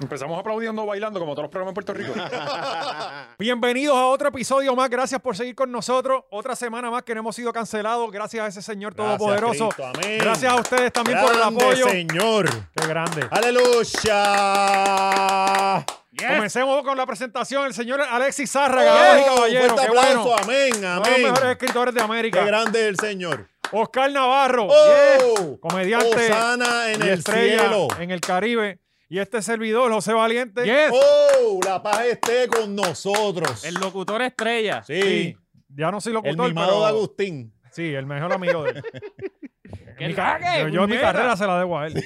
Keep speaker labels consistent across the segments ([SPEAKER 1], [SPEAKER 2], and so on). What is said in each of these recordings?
[SPEAKER 1] Empezamos aplaudiendo, bailando, como todos los programas en Puerto Rico. Bienvenidos a otro episodio más. Gracias por seguir con nosotros. Otra semana más que no hemos sido cancelados. Gracias a ese Señor
[SPEAKER 2] Gracias,
[SPEAKER 1] Todopoderoso.
[SPEAKER 2] Cristo. Amén.
[SPEAKER 1] Gracias a ustedes también
[SPEAKER 2] Grande,
[SPEAKER 1] por el apoyo.
[SPEAKER 2] Señor.
[SPEAKER 1] Qué grande.
[SPEAKER 2] Aleluya.
[SPEAKER 1] Comencemos con la presentación. El señor Alexis Zárraga, damas y
[SPEAKER 2] Oh,
[SPEAKER 1] caballeros.
[SPEAKER 2] fuerte
[SPEAKER 1] Qué bueno.
[SPEAKER 2] aplauso. Amén,
[SPEAKER 1] Uno de los
[SPEAKER 2] amén.
[SPEAKER 1] mejores escritores de
[SPEAKER 2] Qué
[SPEAKER 1] América.
[SPEAKER 2] grande el Señor.
[SPEAKER 1] Oscar Navarro.
[SPEAKER 2] Oh,
[SPEAKER 1] Comediante
[SPEAKER 2] Osana en
[SPEAKER 1] y
[SPEAKER 2] el
[SPEAKER 1] estrella
[SPEAKER 2] cielo.
[SPEAKER 1] en el Caribe. Y este servidor, José Valiente.
[SPEAKER 2] Oh, la paz esté con nosotros.
[SPEAKER 3] El locutor estrella.
[SPEAKER 2] sí,
[SPEAKER 1] Sí. Ya no soy
[SPEAKER 2] el
[SPEAKER 1] locutor,
[SPEAKER 2] mimado
[SPEAKER 1] pero...
[SPEAKER 2] de Agustín.
[SPEAKER 1] Sí, el mejor amigo de él.
[SPEAKER 3] ¡Que
[SPEAKER 1] Mi ca-
[SPEAKER 3] cague,
[SPEAKER 1] yo yo mi
[SPEAKER 3] puñeta!
[SPEAKER 1] carrera se la debo a él.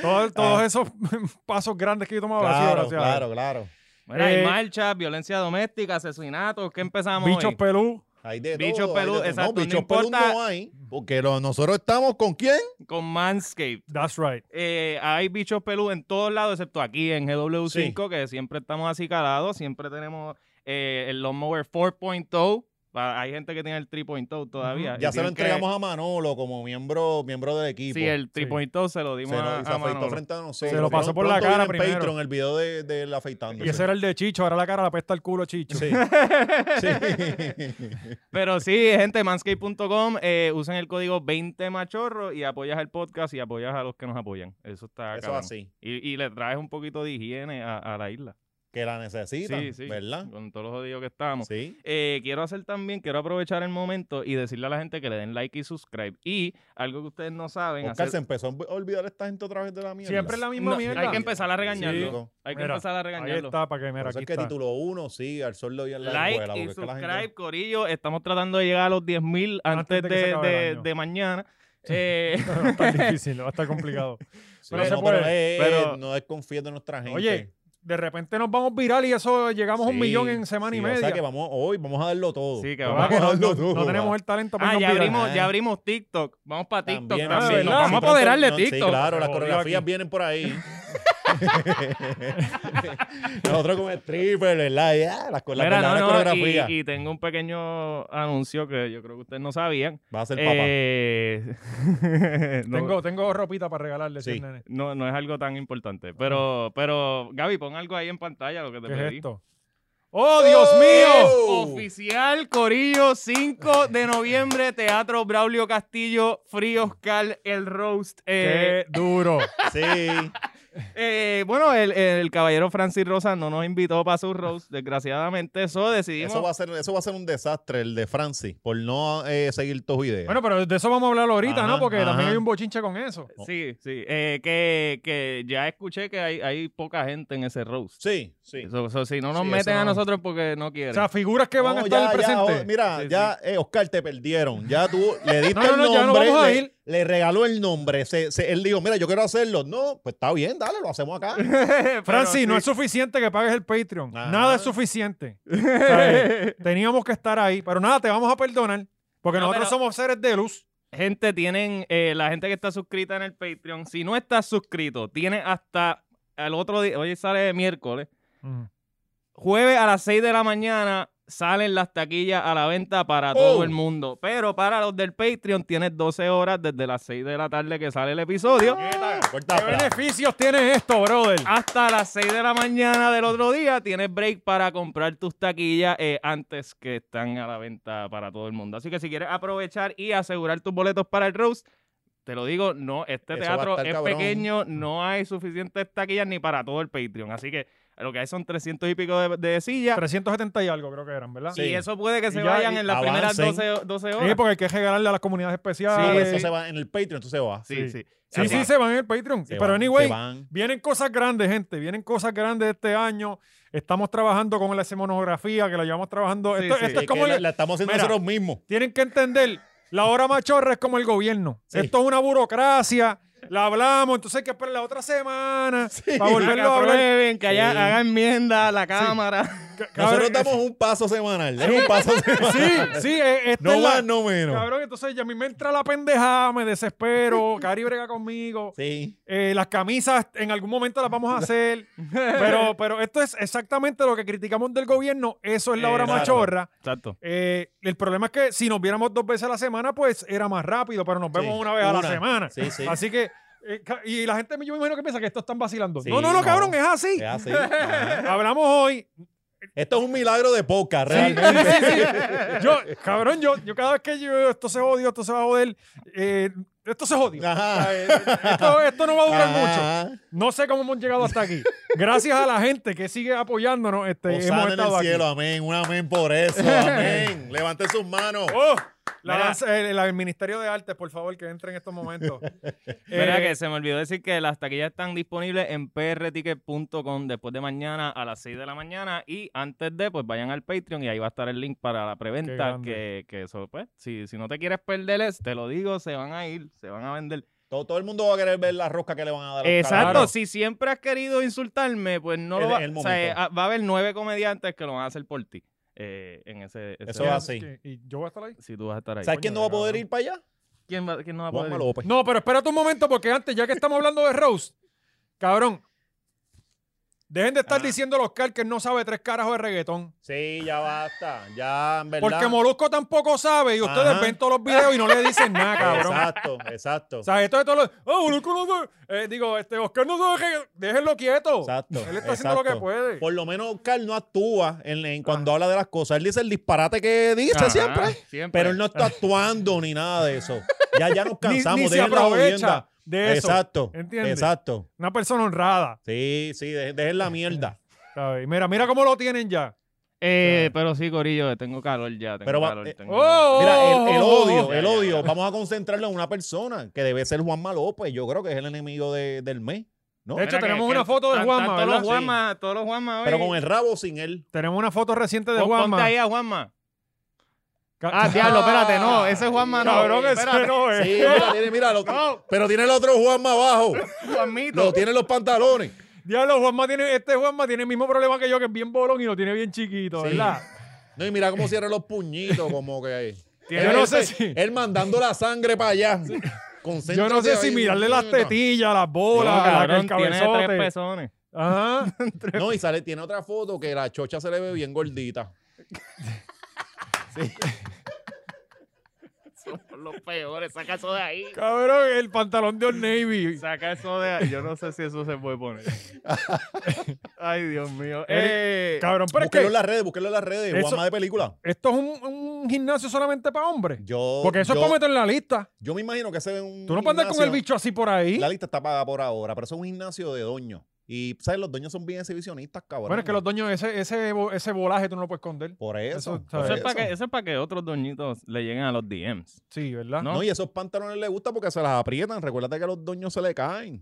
[SPEAKER 1] Todo- todos
[SPEAKER 3] Ah.
[SPEAKER 1] esos pasos grandes que yo tomaba así,
[SPEAKER 2] Claro,
[SPEAKER 1] gracias a él.
[SPEAKER 2] claro, claro.
[SPEAKER 3] Mira, hay
[SPEAKER 1] Eh,
[SPEAKER 3] marchas, violencia doméstica, asesinatos. ¿Qué empezamos
[SPEAKER 1] Bichos
[SPEAKER 3] hoy?
[SPEAKER 1] pelú.
[SPEAKER 2] Hay de
[SPEAKER 3] Bicho
[SPEAKER 2] todo, hay de
[SPEAKER 3] pelú,
[SPEAKER 2] todo. No,
[SPEAKER 3] exacto, no
[SPEAKER 2] bicho pelú
[SPEAKER 3] importa.
[SPEAKER 2] no hay, porque lo- nosotros estamos con quién?
[SPEAKER 3] Con Manscaped.
[SPEAKER 1] That's right.
[SPEAKER 3] Eh, hay bichos pelú en todos lados, excepto aquí en GW5, que siempre estamos así calados. Siempre tenemos eh, el Lawnmower 4.0. Pa- Hay gente que tiene el 3.0 todavía.
[SPEAKER 1] Ujú.
[SPEAKER 3] y
[SPEAKER 2] Ya se lo
[SPEAKER 3] tienen que-
[SPEAKER 2] entregamos a Manolo como miembro, miembro del equipo.
[SPEAKER 3] Sí, el 3.0 se lo dimos
[SPEAKER 2] Se lo-
[SPEAKER 3] a,
[SPEAKER 2] y se
[SPEAKER 3] a
[SPEAKER 2] afeitó
[SPEAKER 3] Manolo.
[SPEAKER 2] frente a nosotros.
[SPEAKER 1] Se lo pasó
[SPEAKER 2] Pronto-
[SPEAKER 1] por la
[SPEAKER 2] pronto
[SPEAKER 1] cara
[SPEAKER 2] viene en
[SPEAKER 1] primero.
[SPEAKER 2] Patreon el video de, de él afeitándose.
[SPEAKER 1] Y ese era el de Chicho, ahora la cara la pesta el culo Chicho.
[SPEAKER 2] Sí. Sí.
[SPEAKER 3] Pero sí, gente, manscape.com, eh, usen el código 20 machorro y apoyas el podcast y apoyas a los que nos apoyan. Eso
[SPEAKER 2] Eso
[SPEAKER 3] está Ah, cabrón.
[SPEAKER 2] así.
[SPEAKER 3] Y, y le traes un poquito de higiene a, a la isla.
[SPEAKER 2] Que la necesitan, ¿verdad?
[SPEAKER 3] Con todos los jodidos que estamos.
[SPEAKER 2] Sí.
[SPEAKER 3] Eh, quiero hacer también, quiero aprovechar el momento y decirle a la gente que le den like y subscribe. Y algo que ustedes no saben,
[SPEAKER 2] Oscar se
[SPEAKER 3] hacer-
[SPEAKER 2] empezó a olvidar a esta gente otra vez de la mierda.
[SPEAKER 1] Siempre es la misma
[SPEAKER 3] No,
[SPEAKER 1] mierda.
[SPEAKER 3] hay que empezar a regañarlo.
[SPEAKER 2] Sí.
[SPEAKER 3] hay que
[SPEAKER 1] Mira,
[SPEAKER 3] empezar a
[SPEAKER 1] Ahí
[SPEAKER 3] regañarlo.
[SPEAKER 1] está, para que mira,
[SPEAKER 2] Por eso
[SPEAKER 1] aquí
[SPEAKER 2] es que
[SPEAKER 1] está.
[SPEAKER 2] título 1, sí, al sol le oyen la
[SPEAKER 3] Like
[SPEAKER 2] escuela,
[SPEAKER 3] y
[SPEAKER 2] porque es que la
[SPEAKER 3] subscribe,
[SPEAKER 2] gente-
[SPEAKER 3] Corillo. Estamos tratando de llegar a los 10.000 antes,
[SPEAKER 1] Antes de que se
[SPEAKER 3] de,
[SPEAKER 1] acabe el
[SPEAKER 3] de-
[SPEAKER 1] año.
[SPEAKER 3] de mañana. Eh,
[SPEAKER 1] va a estar difícil, va a estar complicado.
[SPEAKER 2] Sí,
[SPEAKER 1] Pero
[SPEAKER 2] no,
[SPEAKER 1] se puede,
[SPEAKER 2] pero, eh,
[SPEAKER 3] pero-
[SPEAKER 2] no desconfíes de nuestra gente.
[SPEAKER 1] Oye, de repente nos vamos viral y eso llegamos a un
[SPEAKER 2] Sí,
[SPEAKER 1] millón en semana y
[SPEAKER 2] sí,
[SPEAKER 1] media.
[SPEAKER 2] O sea que vamos, hoy vamos a darlo todo.
[SPEAKER 3] Sí, que
[SPEAKER 1] Pero
[SPEAKER 3] vamos
[SPEAKER 1] que
[SPEAKER 3] a
[SPEAKER 1] no,
[SPEAKER 2] darlo
[SPEAKER 1] no-
[SPEAKER 2] todo,
[SPEAKER 1] no tenemos
[SPEAKER 2] va.
[SPEAKER 1] el talento para
[SPEAKER 3] ah,
[SPEAKER 1] irnos
[SPEAKER 3] ya
[SPEAKER 1] viral.
[SPEAKER 3] abrimos,
[SPEAKER 2] Ah.
[SPEAKER 3] ya abrimos Tiktok. Vamos para TikTok
[SPEAKER 2] También,
[SPEAKER 3] también.
[SPEAKER 2] también.
[SPEAKER 3] Nos
[SPEAKER 1] ¿verdad?
[SPEAKER 3] vamos a
[SPEAKER 2] Pronto-
[SPEAKER 3] apoderarle
[SPEAKER 2] no,
[SPEAKER 3] TikTok.
[SPEAKER 2] Sí, claro, las
[SPEAKER 1] Jodido
[SPEAKER 2] coreografías
[SPEAKER 1] aquí.
[SPEAKER 2] vienen por ahí. Nosotros como stripper, ¿verdad? Ya, las co- las
[SPEAKER 3] Mira,
[SPEAKER 2] verdaderas
[SPEAKER 3] no, no,
[SPEAKER 2] coreografías.
[SPEAKER 3] y, y tengo un pequeño anuncio que yo creo que ustedes no sabían.
[SPEAKER 2] Va a ser papá.
[SPEAKER 3] Eh, no,
[SPEAKER 1] Tengo, tengo ropita para regalarle, sí,
[SPEAKER 2] Sí.
[SPEAKER 1] nene.
[SPEAKER 3] no, no es algo tan importante. Pero, pero Gaby, pon algo ahí en pantalla, lo que te
[SPEAKER 1] ¿Qué es
[SPEAKER 3] pedí.
[SPEAKER 1] esto? ¡Oh, Dios mío!
[SPEAKER 2] Oh.
[SPEAKER 3] Oficial Corillo 5 de noviembre, Teatro Braulio Castillo, Frío Oscar, el roast. eh,
[SPEAKER 1] ¡Qué duro!
[SPEAKER 2] Sí.
[SPEAKER 3] Eh, bueno, el, el caballero Francis Rosa no nos invitó para su roast, desgraciadamente. Eso decidimos.
[SPEAKER 2] Eso va, a ser, eso va a ser un desastre, el de Francis, por no eh, seguir tus ideas.
[SPEAKER 1] Bueno, pero de eso vamos a hablar ahorita,
[SPEAKER 2] Ajá,
[SPEAKER 1] ¿no? Porque también
[SPEAKER 2] ajá.
[SPEAKER 1] hay un bochinche con eso.
[SPEAKER 3] Sí, sí. eh, que, que ya escuché que hay, hay poca gente en ese roast.
[SPEAKER 2] sí, sí.
[SPEAKER 3] Eso, eso sí, no nos
[SPEAKER 2] Sí, eso
[SPEAKER 3] meten a
[SPEAKER 2] no.
[SPEAKER 3] nosotros porque no quieren.
[SPEAKER 1] O sea, figuras que van
[SPEAKER 2] No,
[SPEAKER 1] a estar
[SPEAKER 2] ya,
[SPEAKER 1] en
[SPEAKER 2] ya,
[SPEAKER 1] presente.
[SPEAKER 2] oh, mira,
[SPEAKER 3] Sí,
[SPEAKER 2] ya, eh, Oscar, te perdieron. Ya tú le diste
[SPEAKER 1] No, no,
[SPEAKER 2] el
[SPEAKER 1] no, ya no
[SPEAKER 2] nombre,
[SPEAKER 1] vamos a
[SPEAKER 2] le,
[SPEAKER 1] ir.
[SPEAKER 2] le regaló el nombre. Se- se- él dijo, mira, yo quiero hacerlo. No, pues está bien, dale, lo hacemos acá.
[SPEAKER 3] Pero
[SPEAKER 1] Francis, no
[SPEAKER 3] sí.
[SPEAKER 1] es suficiente que pagues el Patreon.
[SPEAKER 2] Ajá.
[SPEAKER 1] Nada es suficiente. O sea, eh, Teníamos que estar ahí, pero nada, te vamos a perdonar. Porque
[SPEAKER 3] No,
[SPEAKER 1] nosotros
[SPEAKER 3] pero-
[SPEAKER 1] somos seres de luz.
[SPEAKER 3] Gente, tienen. eh, la gente que está suscrita en el Patreon, si no estás suscrito, tienes hasta el otro día. Hoy sale miércoles. Jueves a las 6 de la mañana salen las taquillas a la venta para todo
[SPEAKER 2] Oh.
[SPEAKER 3] el mundo. Pero para los del Patreon tienes 12 horas desde las 6 de la tarde que sale el episodio
[SPEAKER 1] Ah,
[SPEAKER 2] Corta,
[SPEAKER 1] ¿Qué
[SPEAKER 2] espera.
[SPEAKER 1] beneficios tiene esto, brother?
[SPEAKER 2] Ah,
[SPEAKER 3] hasta las 6 de la mañana del otro día. Tienes break para comprar tus taquillas eh, antes que están a la venta para todo el mundo. Así que si quieres aprovechar y asegurar tus boletos para el Rose, te lo digo, no, este
[SPEAKER 2] Eso va a
[SPEAKER 3] teatro
[SPEAKER 2] estar
[SPEAKER 3] es
[SPEAKER 2] cabrón.
[SPEAKER 3] pequeño, no hay suficientes taquillas ni para todo el Patreon. Así que lo que hay son 300 y pico de, de sillas.
[SPEAKER 1] 370 y algo creo que eran, ¿verdad?
[SPEAKER 2] Sí.
[SPEAKER 3] Y eso puede que se
[SPEAKER 1] Y ya,
[SPEAKER 3] vayan
[SPEAKER 1] y
[SPEAKER 3] en las
[SPEAKER 2] avancen.
[SPEAKER 3] primeras 12, 12
[SPEAKER 1] Sí,
[SPEAKER 3] horas.
[SPEAKER 1] porque hay que regalarle a las comunidades
[SPEAKER 2] Ah,
[SPEAKER 1] especiales.
[SPEAKER 2] pues eso se va en el Patreon, entonces va.
[SPEAKER 3] Sí, sí.
[SPEAKER 1] Sí,
[SPEAKER 3] Así
[SPEAKER 1] sí,
[SPEAKER 3] que-
[SPEAKER 1] se van en el Patreon.
[SPEAKER 2] Se
[SPEAKER 1] pero
[SPEAKER 2] van,
[SPEAKER 1] anyway,
[SPEAKER 2] se van.
[SPEAKER 1] vienen cosas grandes, gente. Vienen cosas grandes este año. Estamos trabajando con la monografía que la llevamos trabajando.
[SPEAKER 3] Sí,
[SPEAKER 1] esto,
[SPEAKER 3] sí.
[SPEAKER 1] esto
[SPEAKER 2] Que-
[SPEAKER 1] es como
[SPEAKER 2] que
[SPEAKER 1] el-
[SPEAKER 2] la, la estamos haciendo
[SPEAKER 1] Mira.
[SPEAKER 2] nosotros mismos.
[SPEAKER 1] tienen que entender, la hora machorra es como el gobierno.
[SPEAKER 2] Sí.
[SPEAKER 1] Esto es una burocracia. La hablamos, entonces hay que esperar la otra semana para
[SPEAKER 3] Para que
[SPEAKER 1] volverlo a hablar.
[SPEAKER 3] aprueben, que haya,
[SPEAKER 2] Sí.
[SPEAKER 3] haga enmienda a la cámara.
[SPEAKER 1] Cabrón,
[SPEAKER 2] Nosotros damos un paso semanal. Es un paso semanal.
[SPEAKER 1] Sí, sí, eh, esta
[SPEAKER 2] No
[SPEAKER 1] es la-
[SPEAKER 2] más, no menos.
[SPEAKER 1] Cabrón, entonces ya a mí me entra la pendejada, me desespero, Cari brega conmigo.
[SPEAKER 2] Sí.
[SPEAKER 1] Eh, las camisas en algún momento las vamos a hacer. pero, pero esto es exactamente lo que criticamos del gobierno. Eso es la hora
[SPEAKER 3] Exacto.
[SPEAKER 1] machorra.
[SPEAKER 3] Exacto.
[SPEAKER 1] Eh, el problema es que si nos viéramos dos veces a la semana, pues era más rápido, pero nos vemos una vez a la
[SPEAKER 2] una.
[SPEAKER 1] semana.
[SPEAKER 2] Sí, sí.
[SPEAKER 1] Así que Eh, ca- Y la gente, yo me imagino que piensa que esto están vacilando.
[SPEAKER 2] Sí,
[SPEAKER 1] no, no, no,
[SPEAKER 2] no.
[SPEAKER 1] cabrón, es así.
[SPEAKER 2] Es así. Ajá.
[SPEAKER 1] Hablamos hoy.
[SPEAKER 2] Esto es un milagro de poca,
[SPEAKER 1] Sí, sí,
[SPEAKER 2] realmente.
[SPEAKER 1] sí, sí. Yo, cabrón, yo, yo cada vez que yo, esto se odio, esto se va a joder, eh, esto se odio.
[SPEAKER 2] Ajá.
[SPEAKER 1] Esto, esto no va a durar mucho.
[SPEAKER 2] Ajá.
[SPEAKER 1] No sé cómo hemos llegado hasta aquí. Gracias a la gente que sigue apoyándonos, este, hemos
[SPEAKER 2] Osana en
[SPEAKER 1] estado
[SPEAKER 2] el
[SPEAKER 1] aquí.
[SPEAKER 2] cielo, amén. Un amén por eso, amén. Levante sus manos.
[SPEAKER 1] Oh, la
[SPEAKER 3] Mira.
[SPEAKER 1] danza- el, el Ministerio de Artes, por favor, que entre en estos momentos.
[SPEAKER 3] Mira
[SPEAKER 1] Eh,
[SPEAKER 3] que se me olvidó decir que las taquillas están disponibles en prticket.com después de mañana a las 6 de la mañana y antes de, pues vayan al Patreon y ahí va a estar el link para la
[SPEAKER 1] Qué
[SPEAKER 3] preventa
[SPEAKER 1] grande.
[SPEAKER 3] que, que eso, pues, si, si no te quieres perderles, te lo digo, se van a ir, se van a vender.
[SPEAKER 2] Todo, todo el mundo va a querer ver la rosca que le van a dar. a los
[SPEAKER 3] Exacto,
[SPEAKER 2] carajos.
[SPEAKER 3] si siempre has querido insultarme, pues no lo
[SPEAKER 2] Es
[SPEAKER 3] va,
[SPEAKER 2] el
[SPEAKER 3] o sea,
[SPEAKER 2] momento.
[SPEAKER 3] ah, va a haber nueve comediantes que lo van a hacer por ti eh, en ese, ese-
[SPEAKER 2] Eso es así.
[SPEAKER 1] ¿Y yo voy a estar ahí?
[SPEAKER 3] si tú vas a estar ahí.
[SPEAKER 2] ¿Sabes quién no va a poder ir para allá?
[SPEAKER 3] ¿Quién, va- quién no va a poder
[SPEAKER 2] Juanma
[SPEAKER 3] ir?
[SPEAKER 2] López.
[SPEAKER 1] No, pero espérate un momento, porque antes, ya que estamos hablando de Rose, cabrón, dejen de estar
[SPEAKER 2] Ah.
[SPEAKER 1] diciendo a Oscar que él no sabe tres carajos de reggaetón.
[SPEAKER 2] Sí, ya basta. Ya, en verdad.
[SPEAKER 1] Porque Molusco tampoco sabe y ustedes
[SPEAKER 2] Ajá.
[SPEAKER 1] ven todos los videos y no le dicen nada, cabrón.
[SPEAKER 2] Exacto, exacto.
[SPEAKER 1] O sea, esto de todos los. ¡Ah, Molusco no sabe! Eh, digo, este, Oscar no sabe reggaetón. Déjenlo quieto.
[SPEAKER 2] Exacto.
[SPEAKER 1] Él está haciendo lo
[SPEAKER 2] exacto.
[SPEAKER 1] que puede.
[SPEAKER 2] Por lo menos Oscar no actúa en,
[SPEAKER 1] Ah.
[SPEAKER 2] en cuando habla de las cosas. Él dice el disparate que dice
[SPEAKER 3] Ajá,
[SPEAKER 2] siempre,
[SPEAKER 3] siempre.
[SPEAKER 2] pero él no está actuando ni nada de eso. Ya, ya nos
[SPEAKER 1] Ni-
[SPEAKER 2] cansamos
[SPEAKER 1] ni,
[SPEAKER 2] de
[SPEAKER 1] se aprovecha de eso.
[SPEAKER 2] Exacto.
[SPEAKER 1] ¿Entiendes?
[SPEAKER 2] Exacto.
[SPEAKER 1] Una persona honrada.
[SPEAKER 2] Sí, sí, de- dejen la mierda.
[SPEAKER 1] ¿sabes? Mira, mira cómo lo tienen ya.
[SPEAKER 3] Eh, pero sí, Corillo, tengo calor ya. Tengo
[SPEAKER 2] Pero va-
[SPEAKER 3] calor,
[SPEAKER 2] eh,
[SPEAKER 3] tengo
[SPEAKER 1] ¡Oh!
[SPEAKER 3] calor.
[SPEAKER 2] Mira, el, el odio,
[SPEAKER 3] Ya,
[SPEAKER 2] el
[SPEAKER 3] ya,
[SPEAKER 2] odio.
[SPEAKER 3] ya.
[SPEAKER 2] Vamos a concentrarlo en una persona que debe ser Juanma López. Yo creo que es el enemigo de- del mes, ¿no?
[SPEAKER 1] De hecho,
[SPEAKER 3] Mira que-
[SPEAKER 1] tenemos
[SPEAKER 3] que
[SPEAKER 1] una foto de
[SPEAKER 3] tan-
[SPEAKER 1] Juanma,
[SPEAKER 3] tan Todos
[SPEAKER 1] ¿verdad?
[SPEAKER 3] los Juanma, todos los Juanma hoy.
[SPEAKER 2] Pero con el rabo sin él.
[SPEAKER 1] Tenemos una foto reciente de
[SPEAKER 3] Pon- Ponte
[SPEAKER 1] Juanma.
[SPEAKER 3] ahí a Juanma.
[SPEAKER 1] Ca-
[SPEAKER 3] Ah, diablo, espérate, no, ese es Juanma no. eh,
[SPEAKER 1] Cabrón, ese
[SPEAKER 3] espérate.
[SPEAKER 1] no es.
[SPEAKER 2] Sí, mira, tiene, mira, lo- pero tiene el otro Juanma abajo.
[SPEAKER 3] Juanmito.
[SPEAKER 2] Lo tiene en los pantalones.
[SPEAKER 1] Diablo, Juanma tiene, este Juanma tiene el mismo problema que yo, que es bien bolón y lo tiene bien chiquito,
[SPEAKER 2] Sí.
[SPEAKER 1] ¿verdad?
[SPEAKER 2] No, y mira cómo cierra los puñitos, como que ahí.
[SPEAKER 1] Yo
[SPEAKER 2] Él-
[SPEAKER 1] no
[SPEAKER 2] él-
[SPEAKER 1] sé si-
[SPEAKER 2] Él mandando la sangre para allá.
[SPEAKER 1] Yo no sé
[SPEAKER 2] Concéntrate
[SPEAKER 1] si
[SPEAKER 2] ahí,
[SPEAKER 1] mirarle las
[SPEAKER 2] puñeta.
[SPEAKER 1] tetillas, las
[SPEAKER 3] No,
[SPEAKER 1] bolas, la-
[SPEAKER 3] cabrón,
[SPEAKER 1] el
[SPEAKER 3] tiene tres
[SPEAKER 1] cabezote.
[SPEAKER 3] pezones.
[SPEAKER 1] Ajá.
[SPEAKER 2] No, y sale, tiene otra foto que la chocha se le ve bien gordita.
[SPEAKER 3] Son los peores, saca eso de ahí.
[SPEAKER 1] Cabrón, el pantalón de Old Navy.
[SPEAKER 3] Saca eso de ahí. Yo no sé si eso se puede poner. Ay, Dios mío. Eh,
[SPEAKER 1] Cabrón, pero es
[SPEAKER 2] Búsquelo
[SPEAKER 1] que
[SPEAKER 2] en las redes, búsquelo en las redes.
[SPEAKER 1] Eso-
[SPEAKER 2] Juanma de película.
[SPEAKER 1] esto es un, un gimnasio solamente para hombres.
[SPEAKER 2] Yo,
[SPEAKER 1] Porque eso
[SPEAKER 2] yo,
[SPEAKER 1] es para meter en la lista.
[SPEAKER 2] yo me imagino que se ve un.
[SPEAKER 1] Tú no puedes andar con el
[SPEAKER 2] gimnasio-
[SPEAKER 1] bicho así por ahí.
[SPEAKER 2] La lista está pagada por ahora, pero eso es un gimnasio de doños. Y, ¿sabes? Los doños son bien exhibicionistas, cabrón.
[SPEAKER 1] Bueno, es que los dueños, ese, ese, bo- ese volaje tú no lo puedes esconder.
[SPEAKER 2] Por eso.
[SPEAKER 1] Eso-
[SPEAKER 2] por
[SPEAKER 3] eso, es
[SPEAKER 2] eso.
[SPEAKER 3] para que, eso es para que otros doñitos le lleguen a los DMs.
[SPEAKER 1] Sí, ¿verdad?
[SPEAKER 3] No.
[SPEAKER 2] No, y esos pantalones les gusta porque se las aprietan. Recuerda que a los doños se le caen.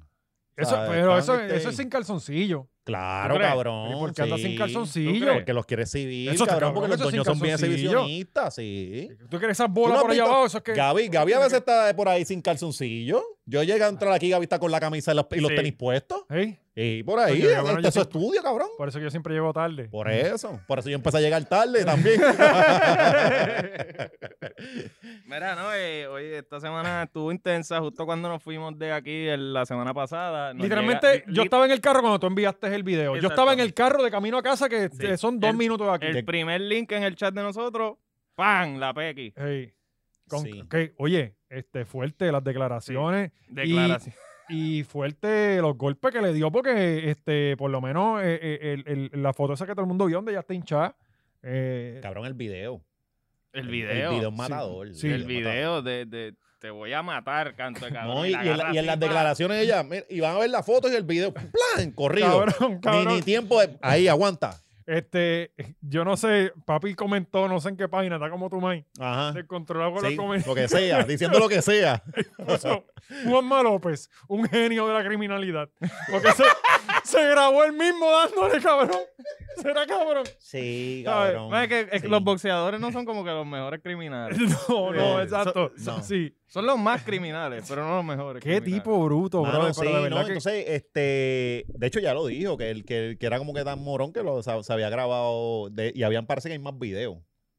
[SPEAKER 1] Eso,
[SPEAKER 2] ¿Sabes?
[SPEAKER 1] pero
[SPEAKER 2] Están,
[SPEAKER 1] eso,
[SPEAKER 2] este,
[SPEAKER 1] eso es sin calzoncillo.
[SPEAKER 2] Claro,
[SPEAKER 3] ¿Tú crees?
[SPEAKER 2] cabrón.
[SPEAKER 1] ¿Y por qué andas sin
[SPEAKER 2] sí.
[SPEAKER 1] calzoncillo?
[SPEAKER 2] ¿Tú crees? Porque los quiere exhibir,
[SPEAKER 1] Eso está
[SPEAKER 2] cabrón,
[SPEAKER 1] cabrón,
[SPEAKER 2] porque los
[SPEAKER 1] eso sin
[SPEAKER 2] dueños son bien
[SPEAKER 1] calzoncillo.
[SPEAKER 2] exhibicionistas, sí.
[SPEAKER 1] ¿Tú quieres esas
[SPEAKER 2] ¿Tú no
[SPEAKER 1] bolas
[SPEAKER 2] has
[SPEAKER 1] por allá
[SPEAKER 2] visto-
[SPEAKER 1] abajo? Eso es que...
[SPEAKER 2] Gaby, Gaby a veces está por ahí sin calzoncillo. Yo llegué a entrar aquí, Gaby está con la camisa y los, y los
[SPEAKER 3] Sí.
[SPEAKER 2] tenis puestos.
[SPEAKER 1] ¿Sí?
[SPEAKER 2] Y por ahí,
[SPEAKER 1] Oye, cabrón,
[SPEAKER 2] este
[SPEAKER 1] yo Mm.
[SPEAKER 2] es su
[SPEAKER 1] siempre-
[SPEAKER 2] estudio, cabrón.
[SPEAKER 1] ¿eh? Por eso que yo siempre llego tarde.
[SPEAKER 2] Por eso. Por eso yo empecé a llegar tarde también.
[SPEAKER 3] Mira, no, eh, oye, esta semana estuvo intensa, justo cuando nos fuimos de aquí el- la semana pasada. nos
[SPEAKER 1] Literalmente,
[SPEAKER 3] llega-
[SPEAKER 1] yo estaba en el carro cuando tú enviaste el video. Yo estaba en el carro de camino a casa, que
[SPEAKER 3] Sí.
[SPEAKER 1] eh, son dos
[SPEAKER 3] El-
[SPEAKER 1] minutos de aquí.
[SPEAKER 3] El primer link en el chat de nosotros, ¡pam! La Pequi.
[SPEAKER 1] Ey, con-
[SPEAKER 2] Sí.
[SPEAKER 1] que, oye, este, fuerte las declaraciones
[SPEAKER 3] Declaración.
[SPEAKER 1] y fuerte los golpes que le dio, porque este, por lo menos eh, eh, el- el- la foto esa que todo el mundo vio donde ya está hinchada. eh,
[SPEAKER 2] cabrón, el video.
[SPEAKER 3] el video.
[SPEAKER 2] El video es
[SPEAKER 1] Sí.
[SPEAKER 2] matador.
[SPEAKER 1] Sí.
[SPEAKER 3] el
[SPEAKER 2] es
[SPEAKER 3] video de, de Te voy a matar, canto de cabrón.
[SPEAKER 2] matador. No, y,
[SPEAKER 3] la
[SPEAKER 2] y en, la-
[SPEAKER 3] agarra
[SPEAKER 2] y en
[SPEAKER 3] así,
[SPEAKER 2] las
[SPEAKER 3] pa.
[SPEAKER 2] declaraciones de ella, mira, y van a ver la foto y el video, ¡plan! Corrido.
[SPEAKER 1] cabrón,
[SPEAKER 2] Ni-
[SPEAKER 1] cabrón.
[SPEAKER 2] Ni, tiempo de- Ahí, aguanta.
[SPEAKER 1] Este, yo no sé, papi comentó, no sé en qué página, está como tu main.
[SPEAKER 2] Ajá.
[SPEAKER 1] Se controló con
[SPEAKER 2] Ah. Sí,
[SPEAKER 1] los comentarios.
[SPEAKER 2] lo que sea, diciendo lo que sea.
[SPEAKER 1] Juanma López, un genio de la criminalidad. Porque se, se grabó él mismo dándole, cabrón. Será cabrón.
[SPEAKER 2] Sí,
[SPEAKER 1] ¿Sabes?
[SPEAKER 2] cabrón.
[SPEAKER 3] No, es que es que
[SPEAKER 2] Sí.
[SPEAKER 3] los boxeadores no son como que los mejores criminales.
[SPEAKER 1] No, no,
[SPEAKER 2] Eh,
[SPEAKER 1] exacto.
[SPEAKER 2] so- no.
[SPEAKER 1] Sí.
[SPEAKER 3] Son los más criminales, pero no los mejores.
[SPEAKER 1] Qué
[SPEAKER 3] criminales.
[SPEAKER 1] tipo bruto,
[SPEAKER 2] Mano,
[SPEAKER 1] bro.
[SPEAKER 2] sí,
[SPEAKER 1] pero de verdad
[SPEAKER 2] no,
[SPEAKER 1] que-
[SPEAKER 2] entonces, este, de hecho ya lo dijo, que el que, el- que era como que tan morón que lo, se, se había grabado de- y habían parece que hay más videos.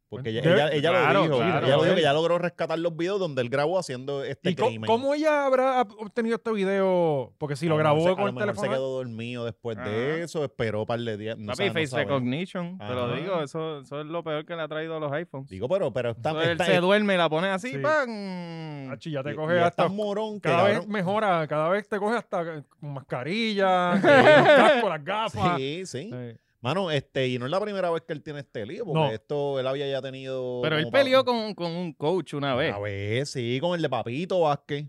[SPEAKER 2] Porque ella,
[SPEAKER 1] Debe-
[SPEAKER 2] ella- ella
[SPEAKER 3] Claro,
[SPEAKER 2] lo dijo,
[SPEAKER 3] claro,
[SPEAKER 2] ella lo dijo
[SPEAKER 3] Gabriel.
[SPEAKER 2] que ya logró rescatar los videos donde él grabó haciendo este
[SPEAKER 1] ¿Y co-
[SPEAKER 2] crimen.
[SPEAKER 1] cómo ella habrá obtenido este video? Porque si lo
[SPEAKER 2] A
[SPEAKER 1] grabó
[SPEAKER 2] mejor Ah, se-
[SPEAKER 1] con
[SPEAKER 2] a
[SPEAKER 1] el
[SPEAKER 2] mejor
[SPEAKER 1] teléfono. Ah.
[SPEAKER 2] se quedó dormido después
[SPEAKER 3] Ajá.
[SPEAKER 2] de eso, esperó un par de días. No
[SPEAKER 3] Papi,
[SPEAKER 2] sabe- no
[SPEAKER 3] face
[SPEAKER 2] sabe.
[SPEAKER 3] recognition, te lo
[SPEAKER 2] Ajá.
[SPEAKER 3] digo, eso, eso es lo peor que le ha traído los iPhones.
[SPEAKER 2] Digo, pero, pero está,
[SPEAKER 3] Entonces, él
[SPEAKER 2] está- Ah,
[SPEAKER 3] se duerme y la pone así,
[SPEAKER 1] Sí.
[SPEAKER 3] ¡pam!
[SPEAKER 1] Achi, ah, ya te
[SPEAKER 2] y-
[SPEAKER 1] coge
[SPEAKER 2] y es
[SPEAKER 1] hasta.
[SPEAKER 2] tan morón que
[SPEAKER 1] Cada vez
[SPEAKER 2] cabrón-
[SPEAKER 1] mejora, cada vez te coge hasta eh, con mascarilla, con casco, las gafas.
[SPEAKER 2] Sí, sí.
[SPEAKER 1] Sí.
[SPEAKER 2] Mano, este, y no es la primera vez que él tiene este lío, porque
[SPEAKER 1] No.
[SPEAKER 2] esto él había ya tenido.
[SPEAKER 3] Pero él
[SPEAKER 2] como pa-
[SPEAKER 3] peleó con, con un coach una vez.
[SPEAKER 2] Una vez, sí, con el de Papito Vázquez.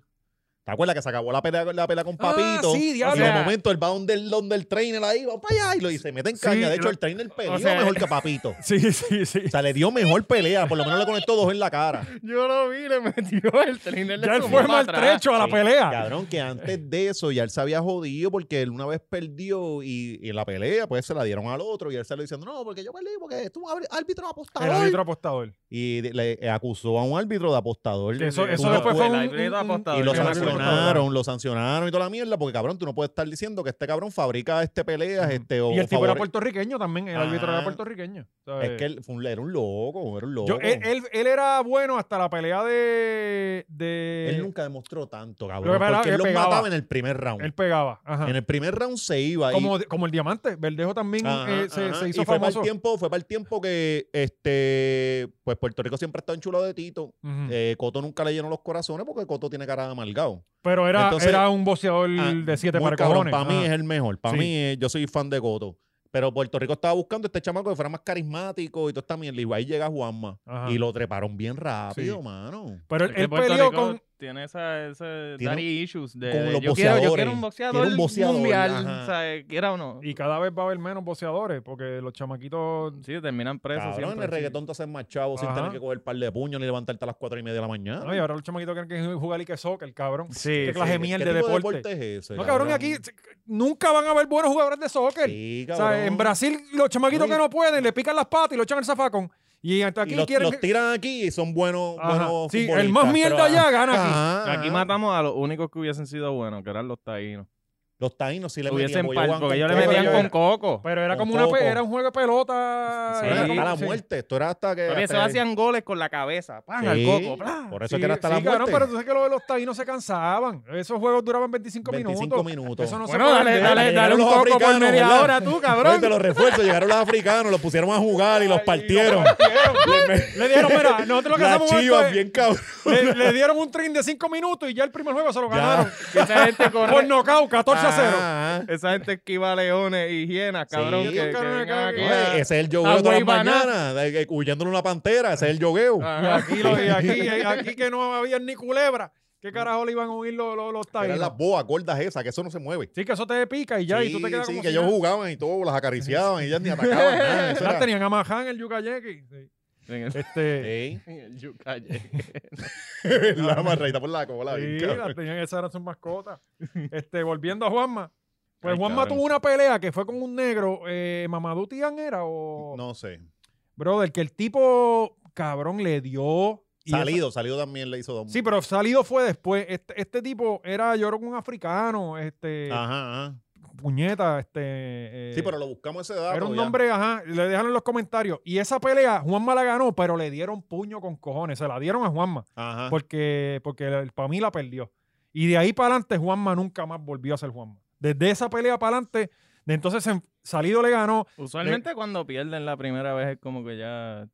[SPEAKER 2] ¿Te acuerdas que se acabó la pelea, la pelea con
[SPEAKER 1] Ah,
[SPEAKER 2] Papito?
[SPEAKER 1] sí,
[SPEAKER 2] Y
[SPEAKER 1] diablo.
[SPEAKER 2] de
[SPEAKER 3] O sea-
[SPEAKER 2] momento él va donde el, donde el trainer ahí, va para allá y, lo, y se mete en caña. de hecho,
[SPEAKER 3] lo-
[SPEAKER 2] el trainer peleó
[SPEAKER 3] sea-
[SPEAKER 2] mejor que Papito.
[SPEAKER 1] Sí, sí, sí.
[SPEAKER 2] O sea, le dio mejor pelea, por lo menos le conectó dos en la cara.
[SPEAKER 3] Yo lo vi, le metió el trainer. le
[SPEAKER 1] Ya él
[SPEAKER 3] zumbó
[SPEAKER 1] fue
[SPEAKER 3] para atrás.
[SPEAKER 1] maltrecho a la
[SPEAKER 2] Sí,
[SPEAKER 1] pelea.
[SPEAKER 2] Cabrón, que antes de eso ya él se había jodido porque él una vez perdió y, y en la pelea, pues se la dieron al otro y él salió diciendo, no, porque yo perdí, porque tú un árbitro apostador.
[SPEAKER 1] El árbitro apostador.
[SPEAKER 2] Y de- le eh, acusó a un árbitro de apostador.
[SPEAKER 1] Que eso
[SPEAKER 2] Tú
[SPEAKER 1] eso
[SPEAKER 2] no
[SPEAKER 1] después fue
[SPEAKER 2] puedes-
[SPEAKER 1] un,
[SPEAKER 3] El árbitro
[SPEAKER 1] un- un-
[SPEAKER 3] apostador.
[SPEAKER 2] Y lo
[SPEAKER 1] el árbitro apostador.
[SPEAKER 2] sancionaron, lo sancionaron y toda la mierda, porque cabrón, tú no puedes estar diciendo que este cabrón fabrica este peleas,
[SPEAKER 1] Ujú.
[SPEAKER 2] este o
[SPEAKER 1] Y el tipo era
[SPEAKER 2] favore-
[SPEAKER 1] puertorriqueño también. El árbitro era
[SPEAKER 2] Ah.
[SPEAKER 1] puertorriqueño. ¿sabes?
[SPEAKER 2] Es que él fue un, era un loco, era un loco.
[SPEAKER 1] Yo- eh, él, él- él era bueno hasta la pelea de. de-
[SPEAKER 2] Él nunca demostró tanto,
[SPEAKER 1] eh. Lo
[SPEAKER 2] cabrón.
[SPEAKER 1] que pasa es
[SPEAKER 2] Porque
[SPEAKER 1] que
[SPEAKER 2] él los
[SPEAKER 1] pegaba.
[SPEAKER 2] mataba en el primer round.
[SPEAKER 1] Él pegaba. Ajá.
[SPEAKER 2] En el primer round se iba. y-
[SPEAKER 1] Como, como el diamante. Verdejo también
[SPEAKER 2] Ajá,
[SPEAKER 1] eh, se,
[SPEAKER 2] ajá.
[SPEAKER 1] se hizo
[SPEAKER 2] y fue para
[SPEAKER 1] famoso.
[SPEAKER 2] el tiempo fue para el tiempo que este pues Puerto Rico siempre está enchulado de Tito
[SPEAKER 1] Ujú.
[SPEAKER 2] Eh, Coto nunca le llenó los corazones porque Coto tiene cara de amargado
[SPEAKER 1] Pero era,
[SPEAKER 2] entonces-
[SPEAKER 1] era un boxeador
[SPEAKER 2] Ah,
[SPEAKER 1] de siete
[SPEAKER 2] muy
[SPEAKER 1] para
[SPEAKER 2] cabrón,
[SPEAKER 1] cojones.
[SPEAKER 2] para mí
[SPEAKER 1] Ajá.
[SPEAKER 2] es el mejor para
[SPEAKER 1] Sí.
[SPEAKER 2] mí es- yo soy fan de Coto pero Puerto Rico estaba buscando este chamaco que fuera más carismático y todo está bien y ahí llega Juanma
[SPEAKER 1] Ajá.
[SPEAKER 2] y lo treparon bien rápido
[SPEAKER 1] Ah. Sí.
[SPEAKER 2] mano
[SPEAKER 1] Pero
[SPEAKER 3] Es
[SPEAKER 1] él,
[SPEAKER 3] que
[SPEAKER 1] él
[SPEAKER 3] Puerto
[SPEAKER 1] peleó
[SPEAKER 3] Rico
[SPEAKER 1] con.
[SPEAKER 3] Tiene esa, ese
[SPEAKER 2] Tiene-
[SPEAKER 3] daddy issues de,
[SPEAKER 2] con
[SPEAKER 3] de,
[SPEAKER 2] los
[SPEAKER 3] yo, quiero, yo quiero
[SPEAKER 2] boxeadores.
[SPEAKER 3] un boxeador,
[SPEAKER 2] Quiero un boxeador,
[SPEAKER 3] mundial,
[SPEAKER 2] ajá.
[SPEAKER 3] o sea, eh, quiera o no.
[SPEAKER 1] Y cada vez va a haber menos boxeadores porque los chamaquitos.
[SPEAKER 3] Sí, terminan presos
[SPEAKER 2] cabrón en
[SPEAKER 3] siempre.
[SPEAKER 2] el reggaetón te hacen más chavo sin
[SPEAKER 1] Ajá.
[SPEAKER 2] tener que coger par de puños ni levantarte a las cuatro y media de la mañana
[SPEAKER 1] Ay, ahora los chamaquitos creen que es jugar y que soccer, el cabrón.
[SPEAKER 3] Sí,
[SPEAKER 1] Qué
[SPEAKER 3] sí.
[SPEAKER 1] clase de
[SPEAKER 2] ¿Qué
[SPEAKER 1] mierda de
[SPEAKER 2] tipo
[SPEAKER 1] deporte.
[SPEAKER 2] es ese
[SPEAKER 1] No, cabrón, y aquí nunca van a haber buenos jugadores de soccer.
[SPEAKER 2] Sí,
[SPEAKER 1] O sea, en
[SPEAKER 2] cabrón.
[SPEAKER 1] Brasil, los chamaquitos
[SPEAKER 2] No, y-
[SPEAKER 1] que no pueden le pican las patas y lo echan al zafacón. Y hasta
[SPEAKER 2] Y
[SPEAKER 1] aquí
[SPEAKER 2] los,
[SPEAKER 1] quieren.
[SPEAKER 2] los tiran aquí y son buenos,
[SPEAKER 1] Ajá.
[SPEAKER 2] buenos
[SPEAKER 1] Sí, el
[SPEAKER 2] futbolistas,
[SPEAKER 1] más mierda
[SPEAKER 2] pero-
[SPEAKER 1] allá gana aquí.
[SPEAKER 2] Ajá,
[SPEAKER 3] Aquí
[SPEAKER 2] ajá.
[SPEAKER 3] matamos a los únicos que hubiesen sido buenos, que eran los taínos.
[SPEAKER 2] Los taínos sí le metían.
[SPEAKER 3] Hubiesen
[SPEAKER 2] porque
[SPEAKER 3] par,
[SPEAKER 2] jugaban
[SPEAKER 3] porque
[SPEAKER 2] con
[SPEAKER 3] ellos le
[SPEAKER 2] coco,
[SPEAKER 3] metían
[SPEAKER 1] pero
[SPEAKER 3] con
[SPEAKER 1] era-
[SPEAKER 3] coco.
[SPEAKER 1] Pero era
[SPEAKER 2] Con
[SPEAKER 1] como una
[SPEAKER 2] coco.
[SPEAKER 1] pe- era un juego de pelota.
[SPEAKER 2] Pero era
[SPEAKER 1] Sí,
[SPEAKER 2] hasta la
[SPEAKER 1] sí.
[SPEAKER 2] muerte. Esto era hasta que.
[SPEAKER 3] Pero
[SPEAKER 2] hasta
[SPEAKER 3] eso
[SPEAKER 2] que-
[SPEAKER 3] hacían goles con la cabeza, ¡pam!
[SPEAKER 2] Sí,
[SPEAKER 3] al coco, ¡plá!
[SPEAKER 2] Por eso
[SPEAKER 1] Sí,
[SPEAKER 2] es que era hasta
[SPEAKER 1] sí,
[SPEAKER 2] la muerte.
[SPEAKER 1] cabrón, pero tú sabes que los de los taínos se cansaban. Esos juegos duraban 25,
[SPEAKER 2] 25
[SPEAKER 1] minutos.
[SPEAKER 2] minutos.
[SPEAKER 1] Eso no se
[SPEAKER 3] Bueno,
[SPEAKER 1] puede
[SPEAKER 3] dale,
[SPEAKER 1] ver.
[SPEAKER 3] dale,
[SPEAKER 2] Llegaron
[SPEAKER 3] dale un
[SPEAKER 2] los
[SPEAKER 3] coco por
[SPEAKER 2] africanos,
[SPEAKER 3] media
[SPEAKER 2] ¿verdad?
[SPEAKER 3] hora tú, cabrón.
[SPEAKER 2] De los refuerzos llegaron los africanos, los pusieron a jugar y los
[SPEAKER 1] Ay,
[SPEAKER 2] partieron.
[SPEAKER 1] los partieron. le dieron, mira, nosotros lo que
[SPEAKER 2] Las
[SPEAKER 1] hacemos esto
[SPEAKER 2] chivas,
[SPEAKER 1] es-
[SPEAKER 2] bien cabrón.
[SPEAKER 1] le, le dieron un trim de 5 minutos y ya el primer juego se lo
[SPEAKER 2] Ya.
[SPEAKER 1] ganaron.
[SPEAKER 3] Esa gente corre-
[SPEAKER 1] Por nocaut, 14 a 0.
[SPEAKER 2] Ajá, ajá.
[SPEAKER 3] Esa gente esquiva leones y hienas, cabrón.
[SPEAKER 2] Sí,
[SPEAKER 3] que, que
[SPEAKER 1] cabrón,
[SPEAKER 3] vengan aquí
[SPEAKER 1] cabrón.
[SPEAKER 3] a-
[SPEAKER 2] Oye, ese es el
[SPEAKER 3] Ah,
[SPEAKER 2] yogueo de todas
[SPEAKER 3] güey,
[SPEAKER 2] las mañanas, de- de- huyéndole a una pantera, ese es el
[SPEAKER 1] Y
[SPEAKER 2] yogueo.
[SPEAKER 3] Ajá.
[SPEAKER 1] aquí, lo- y aquí, y aquí que no había ni culebra. ¿Qué carajo le iban a oír los, los, los
[SPEAKER 2] Eran
[SPEAKER 1] taínos?
[SPEAKER 2] las boas gordas esas, que eso no se mueve.
[SPEAKER 1] Sí, que eso te pica y ya, y tú te quedas
[SPEAKER 2] sí,
[SPEAKER 1] como
[SPEAKER 2] que
[SPEAKER 1] si
[SPEAKER 2] ellos
[SPEAKER 1] nada.
[SPEAKER 2] jugaban y todo, las acariciaban y ellas ni atacaban nada. Eso
[SPEAKER 1] Las
[SPEAKER 2] era...
[SPEAKER 1] tenían a Mahán, el Yukayequi. Sí.
[SPEAKER 3] En el-
[SPEAKER 1] Este,
[SPEAKER 2] Ey,
[SPEAKER 3] en el yucalle.
[SPEAKER 2] la amarradita por la cola.
[SPEAKER 1] sí,
[SPEAKER 2] bien,
[SPEAKER 1] las
[SPEAKER 2] cabrón.
[SPEAKER 1] tenían, esas eran sus mascotas. Este, volviendo a Juanma. Pues
[SPEAKER 3] Ay,
[SPEAKER 1] Juanma
[SPEAKER 3] cabrón.
[SPEAKER 1] tuvo una pelea que fue con un negro, eh, Mamadou Tian era o...
[SPEAKER 2] No sé.
[SPEAKER 1] Brother, que el tipo, cabrón, le dio... y esa-
[SPEAKER 2] Salido, salido también le hizo dos.
[SPEAKER 1] Sí, pero salido fue después. Este, este tipo era, yo creo que un africano, este,
[SPEAKER 2] Ajá, ajá.
[SPEAKER 1] puñeta, este... eh,
[SPEAKER 2] Ah. Sí, pero lo buscamos ese dato.
[SPEAKER 1] Era un
[SPEAKER 2] ya.
[SPEAKER 1] nombre, ajá, le dejaron en los comentarios. Y esa pelea, Juanma la ganó, pero le dieron puño con cojones. Se la dieron a Juanma,
[SPEAKER 2] Ajá.
[SPEAKER 1] porque, porque para mí la perdió. Y de ahí para adelante, Juanma nunca más volvió a ser Juanma. Desde esa pelea para adelante, de entonces en- salido le ganó.
[SPEAKER 3] Usualmente cuando pierden la primera vez es como que ya...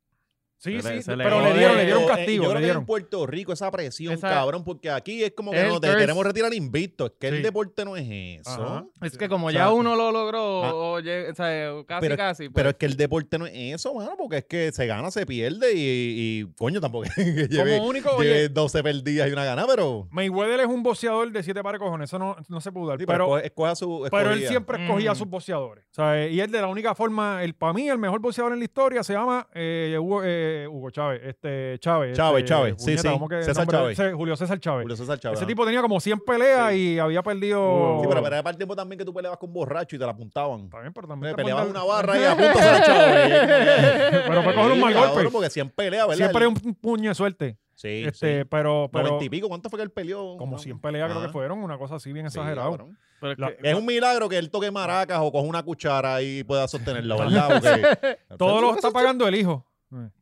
[SPEAKER 1] Sí,
[SPEAKER 3] Se le-
[SPEAKER 1] sí,
[SPEAKER 3] se le
[SPEAKER 1] pero le
[SPEAKER 3] jode.
[SPEAKER 1] dieron, le dieron
[SPEAKER 2] Eh,
[SPEAKER 1] castigo. le
[SPEAKER 2] Yo creo que en
[SPEAKER 1] dieron.
[SPEAKER 2] Puerto Rico esa presión,
[SPEAKER 3] Esa-
[SPEAKER 2] cabrón, porque aquí es como que
[SPEAKER 3] El
[SPEAKER 2] no te
[SPEAKER 3] curse.
[SPEAKER 2] queremos retirar invicto. Es que
[SPEAKER 1] Sí.
[SPEAKER 2] el deporte no es eso.
[SPEAKER 1] Ajá.
[SPEAKER 3] Es que como
[SPEAKER 2] O
[SPEAKER 3] ya
[SPEAKER 2] sea,
[SPEAKER 3] uno lo logró,
[SPEAKER 2] ah.
[SPEAKER 3] o lleg- o sea, o casi,
[SPEAKER 2] Pero-
[SPEAKER 3] casi.
[SPEAKER 2] Pero
[SPEAKER 3] pues,
[SPEAKER 2] es que el deporte no es eso, mano, porque es que se gana, se pierde y, y, coño, tampoco es que lleve,
[SPEAKER 1] Como único, oye,
[SPEAKER 2] lleve 12 perdidas y una ganada, pero.
[SPEAKER 1] Mayweather es un boxeador de siete pares de cojones, eso no, no se pudo dar.
[SPEAKER 2] Sí, pero,
[SPEAKER 1] pero,
[SPEAKER 2] escoge- escoja su.
[SPEAKER 1] pero él
[SPEAKER 2] escogida.
[SPEAKER 1] siempre escogía a
[SPEAKER 3] Mm.
[SPEAKER 1] sus boxeadores. ¿sabes? Y él de la única forma, el para mí, el mejor boxeador en la historia se llama eh, Hugo, eh, Hugo Chávez. Este, Chávez.
[SPEAKER 2] Chávez,
[SPEAKER 1] este,
[SPEAKER 2] Chávez, sí,
[SPEAKER 1] puñeta,
[SPEAKER 2] sí,
[SPEAKER 1] ¿cómo que el
[SPEAKER 2] César
[SPEAKER 1] nombre de él?
[SPEAKER 2] Chávez.
[SPEAKER 1] Ese- Julio César Chávez.
[SPEAKER 2] Julio César Chávez,
[SPEAKER 1] Ese
[SPEAKER 2] ajá.
[SPEAKER 1] tipo tenía como 100 peleas
[SPEAKER 2] Sí.
[SPEAKER 1] y había perdido.
[SPEAKER 3] Sí,
[SPEAKER 2] Sí, pero, pero era para el tiempo también que tú peleabas con borracho y te la apuntaban.
[SPEAKER 1] También, pero también.
[SPEAKER 2] Le
[SPEAKER 1] te
[SPEAKER 2] peleabas una
[SPEAKER 1] mandan-
[SPEAKER 2] barra y apuntas chavo.
[SPEAKER 1] Pero fue coger un mal golpe.
[SPEAKER 2] eh. Porque 100 peleas, ¿verdad?
[SPEAKER 1] Siempre hay un un puño de suerte.
[SPEAKER 2] Sí,
[SPEAKER 1] este,
[SPEAKER 2] sí.
[SPEAKER 1] Pero, pero
[SPEAKER 2] 90 y pico, ¿cuánto fue que él peleó?
[SPEAKER 1] como
[SPEAKER 2] Ah,
[SPEAKER 1] 100 peleas creo que
[SPEAKER 2] ajá.
[SPEAKER 1] fueron, una cosa así bien
[SPEAKER 2] sí,
[SPEAKER 1] exagerado.
[SPEAKER 2] cabrón.
[SPEAKER 3] pero es
[SPEAKER 1] la-
[SPEAKER 3] que-
[SPEAKER 2] Es un milagro que él toque maracas o coja una cuchara y pueda sostenerla, ¿verdad? Porque-
[SPEAKER 1] Todo lo
[SPEAKER 2] Eso-
[SPEAKER 1] está pagando el hijo.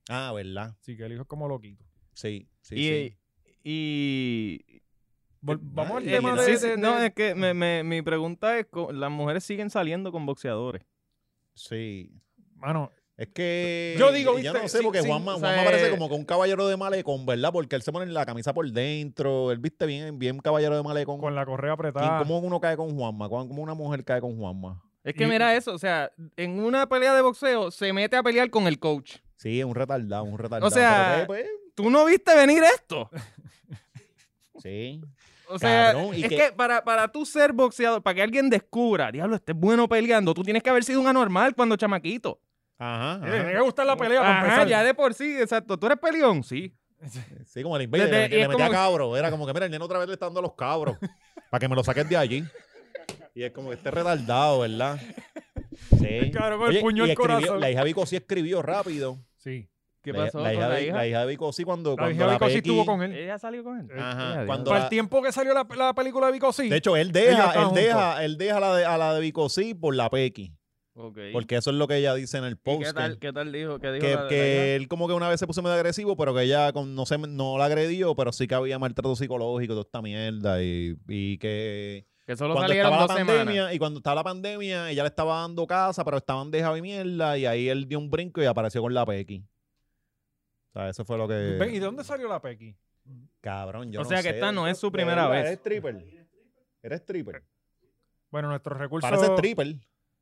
[SPEAKER 2] Ah, ¿verdad?
[SPEAKER 1] Así que el hijo es como loquito.
[SPEAKER 2] Sí, sí,
[SPEAKER 3] y,
[SPEAKER 1] eh,
[SPEAKER 2] sí.
[SPEAKER 3] y-
[SPEAKER 1] Vol-
[SPEAKER 3] Eh,
[SPEAKER 1] Vamos al
[SPEAKER 2] y-
[SPEAKER 1] tema
[SPEAKER 2] y-
[SPEAKER 1] de,
[SPEAKER 3] sí, sí,
[SPEAKER 1] de-
[SPEAKER 3] no,
[SPEAKER 1] de-
[SPEAKER 3] es que me- me- mi pregunta es, co- ¿las mujeres siguen saliendo con boxeadores?
[SPEAKER 2] Sí.
[SPEAKER 1] Mano,
[SPEAKER 2] Es que.
[SPEAKER 1] Yo digo,
[SPEAKER 2] yo
[SPEAKER 1] viste,
[SPEAKER 2] no sé,
[SPEAKER 1] sí,
[SPEAKER 2] porque
[SPEAKER 1] sí,
[SPEAKER 2] Juanma,
[SPEAKER 3] o sea,
[SPEAKER 2] Juanma parece
[SPEAKER 3] eh,
[SPEAKER 2] como que un caballero de malecón, ¿verdad? Porque él se pone la camisa por dentro. Él viste bien, bien caballero de malecón.
[SPEAKER 1] con la correa apretada.
[SPEAKER 2] ¿Quién- ¿Cómo uno cae con Juanma? ¿Cómo cómo una mujer cae con Juanma?
[SPEAKER 3] Es que
[SPEAKER 1] Y-
[SPEAKER 3] mira eso, o sea, en una pelea de boxeo se mete a pelear con el coach.
[SPEAKER 2] Sí, es un retardado, un retardado.
[SPEAKER 3] sea,
[SPEAKER 2] pero, pues,
[SPEAKER 3] ¿Tú no viste venir esto?
[SPEAKER 2] pues, sí.
[SPEAKER 3] O sea,
[SPEAKER 2] Cabrón, y
[SPEAKER 3] es
[SPEAKER 2] que-
[SPEAKER 3] que, para, para tú ser boxeador, para que alguien descubra, diablo, este es bueno peleando, tú tienes que haber sido un anormal cuando chamaquito.
[SPEAKER 2] Ajá.
[SPEAKER 1] Le
[SPEAKER 2] ajá.
[SPEAKER 1] tiene que gustar Eh, la pelea para
[SPEAKER 3] Ajá,
[SPEAKER 1] empezar.
[SPEAKER 3] ya de por sí, exacto. ¿Tú eres peleón? Sí.
[SPEAKER 2] Sí, como el invader.
[SPEAKER 3] Desde-
[SPEAKER 2] le metía-
[SPEAKER 3] y
[SPEAKER 2] le
[SPEAKER 3] es
[SPEAKER 2] metía
[SPEAKER 3] como-
[SPEAKER 2] cabro. Era como que, mira, el nene otra vez le está dando a los cabros. para que me lo saques de allí. Y es como que esté retardado, ¿verdad? Sí.
[SPEAKER 1] cabrón con el puño al
[SPEAKER 2] y escribió-
[SPEAKER 1] corazón.
[SPEAKER 2] La hija Vico sí escribió rápido.
[SPEAKER 1] Sí.
[SPEAKER 3] ¿Qué
[SPEAKER 2] La-
[SPEAKER 3] pasó
[SPEAKER 2] La,
[SPEAKER 3] con
[SPEAKER 2] hija,
[SPEAKER 3] la
[SPEAKER 2] de-
[SPEAKER 3] hija?
[SPEAKER 2] la hija de Vico sí cuando,
[SPEAKER 1] La
[SPEAKER 2] cuando
[SPEAKER 1] hija de Vico sí
[SPEAKER 2] Becky-
[SPEAKER 1] estuvo con él.
[SPEAKER 3] ¿Ella salió con él?
[SPEAKER 2] Ajá,
[SPEAKER 3] Ella,
[SPEAKER 2] cuando
[SPEAKER 1] Para
[SPEAKER 2] la-
[SPEAKER 1] el tiempo que salió la, la película de Vico sí.
[SPEAKER 2] De hecho, él
[SPEAKER 1] Ellos
[SPEAKER 2] deja,
[SPEAKER 1] estaban
[SPEAKER 2] él deja, él deja a la de, a la de Vico sí por la Pequi.
[SPEAKER 3] Ok.
[SPEAKER 2] Porque eso es lo que ella dice en el
[SPEAKER 3] ¿Y
[SPEAKER 2] post.
[SPEAKER 3] qué,
[SPEAKER 2] que-
[SPEAKER 3] tal, ¿Qué tal dijo? ¿Qué dijo
[SPEAKER 2] que,
[SPEAKER 3] la- la
[SPEAKER 2] que
[SPEAKER 3] hija?
[SPEAKER 2] él como que una vez se puso medio agresivo, pero que ella con- no, se, no la agredió, pero sí que había maltrato psicológico, toda esta mierda. Y, y que
[SPEAKER 3] Que solo
[SPEAKER 2] cuando
[SPEAKER 3] salieron
[SPEAKER 2] estaba la
[SPEAKER 3] dos
[SPEAKER 2] pandemia,
[SPEAKER 3] semanas.
[SPEAKER 2] y cuando estaba la pandemia, ella le estaba dando casa, pero estaban dejado y mierda, y ahí él dio un brinco y apareció con la Pequi. O sea, eso fue lo que...
[SPEAKER 1] Ven, ¿Y de dónde salió la Pequi?
[SPEAKER 2] Cabrón, yo
[SPEAKER 3] O
[SPEAKER 2] no
[SPEAKER 3] sea que
[SPEAKER 2] sé,
[SPEAKER 3] esta no
[SPEAKER 2] de-
[SPEAKER 3] es su
[SPEAKER 2] de
[SPEAKER 3] primera
[SPEAKER 2] verdad,
[SPEAKER 3] vez.
[SPEAKER 2] Eres stripper. Eres stripper.
[SPEAKER 1] Bueno, nuestros recursos.
[SPEAKER 2] Parece stripper.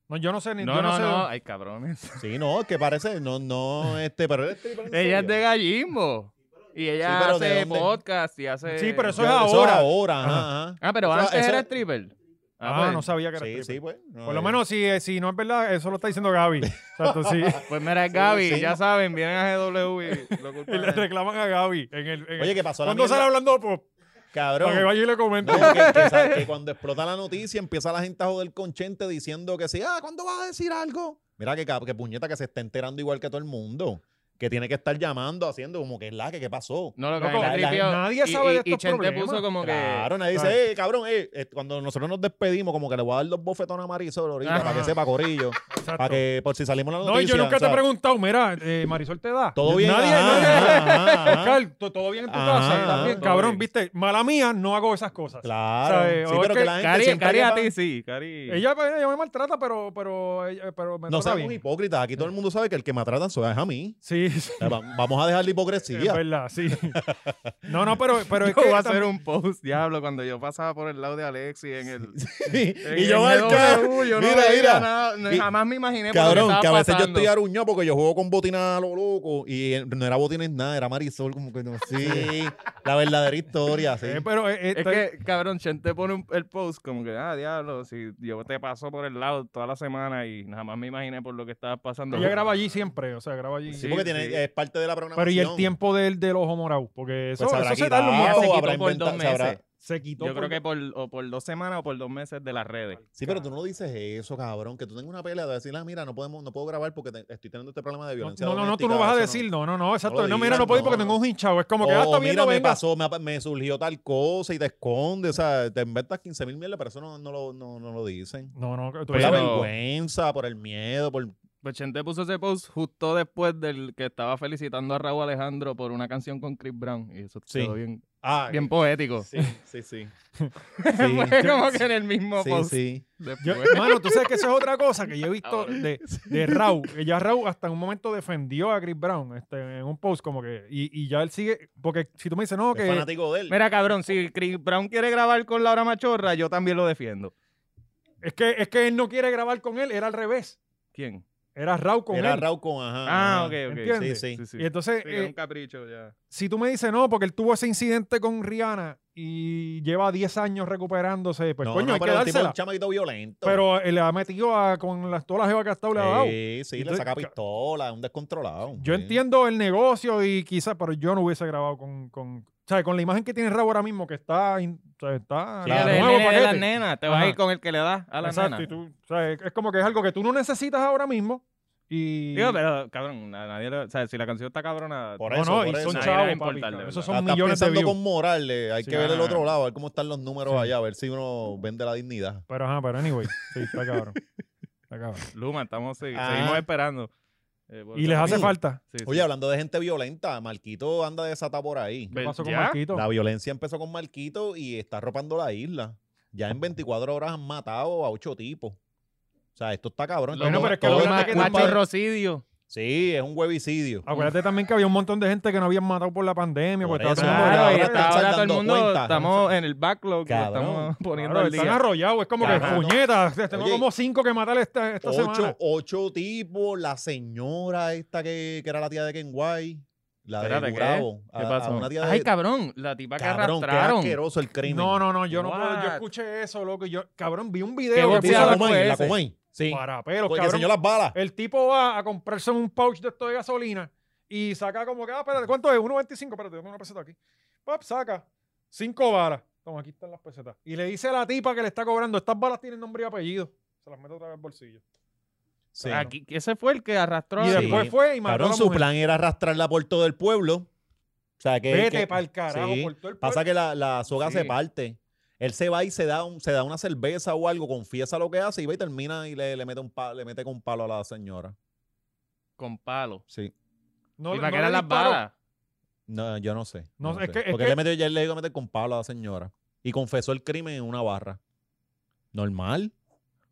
[SPEAKER 1] No, yo no sé ni.
[SPEAKER 3] No,
[SPEAKER 1] yo
[SPEAKER 3] no,
[SPEAKER 1] sé-
[SPEAKER 3] no. Ay, cabrones.
[SPEAKER 2] Sí, no, es que parece, no, no, este, pero eres stripper. en
[SPEAKER 3] Ella es de
[SPEAKER 2] serio.
[SPEAKER 3] gallimbo. Y ella
[SPEAKER 2] Sí, pero ¿de
[SPEAKER 3] hace
[SPEAKER 2] dónde?
[SPEAKER 3] podcast y hace...
[SPEAKER 1] Sí, pero eso
[SPEAKER 2] Yo-
[SPEAKER 1] es ahora.
[SPEAKER 2] ahora,
[SPEAKER 1] Ajá.
[SPEAKER 2] ajá, ajá.
[SPEAKER 3] Ah, pero
[SPEAKER 2] Eso-
[SPEAKER 3] antes
[SPEAKER 2] eso-
[SPEAKER 3] era stripper.
[SPEAKER 1] Ah,
[SPEAKER 3] pues,
[SPEAKER 1] no sabía que era
[SPEAKER 2] Sí,
[SPEAKER 1] stripper.
[SPEAKER 2] sí, pues. no,
[SPEAKER 1] Por lo
[SPEAKER 2] eh,
[SPEAKER 1] menos, si, eh, si no es verdad, eso lo está diciendo Gaby. Exacto, sí.
[SPEAKER 3] Pues mira, es Gaby,
[SPEAKER 2] sí.
[SPEAKER 3] ya saben, vienen a GW y lo
[SPEAKER 1] Y le
[SPEAKER 3] culpan.
[SPEAKER 1] reclaman a Gaby. En el, en
[SPEAKER 2] Oye,
[SPEAKER 1] el-
[SPEAKER 2] que pasó la
[SPEAKER 1] ¿Cuándo sale
[SPEAKER 2] mierda?
[SPEAKER 1] hablando pop?
[SPEAKER 2] Cabrón.
[SPEAKER 1] Para que vaya y le
[SPEAKER 2] No,
[SPEAKER 1] comente.
[SPEAKER 2] que, que sa- que cuando explota la noticia empieza la gente a joder con Chente diciendo que sí, ah, ¿cuándo vas a decir algo? Mira que, cap- que puñeta que se está enterando igual que todo el mundo. Que tiene que estar llamando, haciendo como que es la que qué pasó.
[SPEAKER 3] No, lo que
[SPEAKER 1] Loco,
[SPEAKER 3] me
[SPEAKER 1] la-
[SPEAKER 3] tripió.
[SPEAKER 1] la- nadie
[SPEAKER 3] Y-
[SPEAKER 1] sabe de
[SPEAKER 3] y- Y
[SPEAKER 1] estos
[SPEAKER 3] Chente
[SPEAKER 1] problemas.
[SPEAKER 3] puso como que...
[SPEAKER 2] Claro, nadie
[SPEAKER 1] Claro.
[SPEAKER 2] dice, eh, cabrón, eh, eh, cuando nosotros nos despedimos, como que le voy a dar dos bofetones a Marisol ahorita,
[SPEAKER 3] Ajá.
[SPEAKER 2] para que sepa, Corillo,
[SPEAKER 1] Exacto.
[SPEAKER 2] para que por si salimos en la
[SPEAKER 1] No, y
[SPEAKER 2] noticia.
[SPEAKER 1] yo nunca
[SPEAKER 2] o
[SPEAKER 1] te
[SPEAKER 2] sea,
[SPEAKER 1] he preguntado, mira, eh, Marisol te da.
[SPEAKER 2] Todo bien.
[SPEAKER 1] Nadie,
[SPEAKER 2] Ajá,
[SPEAKER 1] nadie.
[SPEAKER 2] ajá, ajá, ajá.
[SPEAKER 1] Oscar, ¿to- todo bien en tu
[SPEAKER 2] Ajá,
[SPEAKER 1] casa.
[SPEAKER 2] ajá,
[SPEAKER 1] ¿Estás bien?
[SPEAKER 3] todo
[SPEAKER 1] Cabrón,
[SPEAKER 3] bien.
[SPEAKER 1] viste, mala mía, no hago esas cosas.
[SPEAKER 2] Claro.
[SPEAKER 1] ¿Sabes?
[SPEAKER 2] Sí,
[SPEAKER 1] O es
[SPEAKER 2] pero
[SPEAKER 1] que
[SPEAKER 2] que la gente
[SPEAKER 3] Cari,
[SPEAKER 2] siempre
[SPEAKER 3] Cari
[SPEAKER 2] que
[SPEAKER 3] a
[SPEAKER 2] va-
[SPEAKER 3] ti sí, Cari.
[SPEAKER 1] Ella, pues, ella me maltrata, pero, pero, ella- pero me
[SPEAKER 2] No
[SPEAKER 1] trata
[SPEAKER 2] seamos
[SPEAKER 1] bien.
[SPEAKER 2] hipócritas. Aquí todo el mundo sabe que el que me tratan es a mí.
[SPEAKER 1] Sí, sí,
[SPEAKER 2] O sea, va- Vamos a dejar
[SPEAKER 1] es
[SPEAKER 2] la hipocresía.
[SPEAKER 1] verdad, sí. No, no, pero, pero es
[SPEAKER 3] Yo
[SPEAKER 1] que...
[SPEAKER 3] voy a hacer
[SPEAKER 1] también-
[SPEAKER 3] un post, diablo, cuando yo pasaba por el lado de Alexi en el... en
[SPEAKER 2] y
[SPEAKER 3] el
[SPEAKER 2] yo marca.
[SPEAKER 3] GW, yo no
[SPEAKER 2] Mira,
[SPEAKER 3] veía
[SPEAKER 2] mira.
[SPEAKER 3] nada, no-
[SPEAKER 2] Y-
[SPEAKER 3] jamás me imaginé por lo
[SPEAKER 2] Cabrón,
[SPEAKER 3] estaba
[SPEAKER 2] que a veces yo
[SPEAKER 3] pasando.
[SPEAKER 2] estoy aruñado porque yo juego con botina a lo loco y eh, no era botina en nada, era Marisol, como que no. Sí, la verdadera historia, sí.
[SPEAKER 1] Eh, pero, eh, eh,
[SPEAKER 3] Es
[SPEAKER 1] estoy-
[SPEAKER 3] que, cabrón, Chente pone un- el post como que, ah, diablo, si yo te paso por el lado toda la semana y jamás me imaginé por lo que estabas pasando.
[SPEAKER 1] ella graba allí siempre, o sea, graba allí.
[SPEAKER 2] Sí, porque
[SPEAKER 3] sí,
[SPEAKER 2] tiene-
[SPEAKER 3] sí.
[SPEAKER 2] es parte de la programación.
[SPEAKER 1] Pero y el tiempo del, del ojo morado, porque eso,
[SPEAKER 2] Pues se habrá
[SPEAKER 1] eso se
[SPEAKER 2] quitado,
[SPEAKER 1] tarda un
[SPEAKER 3] Ya se
[SPEAKER 1] montón.
[SPEAKER 3] quitó
[SPEAKER 2] habrá
[SPEAKER 3] por dos
[SPEAKER 2] inventado- se habrá-
[SPEAKER 3] meses.
[SPEAKER 1] Se quitó.
[SPEAKER 3] Yo creo
[SPEAKER 1] por-
[SPEAKER 3] que por, o por dos semanas o por dos meses de las redes.
[SPEAKER 2] Sí, pero tú no dices eso, cabrón. Que tú tengas una pelea de decir, ah, mira, no, podemos, no puedo grabar porque te- estoy teniendo este problema de
[SPEAKER 1] No,
[SPEAKER 2] violencia.
[SPEAKER 1] no, no, no, tú
[SPEAKER 2] doméstica,
[SPEAKER 1] no vas a
[SPEAKER 2] eso
[SPEAKER 1] decir, no, no, no, exacto.
[SPEAKER 2] lo
[SPEAKER 1] No, mira,
[SPEAKER 2] digas,
[SPEAKER 1] no puedo ir
[SPEAKER 2] no,
[SPEAKER 1] porque
[SPEAKER 2] no.
[SPEAKER 1] tengo un hinchado. Es como que,
[SPEAKER 2] o,
[SPEAKER 1] ah, está
[SPEAKER 2] o
[SPEAKER 1] viendo,
[SPEAKER 2] mira, me
[SPEAKER 1] venga.
[SPEAKER 2] pasó, me, ap- me surgió tal cosa y te escondes. O sea, te inventas 15 mil mierda, pero eso no, no, lo, no, no lo dicen.
[SPEAKER 1] No, no, tú
[SPEAKER 2] Por
[SPEAKER 1] dices,
[SPEAKER 2] la
[SPEAKER 3] Pero-
[SPEAKER 2] vergüenza, por el miedo, por...
[SPEAKER 3] Pues Chente puso ese post justo después del que estaba felicitando a Raúl Alejandro por una canción con Chris Brown. Y eso
[SPEAKER 2] Sí.
[SPEAKER 3] quedó bien,
[SPEAKER 2] Ah,
[SPEAKER 3] bien poético.
[SPEAKER 2] sí, sí, sí. Sí,
[SPEAKER 3] Fue como que en el mismo
[SPEAKER 2] sí,
[SPEAKER 3] post.
[SPEAKER 2] sí.
[SPEAKER 1] Yo,
[SPEAKER 3] después.
[SPEAKER 2] Pues.
[SPEAKER 1] hermano, tú sabes que eso es otra cosa que yo he visto
[SPEAKER 3] Cabrón.
[SPEAKER 1] de, de Raúl. Que ya Raúl hasta en un momento defendió a Chris Brown este, en un post como que... Y, y ya él sigue... Porque si tú me dices, no,
[SPEAKER 2] Es
[SPEAKER 1] que...
[SPEAKER 2] fanático de él.
[SPEAKER 3] Mira, cabrón, si Chris Brown quiere grabar con Laura Machorra, yo también lo defiendo.
[SPEAKER 1] Es que, es que él no quiere grabar con él, era al revés.
[SPEAKER 3] ¿Quién?
[SPEAKER 1] Era Raúl con
[SPEAKER 2] Era
[SPEAKER 1] él.
[SPEAKER 2] Raúl con... Ajá,
[SPEAKER 3] Ah,
[SPEAKER 2] ajá.
[SPEAKER 3] ok, ok.
[SPEAKER 1] ¿Entiendes?
[SPEAKER 2] Sí, sí.
[SPEAKER 3] Sí, sí.
[SPEAKER 1] Y entonces,
[SPEAKER 3] Sí, era
[SPEAKER 1] eh,
[SPEAKER 3] un capricho ya.
[SPEAKER 1] si tú me dices, no, porque él tuvo ese incidente con Rihanna y lleva 10 años recuperándose, pues
[SPEAKER 2] No,
[SPEAKER 1] coño,
[SPEAKER 2] no,
[SPEAKER 1] hay que
[SPEAKER 2] pero el tipo es
[SPEAKER 1] dársela.
[SPEAKER 2] un chamaquito violento.
[SPEAKER 1] Pero él le ha metido a- con las, todas las jevas que ha estado le ha dado.
[SPEAKER 2] Sí, sí, le
[SPEAKER 1] Entonces,
[SPEAKER 2] saca
[SPEAKER 1] ca-
[SPEAKER 2] pistola, es un descontrolado.
[SPEAKER 1] Yo
[SPEAKER 2] sí.
[SPEAKER 1] entiendo el negocio y quizás, pero yo no hubiese grabado con, con, o sea, con la imagen que tiene Raúl ahora mismo, que está, in- o sea, está
[SPEAKER 2] Sí,
[SPEAKER 1] de
[SPEAKER 2] el- el
[SPEAKER 1] nuevo
[SPEAKER 3] nene de las
[SPEAKER 1] paquete.
[SPEAKER 3] nenas, te vas
[SPEAKER 1] Ajá.
[SPEAKER 3] a ir con el que le das a la
[SPEAKER 1] Exacto,
[SPEAKER 3] nena.
[SPEAKER 1] y tú- o sea, es es como que es algo que tú no necesitas ahora mismo y
[SPEAKER 3] Digo, pero cabrón, a nadie le- o sea, si la canción está cabrona,
[SPEAKER 2] Por
[SPEAKER 1] no,
[SPEAKER 2] eso,
[SPEAKER 1] no,
[SPEAKER 2] por
[SPEAKER 1] y
[SPEAKER 2] eso.
[SPEAKER 1] son
[SPEAKER 3] Nadie le va a
[SPEAKER 1] chavos, papi,
[SPEAKER 3] importar, de
[SPEAKER 1] cabrón,
[SPEAKER 3] verdad.
[SPEAKER 1] esos
[SPEAKER 2] Ah,
[SPEAKER 1] son
[SPEAKER 2] estás
[SPEAKER 1] millones de
[SPEAKER 2] pensando
[SPEAKER 1] views.
[SPEAKER 2] con Morales, hay
[SPEAKER 1] Sí.
[SPEAKER 2] que ver el
[SPEAKER 3] Ah.
[SPEAKER 2] otro lado, a ver cómo están los números
[SPEAKER 1] Sí.
[SPEAKER 2] allá, a ver si uno vende la dignidad.
[SPEAKER 1] Pero ajá, pero anyway, sí, está cabrón. Está cabrón.
[SPEAKER 3] Luma, estamos sí,
[SPEAKER 2] Ah.
[SPEAKER 3] seguimos esperando. Eh, por
[SPEAKER 1] Y les hace
[SPEAKER 3] también.
[SPEAKER 1] falta.
[SPEAKER 3] Sí, sí.
[SPEAKER 2] Oye, hablando de gente violenta, Marquito anda desatado por ahí.
[SPEAKER 1] ¿Qué pasó con
[SPEAKER 3] ¿Ya?
[SPEAKER 1] Marquito?
[SPEAKER 2] La violencia empezó con Marquito y está arropando la isla. Ya en 24 horas han matado a ocho tipos. O sea, esto está cabrón.
[SPEAKER 1] Bueno,
[SPEAKER 2] Todo-
[SPEAKER 1] pero es que
[SPEAKER 2] todo
[SPEAKER 1] lo
[SPEAKER 2] está
[SPEAKER 1] grande
[SPEAKER 3] Toma,
[SPEAKER 1] que
[SPEAKER 2] culpa
[SPEAKER 3] macho
[SPEAKER 2] de-
[SPEAKER 3] rocidio.
[SPEAKER 2] Sí, es un huevicidio.
[SPEAKER 1] Acuérdate también que había un montón de gente que no habían matado por la pandemia,
[SPEAKER 2] Por
[SPEAKER 1] porque estaba
[SPEAKER 2] eso,
[SPEAKER 1] haciendo
[SPEAKER 2] claro,
[SPEAKER 1] la-
[SPEAKER 3] Claro, y
[SPEAKER 2] ahora
[SPEAKER 3] hasta
[SPEAKER 2] están
[SPEAKER 3] ahora todo el
[SPEAKER 2] dando
[SPEAKER 3] mundo
[SPEAKER 2] cuenta.
[SPEAKER 3] estamos en el backlog, lo
[SPEAKER 2] Cabrón.
[SPEAKER 3] estamos poniendo
[SPEAKER 1] Claro,
[SPEAKER 3] al
[SPEAKER 1] están
[SPEAKER 3] día.
[SPEAKER 1] arrollados, es como
[SPEAKER 2] Claro.
[SPEAKER 1] que puñetas, tengo
[SPEAKER 2] Oye,
[SPEAKER 1] como cinco que matar esta, pues, esta semana.
[SPEAKER 2] Ocho, ocho tipos, la señora esta que, que era la tía de Kenway, la
[SPEAKER 3] Espérate,
[SPEAKER 2] de
[SPEAKER 3] ¿qué?
[SPEAKER 2] Gurabo, a-
[SPEAKER 3] ¿Qué
[SPEAKER 2] a
[SPEAKER 3] pasó?
[SPEAKER 2] una tía de
[SPEAKER 3] Ay, cabrón, la tipa que
[SPEAKER 2] Cabrón, qué
[SPEAKER 3] arrastraron.
[SPEAKER 2] asqueroso el crimen.
[SPEAKER 1] No, no, no, yo no puedo, yo
[SPEAKER 3] What?
[SPEAKER 1] escuché eso, loco, y yo, cabrón, vi un
[SPEAKER 3] Qué
[SPEAKER 1] video que
[SPEAKER 3] golpe
[SPEAKER 2] Puso
[SPEAKER 1] puso
[SPEAKER 2] a
[SPEAKER 3] la
[SPEAKER 1] la-
[SPEAKER 2] Comey,
[SPEAKER 3] fue
[SPEAKER 2] la
[SPEAKER 3] ese.
[SPEAKER 2] Comey. Sí.
[SPEAKER 1] para pelos,
[SPEAKER 2] Porque
[SPEAKER 1] cabrón. Eh,
[SPEAKER 2] enseñó las balas.
[SPEAKER 1] El tipo va a comprarse un pouch de esto de gasolina y saca como que, ah, espérate, ¿cuánto es? 1.25, espérate, tengo una peseta aquí. Pop, saca. Cinco balas. Toma, aquí están las pesetas. Y le dice a la tipa que le está cobrando, estas balas tienen nombre y apellido. Se las mete otra vez al bolsillo.
[SPEAKER 2] Sí.
[SPEAKER 3] Aquí, ese fue el que arrastró.
[SPEAKER 1] Y
[SPEAKER 3] a-
[SPEAKER 2] Sí.
[SPEAKER 1] después fue y mató a
[SPEAKER 2] Cabrón,
[SPEAKER 1] la
[SPEAKER 2] su
[SPEAKER 1] mujer.
[SPEAKER 2] plan era arrastrarla por todo el pueblo. O sea, que,
[SPEAKER 1] Vete
[SPEAKER 2] que-
[SPEAKER 1] para el carajo
[SPEAKER 2] sí.
[SPEAKER 1] por todo el pueblo.
[SPEAKER 2] Pasa que la, la soga
[SPEAKER 3] Sí.
[SPEAKER 2] se parte. Él se va y se da, un- se da una cerveza o algo, confiesa lo que hace y va y termina y le, le mete, un pa- le mete con palo a la señora.
[SPEAKER 3] con palo.
[SPEAKER 2] Sí.
[SPEAKER 1] No,
[SPEAKER 3] y para
[SPEAKER 1] no
[SPEAKER 3] que eran
[SPEAKER 1] le
[SPEAKER 3] las
[SPEAKER 1] disparó.
[SPEAKER 3] balas.
[SPEAKER 2] No, yo no sé.
[SPEAKER 1] No, es
[SPEAKER 2] sé.
[SPEAKER 1] que- es
[SPEAKER 2] Porque
[SPEAKER 1] que-
[SPEAKER 2] él le metió, ya le dijo meter con palo a la señora. Y confesó el crimen en una barra. Normal.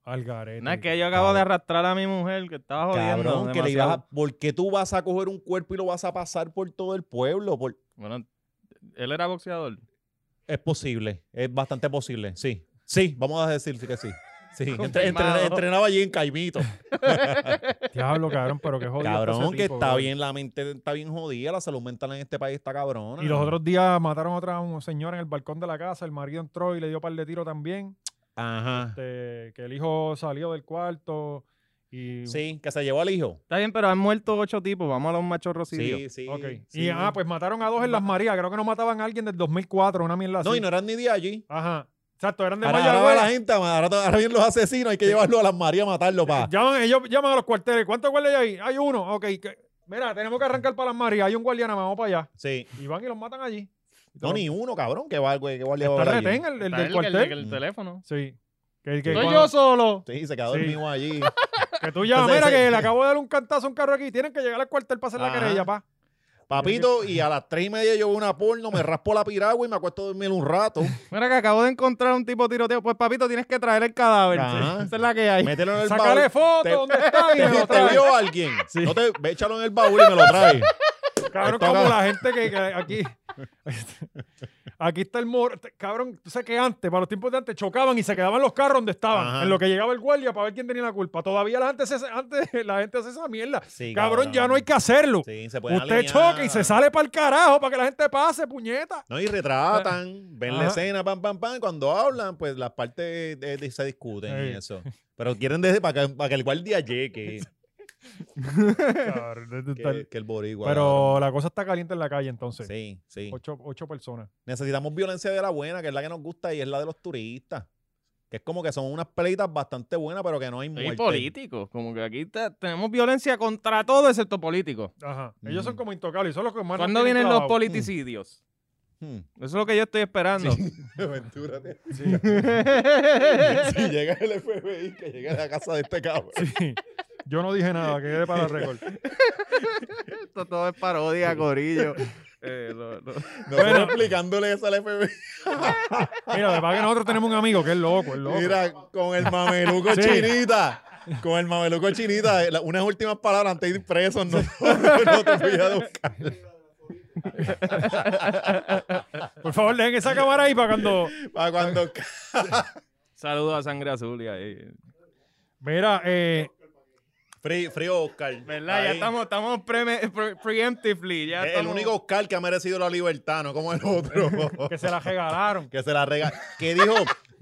[SPEAKER 1] Al garete.
[SPEAKER 3] No, es que yo acabo de arrastrar a mi mujer que estaba jodiendo.
[SPEAKER 2] Cabrón, que le ibas
[SPEAKER 3] demasiado.
[SPEAKER 2] a. ¿Por qué tú vas a coger un cuerpo y lo vas a pasar por todo el pueblo? Por-
[SPEAKER 3] Bueno, él era boxeador.
[SPEAKER 2] Es posible, es bastante posible, sí. Sí, vamos a decir que sí. Sí, entre- entre-
[SPEAKER 3] Confirmado.
[SPEAKER 2] entrenaba allí en Caimito.
[SPEAKER 1] Diablo, cabrón, pero qué jodido. está
[SPEAKER 2] Cabrón,
[SPEAKER 1] ese
[SPEAKER 2] que
[SPEAKER 1] tipo,
[SPEAKER 2] está
[SPEAKER 1] bro.
[SPEAKER 2] bien, la mente está bien jodida, la salud mental en este país está cabrona.
[SPEAKER 1] Y los otros días mataron a otra un señora en el balcón de la casa. El marido entró y le dio par de tiro también.
[SPEAKER 2] Ajá.
[SPEAKER 1] Este, que el hijo salió del cuarto y...
[SPEAKER 2] Sí, que se llevó al hijo.
[SPEAKER 3] Está bien, pero han muerto ocho tipos. Vamos a los machorros.
[SPEAKER 2] Sí, sí.
[SPEAKER 1] Ok.
[SPEAKER 2] sí.
[SPEAKER 1] Y ah, pues mataron a dos en Las
[SPEAKER 2] Ma-
[SPEAKER 1] Marías. Creo que no mataban a alguien del 2004, una mierda así.
[SPEAKER 2] No, y no eran ni de allí.
[SPEAKER 1] Ajá. Exacto, eran de
[SPEAKER 2] Ahora, ahora va la
[SPEAKER 1] Mayagüez.
[SPEAKER 2] gente, ahora, ahora vienen los asesinos, hay que llevarlo a las Marías a matarlo, pa.
[SPEAKER 1] Llaman, ellos llaman a los cuarteles. ¿Cuántos guardias hay ahí? Hay uno. Ok. que- mira, tenemos que arrancar para Las Marías. Hay un guardián, vamos para allá.
[SPEAKER 2] Sí.
[SPEAKER 1] Y van y los matan allí.
[SPEAKER 2] No, ni uno, cabrón, que va, güey, que va a
[SPEAKER 1] Está
[SPEAKER 2] llevar allí.
[SPEAKER 1] retén el, el
[SPEAKER 3] Está
[SPEAKER 1] del
[SPEAKER 3] él que
[SPEAKER 1] cuartel.
[SPEAKER 3] El, Mm. que el teléfono.
[SPEAKER 1] Sí. Que, que,
[SPEAKER 3] Soy
[SPEAKER 1] cuando-
[SPEAKER 3] yo solo.
[SPEAKER 2] Sí, se quedó
[SPEAKER 1] Sí.
[SPEAKER 2] dormido allí.
[SPEAKER 1] que tú llamas,
[SPEAKER 2] Ese-
[SPEAKER 1] mira,
[SPEAKER 2] ese-
[SPEAKER 1] que le acabo de dar un cantazo a un carro aquí. Tienen que llegar al cuartel para hacer la
[SPEAKER 2] Ajá.
[SPEAKER 1] querella, pa.
[SPEAKER 2] Papito, y a las tres y media yo veo una porno, me raspo la piragua y me acuesto a dormir un rato.
[SPEAKER 3] Mira que acabo de encontrar un tipo tiroteo. Pues papito, tienes que traer el cadáver.
[SPEAKER 2] Ajá.
[SPEAKER 3] Esa es la que hay.
[SPEAKER 2] Mételo en el
[SPEAKER 1] Sácale
[SPEAKER 2] baúl.
[SPEAKER 1] foto,
[SPEAKER 2] Pues, Te-
[SPEAKER 1] ¿dónde está? Y
[SPEAKER 2] Te,
[SPEAKER 1] me lo
[SPEAKER 2] te
[SPEAKER 1] trae.
[SPEAKER 2] vio alguien.
[SPEAKER 1] Sí.
[SPEAKER 2] No te, ve, échalo en el baúl y me lo trae.
[SPEAKER 1] Cabrón,
[SPEAKER 2] Esto
[SPEAKER 1] como
[SPEAKER 2] acá.
[SPEAKER 1] la gente que, que aquí. Aquí está el mor. te- Cabrón, tú sabes que antes, para los tiempos de antes, chocaban y se quedaban los carros donde estaban,
[SPEAKER 2] Ajá.
[SPEAKER 1] en lo que llegaba el guardia para ver quién tenía la culpa. Todavía la gente, se- antes la gente hace esa mierda.
[SPEAKER 2] Sí,
[SPEAKER 1] cabrón, ya no hay que hacerlo.
[SPEAKER 2] Sí, se pueden
[SPEAKER 1] Usted
[SPEAKER 2] alinear.
[SPEAKER 1] choca y se sale para el carajo para que la gente pase, puñeta.
[SPEAKER 2] No, y retratan, ven
[SPEAKER 1] Ah.
[SPEAKER 2] la
[SPEAKER 1] Ajá.
[SPEAKER 2] escena, pam, pam, pam. Cuando hablan, pues las partes de- de- se discuten y
[SPEAKER 1] Sí.
[SPEAKER 2] eso. Pero quieren desde para que, para que el guardia llegue,
[SPEAKER 1] Cabrón, esto está-
[SPEAKER 2] que, que el boricua.
[SPEAKER 1] Pero la cosa está caliente en la calle
[SPEAKER 2] cabrón.
[SPEAKER 1] entonces.
[SPEAKER 2] Sí, sí.
[SPEAKER 1] Ocho, ocho personas.
[SPEAKER 2] Necesitamos violencia de la buena, que es la que nos gusta y es la de los turistas. Que es como que son unas pleitas bastante buenas, pero que no hay
[SPEAKER 3] Soy
[SPEAKER 2] muerte.
[SPEAKER 3] político. Como que aquí te- tenemos violencia contra todo excepto políticos.
[SPEAKER 1] Ajá. Ellos son
[SPEAKER 2] Mm.
[SPEAKER 1] como intocables, son los que más. nos
[SPEAKER 3] ¿Cuándo
[SPEAKER 1] tienen
[SPEAKER 3] vienen los
[SPEAKER 1] clavados.
[SPEAKER 3] politicidios?
[SPEAKER 2] Hmm.
[SPEAKER 3] Eso es lo que yo estoy esperando.
[SPEAKER 2] Aventúrate. Si llega el FBI, que llegue a la casa de este cabrón.
[SPEAKER 1] Sí. Yo no dije nada, quedé para el récord.
[SPEAKER 3] Esto todo es parodia, corillo. Eh, lo- lo-
[SPEAKER 2] Nosotros
[SPEAKER 1] Bueno.
[SPEAKER 2] explicándole eso al FBI.
[SPEAKER 1] Mira, de verdad que nosotros tenemos un amigo que es loco, es loco.
[SPEAKER 2] Mira, con el mameluco
[SPEAKER 1] Sí.
[SPEAKER 2] chinita. Con el mameluco chinita. la- unas últimas palabras antes de ir preso. No, no te voy a buscar.
[SPEAKER 1] Por favor, dejen esa cámara ahí para cuando.
[SPEAKER 2] Para cuando...
[SPEAKER 3] Saludos a Sangre Azul y ahí.
[SPEAKER 1] Mira, eh,
[SPEAKER 2] Frío, frío Oscar.
[SPEAKER 3] ¿Verdad? Ya
[SPEAKER 2] Ahí.
[SPEAKER 3] estamos, estamos preme- pre- preemptively. Ya
[SPEAKER 2] Es el
[SPEAKER 3] estamos-
[SPEAKER 2] único Oscar que ha merecido la libertad, no como el otro.
[SPEAKER 1] que se la regalaron.
[SPEAKER 2] que se la rega. Que dijo,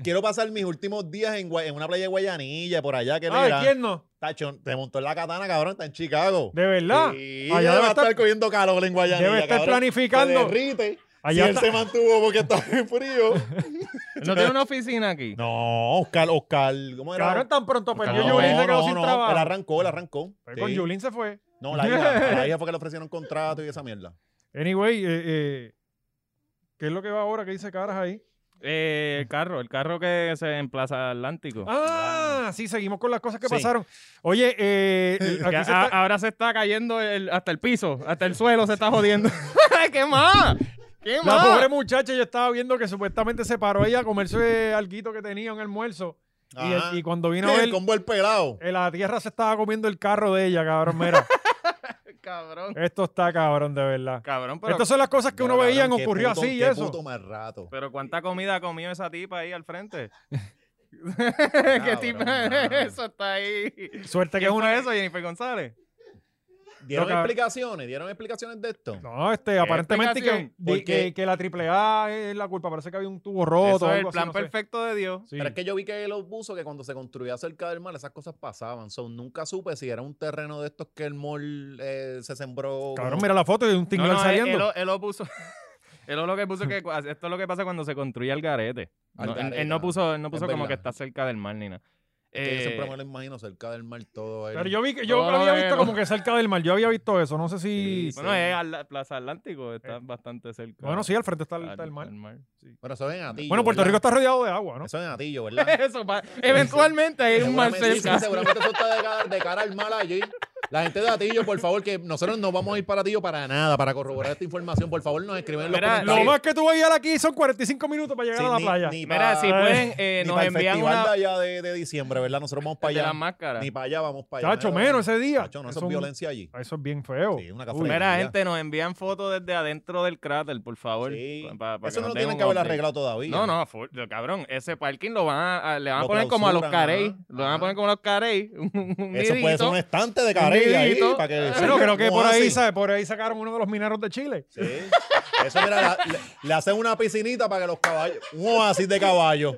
[SPEAKER 2] quiero pasar mis últimos días en, Gua- en una playa de Guayanilla, por allá, que
[SPEAKER 1] Ay,
[SPEAKER 2] era.
[SPEAKER 1] ¿quién no?
[SPEAKER 2] Tacho, te montó en la katana, cabrón, está en Chicago.
[SPEAKER 1] De verdad.
[SPEAKER 2] Sí,
[SPEAKER 1] allá
[SPEAKER 2] allá
[SPEAKER 1] debe
[SPEAKER 2] va a
[SPEAKER 1] estar,
[SPEAKER 2] estar cogiendo calor en Guayanilla.
[SPEAKER 1] debe estar
[SPEAKER 2] cabrón.
[SPEAKER 1] planificando.
[SPEAKER 2] Se derrite.
[SPEAKER 1] Allá
[SPEAKER 2] si
[SPEAKER 1] está-
[SPEAKER 2] él se mantuvo porque estaba en frío.
[SPEAKER 3] No tiene una oficina aquí.
[SPEAKER 2] No, Oscar, Oscar, ¿cómo era?
[SPEAKER 1] Cabrón, tan pronto perdió
[SPEAKER 2] no,
[SPEAKER 1] Yulín, se quedó
[SPEAKER 2] no,
[SPEAKER 1] sin
[SPEAKER 2] no,
[SPEAKER 1] trabajo.
[SPEAKER 2] Él arrancó, él arrancó.
[SPEAKER 1] Fue Con
[SPEAKER 2] Sí.
[SPEAKER 1] Yulín se fue.
[SPEAKER 2] No, la hija, a la hija fue que le ofrecieron contrato y esa mierda.
[SPEAKER 1] Anyway, eh, eh, ¿qué es lo que va ahora? ¿Qué dice Caras ahí?
[SPEAKER 3] Eh, el carro, el carro que se en Plaza Atlántico.
[SPEAKER 1] Ah, sí, seguimos con las cosas que
[SPEAKER 2] Sí.
[SPEAKER 1] pasaron. Oye, eh, el-
[SPEAKER 3] Que
[SPEAKER 1] aquí
[SPEAKER 3] a-
[SPEAKER 1] se está-
[SPEAKER 3] Ahora se está cayendo el- hasta el piso, hasta el suelo se está jodiendo. ¿Qué más? ¿Qué
[SPEAKER 1] la
[SPEAKER 3] más?
[SPEAKER 1] pobre muchacha, yo estaba viendo que supuestamente se paró ella a comerse alguito que tenía, un almuerzo. Y,
[SPEAKER 2] Ajá.
[SPEAKER 1] el- y cuando
[SPEAKER 2] Sí,
[SPEAKER 1] vino a ver,
[SPEAKER 2] el combo el pelado.
[SPEAKER 1] eh, la tierra se estaba comiendo el carro de ella, cabrón. Mira,
[SPEAKER 3] Cabrón.
[SPEAKER 1] esto está cabrón, de verdad.
[SPEAKER 3] Cabrón, pero,
[SPEAKER 1] Estas son las cosas que uno
[SPEAKER 2] Cabrón,
[SPEAKER 1] veía,
[SPEAKER 2] qué
[SPEAKER 1] ocurrió
[SPEAKER 2] puto-
[SPEAKER 1] así y
[SPEAKER 2] qué
[SPEAKER 1] eso.
[SPEAKER 2] puto más rato.
[SPEAKER 3] pero ¿cuánta comida comió esa tipa ahí al frente? ¿Qué
[SPEAKER 2] Cabrón,
[SPEAKER 3] tipa?
[SPEAKER 2] mano.
[SPEAKER 3] eso está ahí.
[SPEAKER 1] Suerte que es
[SPEAKER 3] ¿Quién
[SPEAKER 1] una
[SPEAKER 3] fue eso, Jennifer González?
[SPEAKER 2] ¿Dieron
[SPEAKER 1] Toca-
[SPEAKER 2] explicaciones? ¿Dieron explicaciones de esto?
[SPEAKER 1] No, este, aparentemente que,
[SPEAKER 3] explicación?
[SPEAKER 1] di-
[SPEAKER 2] Porque-
[SPEAKER 1] que, que la AAA es la culpa. Parece que había un tubo
[SPEAKER 3] Eso
[SPEAKER 1] roto. o
[SPEAKER 3] es el
[SPEAKER 1] Oh, algo así,
[SPEAKER 3] plan
[SPEAKER 1] no sé.
[SPEAKER 3] perfecto de Dios.
[SPEAKER 1] Sí.
[SPEAKER 2] Pero es que yo vi que los buzos, que cuando se construía cerca del mar, esas cosas pasaban. So, nunca supe si era un terreno de estos que el mall eh, se sembró.
[SPEAKER 1] Cabrón,
[SPEAKER 2] como-
[SPEAKER 1] mira la foto de un
[SPEAKER 3] No,
[SPEAKER 1] tinglal
[SPEAKER 3] no, él-
[SPEAKER 1] saliendo.
[SPEAKER 3] Él, lo- él lo puso. él lo que puso que cu- esto es lo que pasa cuando se construye el garete.
[SPEAKER 2] Al
[SPEAKER 3] No, él- él,
[SPEAKER 2] garete,
[SPEAKER 3] no
[SPEAKER 2] ajá.
[SPEAKER 3] puso, él no puso
[SPEAKER 2] Es
[SPEAKER 3] como que
[SPEAKER 2] verdad.
[SPEAKER 3] está cerca del mar ni nada.
[SPEAKER 2] que yo siempre
[SPEAKER 3] Eh,
[SPEAKER 2] me lo imagino cerca del mar todo. el-
[SPEAKER 1] Pero yo vi que yo
[SPEAKER 3] Todo
[SPEAKER 1] lo había visto
[SPEAKER 3] negro.
[SPEAKER 1] como que cerca del mar. Yo había visto eso. No sé si.
[SPEAKER 2] Sí, sí.
[SPEAKER 3] bueno, es al- Plaza Atlántico, está bastante cerca.
[SPEAKER 1] Bueno, sí, al frente está el,
[SPEAKER 3] al-
[SPEAKER 1] está el mar.
[SPEAKER 3] al mar, sí.
[SPEAKER 2] Bueno, eso es en Atillo.
[SPEAKER 1] Bueno, Puerto Rico
[SPEAKER 2] ¿verdad?
[SPEAKER 1] está rodeado de agua, ¿no?
[SPEAKER 2] Eso es en Atillo, ¿verdad?
[SPEAKER 3] Eso, pa- eventualmente hay un mar
[SPEAKER 2] Seguramente- sí, sí,
[SPEAKER 3] cerca.
[SPEAKER 2] seguramente eso está de cara, de cara al mal allí. La gente de Atillo, por favor, que nosotros no vamos a ir para Atillo para nada, para corroborar esta información. Por favor, nos escriben en los
[SPEAKER 1] Lo
[SPEAKER 3] Mira, Sí.
[SPEAKER 2] comentarios.
[SPEAKER 1] más que tú vas a llegar aquí son 45 minutos para llegar
[SPEAKER 2] Sí,
[SPEAKER 1] a la
[SPEAKER 2] ni-
[SPEAKER 1] playa.
[SPEAKER 2] ni
[SPEAKER 3] Mira,
[SPEAKER 2] pa-
[SPEAKER 3] si pueden, eh,
[SPEAKER 2] ni
[SPEAKER 3] nos
[SPEAKER 2] pa el
[SPEAKER 3] envían
[SPEAKER 2] festival
[SPEAKER 3] una
[SPEAKER 2] de allá de, de diciembre, ¿verdad? Nosotros vamos para
[SPEAKER 3] de
[SPEAKER 2] allá.
[SPEAKER 3] las máscaras.
[SPEAKER 2] Ni para allá vamos para allá.
[SPEAKER 1] Chacho,
[SPEAKER 2] ¿no?
[SPEAKER 1] menos ese día.
[SPEAKER 2] Chacho, no,
[SPEAKER 1] Eso
[SPEAKER 2] eso es
[SPEAKER 1] un-
[SPEAKER 2] violencia allí.
[SPEAKER 1] Eso es bien feo.
[SPEAKER 2] Sí, una cafre-
[SPEAKER 1] Uy,
[SPEAKER 3] Mira,
[SPEAKER 2] ya.
[SPEAKER 3] gente, nos envían fotos desde adentro del cráter, por favor.
[SPEAKER 2] Sí.
[SPEAKER 3] pa- pa
[SPEAKER 2] Eso
[SPEAKER 3] nos
[SPEAKER 2] no lo
[SPEAKER 3] den
[SPEAKER 2] tienen
[SPEAKER 3] un
[SPEAKER 2] que haber
[SPEAKER 3] update.
[SPEAKER 2] arreglado todavía.
[SPEAKER 3] No, no, full, yo, cabrón, ese parking lo van a, a- le van a
[SPEAKER 2] Lo
[SPEAKER 3] poner como a los
[SPEAKER 2] clausuran,
[SPEAKER 3] carey,
[SPEAKER 2] ajá,
[SPEAKER 3] lo van a
[SPEAKER 2] ajá.
[SPEAKER 3] poner como a los carey, un,
[SPEAKER 2] Eso
[SPEAKER 3] un
[SPEAKER 2] puede ser
[SPEAKER 3] nidito.
[SPEAKER 2] un estante de carey ahí.
[SPEAKER 3] nidito.
[SPEAKER 2] Para que,
[SPEAKER 1] Bueno, creo que
[SPEAKER 2] como
[SPEAKER 1] por ahí,
[SPEAKER 2] así.
[SPEAKER 1] sa- por ahí sacaron uno de los mineros de Chile.
[SPEAKER 2] Sí. Eso, mira, la- le, le hacen una piscinita para que los caballos, un oasis de caballos,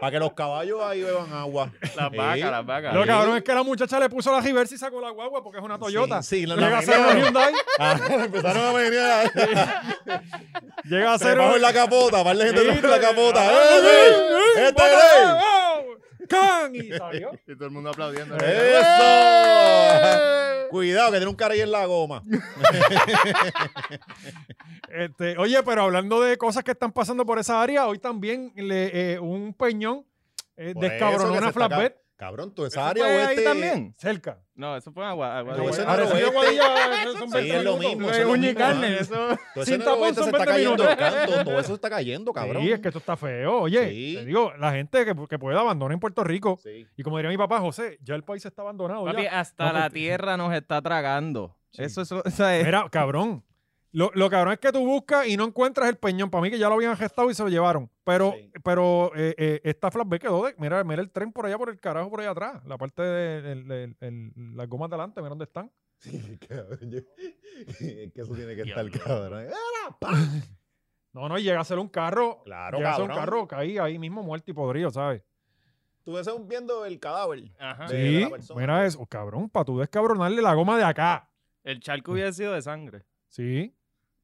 [SPEAKER 2] para que los caballos ahí beban agua.
[SPEAKER 3] Las
[SPEAKER 2] Sí.
[SPEAKER 3] vacas, las vacas.
[SPEAKER 1] Lo
[SPEAKER 2] Sí.
[SPEAKER 1] cabrón es que la muchacha le puso la reversa y sacó la guagua porque es una Toyota.
[SPEAKER 2] Sí, sí, la-
[SPEAKER 1] Llega
[SPEAKER 2] la
[SPEAKER 1] a ser una
[SPEAKER 2] vinieron.
[SPEAKER 1] Hyundai.
[SPEAKER 2] Ah, empezaron a venir a
[SPEAKER 1] Llega a
[SPEAKER 2] se
[SPEAKER 1] ser
[SPEAKER 2] bajó en
[SPEAKER 1] un-
[SPEAKER 2] la capota, par de gente
[SPEAKER 1] Sí,
[SPEAKER 2] en la capota.
[SPEAKER 1] ah,
[SPEAKER 2] ¡Eh,
[SPEAKER 1] sí,
[SPEAKER 2] eh!
[SPEAKER 1] sí,
[SPEAKER 2] ¡Este
[SPEAKER 1] bota,
[SPEAKER 2] es
[SPEAKER 1] oh, ¡Can! Y salió.
[SPEAKER 3] Y todo el mundo aplaudiendo.
[SPEAKER 2] ley! ¡Eso! Cuidado, que tiene un carey en la goma.
[SPEAKER 1] Este, oye, pero hablando de cosas que están pasando por esa área, hoy también le- eh, un peñón eh,
[SPEAKER 2] Por eso
[SPEAKER 1] descabronó
[SPEAKER 2] que
[SPEAKER 1] una
[SPEAKER 2] se está
[SPEAKER 1] flatbed
[SPEAKER 2] ca- Cabrón, tú
[SPEAKER 3] ¿Eso
[SPEAKER 2] esa área
[SPEAKER 3] fue
[SPEAKER 2] oeste.
[SPEAKER 3] ahí también?
[SPEAKER 1] cerca.
[SPEAKER 3] No, eso fue agua. agua
[SPEAKER 2] Pero
[SPEAKER 1] Ahora,
[SPEAKER 2] ese
[SPEAKER 1] si
[SPEAKER 2] este? no era
[SPEAKER 1] yo
[SPEAKER 2] oeste.
[SPEAKER 1] Guadilla, eh, son
[SPEAKER 2] Sí,
[SPEAKER 1] 20
[SPEAKER 2] es lo
[SPEAKER 1] minutos.
[SPEAKER 2] mismo.
[SPEAKER 3] de
[SPEAKER 2] eso es lo
[SPEAKER 3] uña y
[SPEAKER 2] mismo,
[SPEAKER 3] carne,
[SPEAKER 2] ajá.
[SPEAKER 3] eso.
[SPEAKER 2] Todo
[SPEAKER 1] Sin
[SPEAKER 2] eso en el
[SPEAKER 1] tapón
[SPEAKER 2] oeste
[SPEAKER 1] son
[SPEAKER 2] se está
[SPEAKER 1] 20
[SPEAKER 2] cayendo.
[SPEAKER 1] minutos.
[SPEAKER 2] canto, todo eso está cayendo, cabrón.
[SPEAKER 1] Sí, es que esto está feo. Oye,
[SPEAKER 2] Sí.
[SPEAKER 1] te digo, la gente que, que pueda abandonar en Puerto Rico.
[SPEAKER 2] Sí.
[SPEAKER 1] Y como diría mi papá, José, ya el país está abandonado. ya.
[SPEAKER 3] Papi, hasta
[SPEAKER 1] No,
[SPEAKER 3] la
[SPEAKER 1] porque-
[SPEAKER 3] tierra nos está tragando.
[SPEAKER 1] Sí.
[SPEAKER 3] Eso, eso, o sea, es-
[SPEAKER 1] Mira, cabrón. Lo, lo cabrón es que tú buscas y no encuentras el peñón. Para mí que ya lo habían gestado y se lo llevaron. Pero,
[SPEAKER 2] Sí.
[SPEAKER 1] pero eh, eh, esta flashback quedó de. Mira, mira el tren por allá por el carajo, por allá atrás. La parte de, de- de- el- las gomas de adelante, mira dónde están.
[SPEAKER 2] Sí, cabrón, yo- es que eso tiene que
[SPEAKER 3] Diablo.
[SPEAKER 2] estar cabrón. ¡Era! pa!
[SPEAKER 1] No, no, y llega a ser un carro.
[SPEAKER 2] Claro,
[SPEAKER 1] llega a ser un
[SPEAKER 2] cabrón.
[SPEAKER 1] carro caí ahí mismo muerto y podrido, ¿sabes?
[SPEAKER 2] Tú ves aún viendo el cadáver.
[SPEAKER 3] Ajá.
[SPEAKER 2] Sí. de
[SPEAKER 1] Sí,
[SPEAKER 2] la persona.
[SPEAKER 1] mira eso. Cabrón, para tú descabronarle la goma de acá.
[SPEAKER 3] El charco hubiera sido de sangre.
[SPEAKER 1] Sí.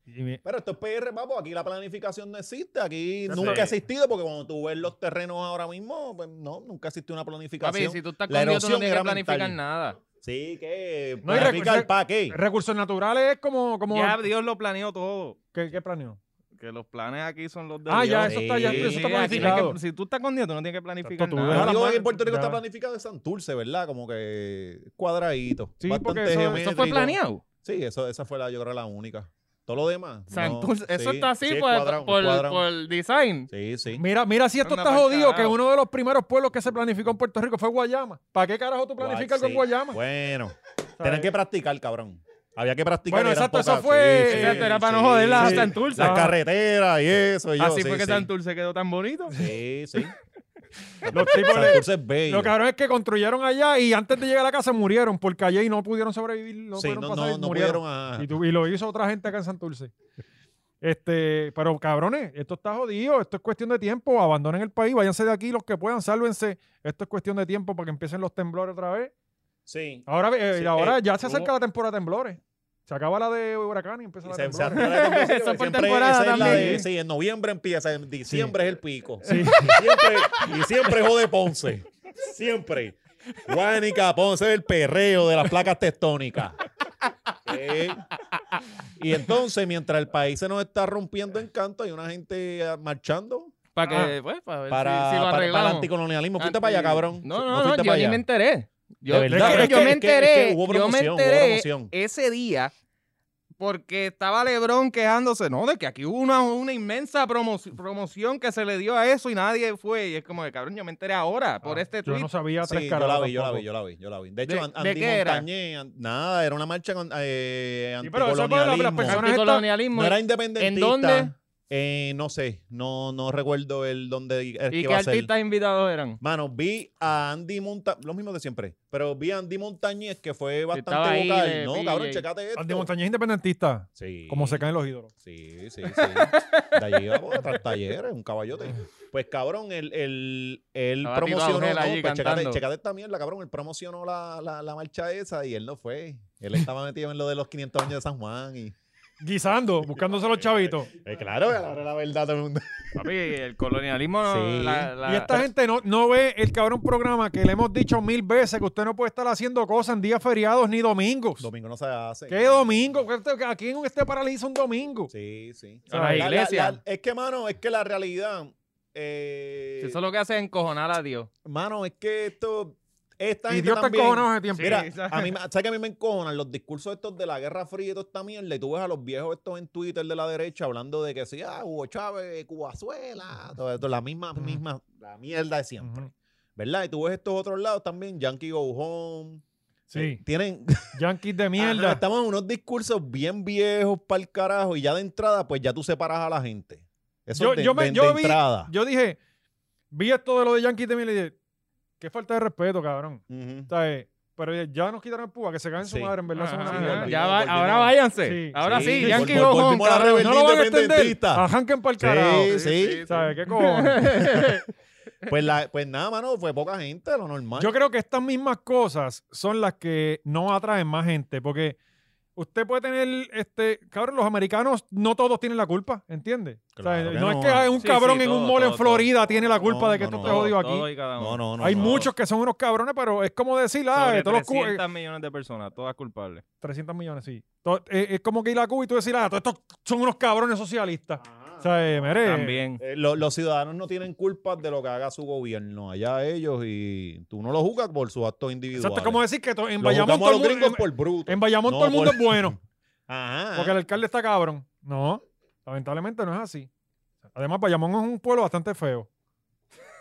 [SPEAKER 1] Y mi-
[SPEAKER 2] Pero esto es PR, papo. Aquí la planificación no existe. Aquí
[SPEAKER 3] Sí.
[SPEAKER 2] nunca ha existido porque cuando tú ves los terrenos ahora mismo, pues no, nunca existe una planificación.
[SPEAKER 3] Papi, si tú estás
[SPEAKER 2] La
[SPEAKER 3] conmigo, tú no
[SPEAKER 2] erosión
[SPEAKER 3] tienes que
[SPEAKER 2] era
[SPEAKER 3] planificar
[SPEAKER 2] mental.
[SPEAKER 3] nada.
[SPEAKER 2] Sí, que
[SPEAKER 1] No, y
[SPEAKER 2] planificar
[SPEAKER 1] recu-
[SPEAKER 2] para qué.
[SPEAKER 1] Recursos naturales es como. como
[SPEAKER 3] Ya Dios lo planeó todo.
[SPEAKER 1] ¿qué, ¿Qué planeó?
[SPEAKER 3] Que los planes aquí son los de
[SPEAKER 1] Ah, ya,
[SPEAKER 3] Dios.
[SPEAKER 1] eso está, ya,
[SPEAKER 2] Sí,
[SPEAKER 1] eso está
[SPEAKER 3] aquí no hay que-
[SPEAKER 1] planificado.
[SPEAKER 3] si tú estás con Dios, tú no tienes que planificar
[SPEAKER 1] Exacto, tú
[SPEAKER 3] nada.
[SPEAKER 1] dejas
[SPEAKER 2] Lo
[SPEAKER 1] la
[SPEAKER 2] único que
[SPEAKER 1] mano-
[SPEAKER 2] en Puerto Rico
[SPEAKER 1] ya.
[SPEAKER 2] está planificado es Santurce, ¿verdad? Como que cuadradito.
[SPEAKER 1] Sí, porque
[SPEAKER 2] bastante
[SPEAKER 1] eso- eso
[SPEAKER 3] Eso fue
[SPEAKER 2] geométrico.
[SPEAKER 3] planeado.
[SPEAKER 2] Sí, eso, esa fue la, yo creo, la única. Todo lo demás. no,
[SPEAKER 3] Santurce, eso
[SPEAKER 2] sí,
[SPEAKER 3] está así
[SPEAKER 2] sí, es
[SPEAKER 3] por,
[SPEAKER 2] cuadrado,
[SPEAKER 3] por-
[SPEAKER 2] cuadrado.
[SPEAKER 3] por design.
[SPEAKER 2] Sí, sí.
[SPEAKER 1] Mira, mira si esto
[SPEAKER 3] Anda
[SPEAKER 1] está
[SPEAKER 3] pa'l
[SPEAKER 1] jodido, que
[SPEAKER 3] carajo.
[SPEAKER 1] uno de los primeros pueblos que se planificó en Puerto Rico fue Guayama. ¿Para qué carajo tú planificas algo
[SPEAKER 2] sí.
[SPEAKER 1] en Guayama?
[SPEAKER 2] Bueno,
[SPEAKER 1] ¿Sabes?
[SPEAKER 2] tenían que practicar, cabrón. Había que practicar.
[SPEAKER 1] Bueno,
[SPEAKER 2] y eran
[SPEAKER 1] exacto, eso
[SPEAKER 2] pocas-
[SPEAKER 1] fue-
[SPEAKER 3] Exacto, era para no joderlas
[SPEAKER 1] a
[SPEAKER 2] sí.
[SPEAKER 3] Santurce.
[SPEAKER 2] Las carreteras y eso. Y yo,
[SPEAKER 3] Así
[SPEAKER 2] sí,
[SPEAKER 3] fue que
[SPEAKER 2] sí.
[SPEAKER 3] Santurce quedó tan bonito.
[SPEAKER 2] Sí, sí.
[SPEAKER 1] Los tipos le-
[SPEAKER 2] Santurce es bello.
[SPEAKER 1] Lo cabrón es que construyeron allá y antes de llegar a la casa murieron por calle y no pudieron sobrevivir, no
[SPEAKER 2] sí,
[SPEAKER 1] pudieron
[SPEAKER 2] no,
[SPEAKER 1] pasar
[SPEAKER 2] no,
[SPEAKER 1] y
[SPEAKER 2] no
[SPEAKER 1] murieron.
[SPEAKER 2] pudieron. ajá.
[SPEAKER 1] Y, tu- y lo hizo otra gente acá en Santurce. Este, pero cabrones, esto está jodido, esto es cuestión de tiempo, abandonen el país, váyanse de aquí los que puedan, sálvense. Esto es cuestión de tiempo para que empiecen los temblores otra vez.
[SPEAKER 2] Sí.
[SPEAKER 1] Ahora, eh,
[SPEAKER 2] Sí,
[SPEAKER 1] ahora
[SPEAKER 2] eh,
[SPEAKER 1] ya se acerca
[SPEAKER 2] hubo-
[SPEAKER 1] la temporada de temblores. Se acaba la de huracán y
[SPEAKER 2] Y
[SPEAKER 1] empieza
[SPEAKER 2] se-
[SPEAKER 1] la
[SPEAKER 2] se-
[SPEAKER 1] de temblores.
[SPEAKER 2] se-
[SPEAKER 3] Eso por
[SPEAKER 2] siempre-
[SPEAKER 3] temporada
[SPEAKER 2] esa es la
[SPEAKER 1] también.
[SPEAKER 2] de- sí, en noviembre empieza, en diciembre es el pico.
[SPEAKER 1] Sí.
[SPEAKER 2] Y, siempre, y siempre jode Ponce. Siempre. Guánica, Ponce es el perreo de las placas tectónicas. Sí. Y entonces, mientras el país se nos está rompiendo en canto, hay una gente ah, marchando.
[SPEAKER 3] Para que, pues, para ver
[SPEAKER 2] Para,
[SPEAKER 3] si, si lo
[SPEAKER 2] para- para
[SPEAKER 3] arreglamos. Ah,
[SPEAKER 2] el anticolonialismo. Fuiste para allá, cabrón.
[SPEAKER 3] No, no, no,
[SPEAKER 2] fuiste
[SPEAKER 3] yo
[SPEAKER 2] para
[SPEAKER 3] ni
[SPEAKER 2] allá.
[SPEAKER 3] me enteré. Yo,
[SPEAKER 2] verdad,
[SPEAKER 3] yo-
[SPEAKER 2] pero es
[SPEAKER 3] yo
[SPEAKER 2] que-
[SPEAKER 3] me
[SPEAKER 2] es que- es que
[SPEAKER 3] enteré,
[SPEAKER 2] hubo
[SPEAKER 3] yo me
[SPEAKER 2] promoción, hubo
[SPEAKER 3] enteré
[SPEAKER 2] promoción.
[SPEAKER 3] ese día porque estaba Lebron quejándose, no, de que aquí hubo una, una inmensa promo- promoción que se le dio a eso y nadie fue. Y es como de cabrón, yo me enteré ahora por
[SPEAKER 1] Ah,
[SPEAKER 3] este
[SPEAKER 1] Yo
[SPEAKER 3] tweet.
[SPEAKER 1] no sabía tres
[SPEAKER 2] Sí, yo
[SPEAKER 1] carajos
[SPEAKER 2] la vi, yo la
[SPEAKER 1] tampoco.
[SPEAKER 2] vi, yo la vi, yo la vi. De
[SPEAKER 3] ¿De-
[SPEAKER 2] hecho, An-
[SPEAKER 3] de
[SPEAKER 2] Andy
[SPEAKER 3] qué era?
[SPEAKER 2] Montañé, an- nada, era una marcha con, eh,
[SPEAKER 1] Sí, pero eso es para las
[SPEAKER 2] anticolonialismo.
[SPEAKER 1] personas-
[SPEAKER 3] Anticolonialismo.
[SPEAKER 2] No era independentista.
[SPEAKER 3] ¿En dónde?
[SPEAKER 2] Eh, no sé, no, no recuerdo el dónde es que
[SPEAKER 3] ¿Y qué
[SPEAKER 2] iba a ser.
[SPEAKER 3] artistas invitados eran?
[SPEAKER 2] Mano, vi a Andy Montañez, lo mismo de siempre, pero vi a Andy Montañez que fue bastante
[SPEAKER 3] estaba ahí
[SPEAKER 2] vocal.
[SPEAKER 3] de
[SPEAKER 2] no,
[SPEAKER 3] PJ.
[SPEAKER 2] cabrón, checate esto.
[SPEAKER 1] Andy Montañez es independentista.
[SPEAKER 2] Sí.
[SPEAKER 1] Como se caen los ídolos.
[SPEAKER 2] Sí, sí, sí. De allí vamos a tras talleres, un caballote. Pues cabrón, él, él, él
[SPEAKER 3] Estaba Tito
[SPEAKER 2] promocionó.
[SPEAKER 3] Ángel
[SPEAKER 2] no,
[SPEAKER 3] allí
[SPEAKER 2] pues, checate,
[SPEAKER 3] cantando.
[SPEAKER 2] checate esta mierda, cabrón. Él promocionó la, la, la marcha esa y él no fue. Él estaba metido en lo de los 500 años de San Juan. Y... eh,
[SPEAKER 1] Guisando, buscándose los chavitos.
[SPEAKER 2] claro, ahora la verdad todo el mundo.
[SPEAKER 3] Papi, el colonialismo.
[SPEAKER 2] Sí.
[SPEAKER 3] la- la-
[SPEAKER 1] Y esta gente no, no ve el cabrón programa que le hemos dicho mil veces que usted no puede estar haciendo cosas en días feriados ni domingos.
[SPEAKER 2] Domingo no se hace.
[SPEAKER 1] Pues, ¿Qué domingo? ¿Qué- Aquí en este paraliza un domingo.
[SPEAKER 2] Sí, sí.
[SPEAKER 3] A la iglesia.
[SPEAKER 2] es que, mano, es que la realidad. eh,
[SPEAKER 3] Eso lo que hace es encojonar a Dios.
[SPEAKER 2] Mano, es que esto. Esta
[SPEAKER 1] Y
[SPEAKER 2] gente
[SPEAKER 1] Dios está
[SPEAKER 2] también-
[SPEAKER 1] encojonado ese tiempo.
[SPEAKER 3] Sí.
[SPEAKER 2] Mira, ah,
[SPEAKER 3] exacto.
[SPEAKER 2] a mí, me- ¿sabes que a mí me encojonan los discursos estos de la Guerra Fría y toda esta mierda? Y tú ves a los viejos estos en Twitter de la derecha hablando de que sí, ah, Hugo Chávez, Cubazuela, todo esto, la misma,
[SPEAKER 1] Ujú.
[SPEAKER 2] misma, la mierda de siempre.
[SPEAKER 1] Ujú.
[SPEAKER 2] ¿Verdad? Y tú ves estos otros lados también, Yankee Go Home. Eh,
[SPEAKER 1] Sí,
[SPEAKER 2] Tienen,
[SPEAKER 1] yankees de
[SPEAKER 2] Ajá,
[SPEAKER 1] mierda.
[SPEAKER 2] estamos en unos discursos bien viejos para el carajo y ya de entrada, pues ya tú separas a la gente. Eso
[SPEAKER 1] Yo-
[SPEAKER 2] es de,
[SPEAKER 1] yo me-
[SPEAKER 2] de-
[SPEAKER 1] yo
[SPEAKER 2] de
[SPEAKER 1] vi-
[SPEAKER 2] entrada.
[SPEAKER 1] Yo dije, vi esto de lo de yankees de mierda y dije, qué falta de respeto, cabrón.
[SPEAKER 2] Ujú.
[SPEAKER 1] O sea, eh, pero ya nos quitaron el púa, que se caen su
[SPEAKER 2] Sí.
[SPEAKER 1] madre, en verdad. son una
[SPEAKER 3] Ajá,
[SPEAKER 1] mierda.
[SPEAKER 2] volvimos,
[SPEAKER 3] ya va-
[SPEAKER 2] volvimos.
[SPEAKER 3] ahora váyanse.
[SPEAKER 1] Sí.
[SPEAKER 3] Ahora sí,
[SPEAKER 2] Sí,
[SPEAKER 3] Yankee
[SPEAKER 2] vol-
[SPEAKER 3] Go
[SPEAKER 2] vol-
[SPEAKER 3] Home,
[SPEAKER 2] volvimos a la
[SPEAKER 3] cabrón.
[SPEAKER 1] No lo van a extender.
[SPEAKER 2] independentista.
[SPEAKER 1] Ajanquen para el
[SPEAKER 2] Sí,
[SPEAKER 1] carajo.
[SPEAKER 2] sí, sí.
[SPEAKER 1] ¿Sabes qué cojones?
[SPEAKER 2] Pues, la, pues nada, mano, fue poca gente, lo normal.
[SPEAKER 1] Yo creo que estas mismas cosas son las que no atraen más gente, porque usted puede tener, este, cabrón, los americanos no todos tienen la culpa, ¿entiendes? O sea,
[SPEAKER 2] Claro que
[SPEAKER 1] no,
[SPEAKER 2] no.
[SPEAKER 1] es que un
[SPEAKER 3] Sí,
[SPEAKER 1] cabrón
[SPEAKER 3] sí,
[SPEAKER 1] en un
[SPEAKER 3] todo,
[SPEAKER 1] mall en
[SPEAKER 3] todo,
[SPEAKER 1] Florida
[SPEAKER 3] todo.
[SPEAKER 1] tiene la culpa
[SPEAKER 2] No,
[SPEAKER 1] de que
[SPEAKER 2] no,
[SPEAKER 1] esto
[SPEAKER 2] no.
[SPEAKER 1] te jodió aquí.
[SPEAKER 2] No, no, no.
[SPEAKER 1] Hay
[SPEAKER 2] no.
[SPEAKER 1] muchos que son unos cabrones, pero es como decir, ah, de todos los cu- eh,
[SPEAKER 3] 300 millones de personas, todas culpables.
[SPEAKER 1] 300 millones, sí. To- eh, es como que ir a Cuba y tú decir, ah, todos estos son unos cabrones socialistas.
[SPEAKER 2] Ajá.
[SPEAKER 1] O sea, eh, mere,
[SPEAKER 3] También.
[SPEAKER 2] Eh, lo- los ciudadanos no tienen culpa de lo que haga su gobierno. Allá ellos y tú no lo juzgas por sus actos individuales.
[SPEAKER 1] Exacto, es como decir que to- en
[SPEAKER 2] Lo
[SPEAKER 1] Bayamón, todo
[SPEAKER 2] juzgamos a
[SPEAKER 1] el
[SPEAKER 2] los
[SPEAKER 1] mundo,
[SPEAKER 2] gringos
[SPEAKER 1] en,
[SPEAKER 2] por bruto.
[SPEAKER 1] en Bayamón
[SPEAKER 2] No,
[SPEAKER 1] todo el mundo
[SPEAKER 2] por-
[SPEAKER 1] es bueno.
[SPEAKER 2] Ajá.
[SPEAKER 1] Porque el alcalde está cabrón. No, lamentablemente no es así. Además, Bayamón es un pueblo bastante feo.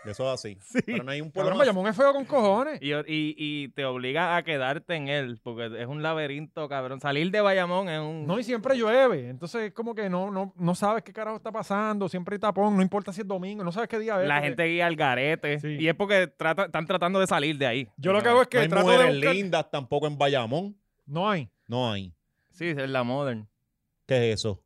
[SPEAKER 2] Eso es así. Pero no hay un pueblo
[SPEAKER 1] Cabrón,
[SPEAKER 2] más-
[SPEAKER 1] Bayamón es feo con cojones.
[SPEAKER 3] Y, y- y te obliga a quedarte en él, porque es un laberinto, cabrón. Salir de Bayamón es un...
[SPEAKER 1] No, y siempre llueve. Entonces, es como que no, no, no sabes qué carajo está pasando. Siempre hay tapón. No importa si es domingo. No sabes qué día es.
[SPEAKER 3] la
[SPEAKER 1] porque-
[SPEAKER 3] gente guía al garete.
[SPEAKER 1] Sí.
[SPEAKER 3] Y es porque trata- están tratando de salir de ahí.
[SPEAKER 1] Yo lo que hago es
[SPEAKER 2] No
[SPEAKER 1] que
[SPEAKER 2] hay
[SPEAKER 1] trato de.
[SPEAKER 2] mujeres
[SPEAKER 1] buscar-
[SPEAKER 2] lindas tampoco en Bayamón.
[SPEAKER 1] No hay.
[SPEAKER 2] No hay.
[SPEAKER 3] Sí, es la modern.
[SPEAKER 2] ¿Qué es eso?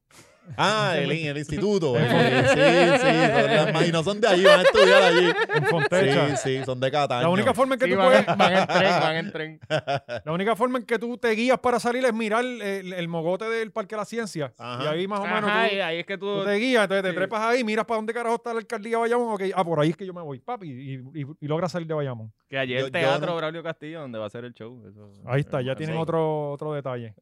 [SPEAKER 2] Ah, el, el instituto. eh, Sí, sí. son las más- Y no son de allí, van a estudiar allí.
[SPEAKER 1] En Fontecha.
[SPEAKER 2] Sí, sí, son de Cataño.
[SPEAKER 1] La única forma en que
[SPEAKER 3] Sí,
[SPEAKER 1] tú
[SPEAKER 3] van,
[SPEAKER 1] puedes.
[SPEAKER 3] van en tren, van en tren.
[SPEAKER 1] La única forma en que tú te guías para salir es mirar el, el mogote del Parque de la Ciencia.
[SPEAKER 2] Ajá.
[SPEAKER 1] Y ahí más o menos.
[SPEAKER 3] Ajá,
[SPEAKER 1] tú-
[SPEAKER 3] y ahí es que tú...
[SPEAKER 1] Tú te guías, entonces te
[SPEAKER 3] Sí.
[SPEAKER 1] trepas ahí, miras para dónde carajo está la alcaldía de Bayamón, ok, ah, por ahí es que yo me voy, papi, y, y, y logras salir de Bayamón.
[SPEAKER 3] Que ayer
[SPEAKER 2] Yo-
[SPEAKER 3] el
[SPEAKER 2] yo
[SPEAKER 3] teatro
[SPEAKER 2] no-
[SPEAKER 3] Braulio Castillo, donde va a ser el show. eso-
[SPEAKER 1] Ahí está, ya
[SPEAKER 3] eso-
[SPEAKER 1] tienen
[SPEAKER 2] sí.
[SPEAKER 1] otro, otro detalle.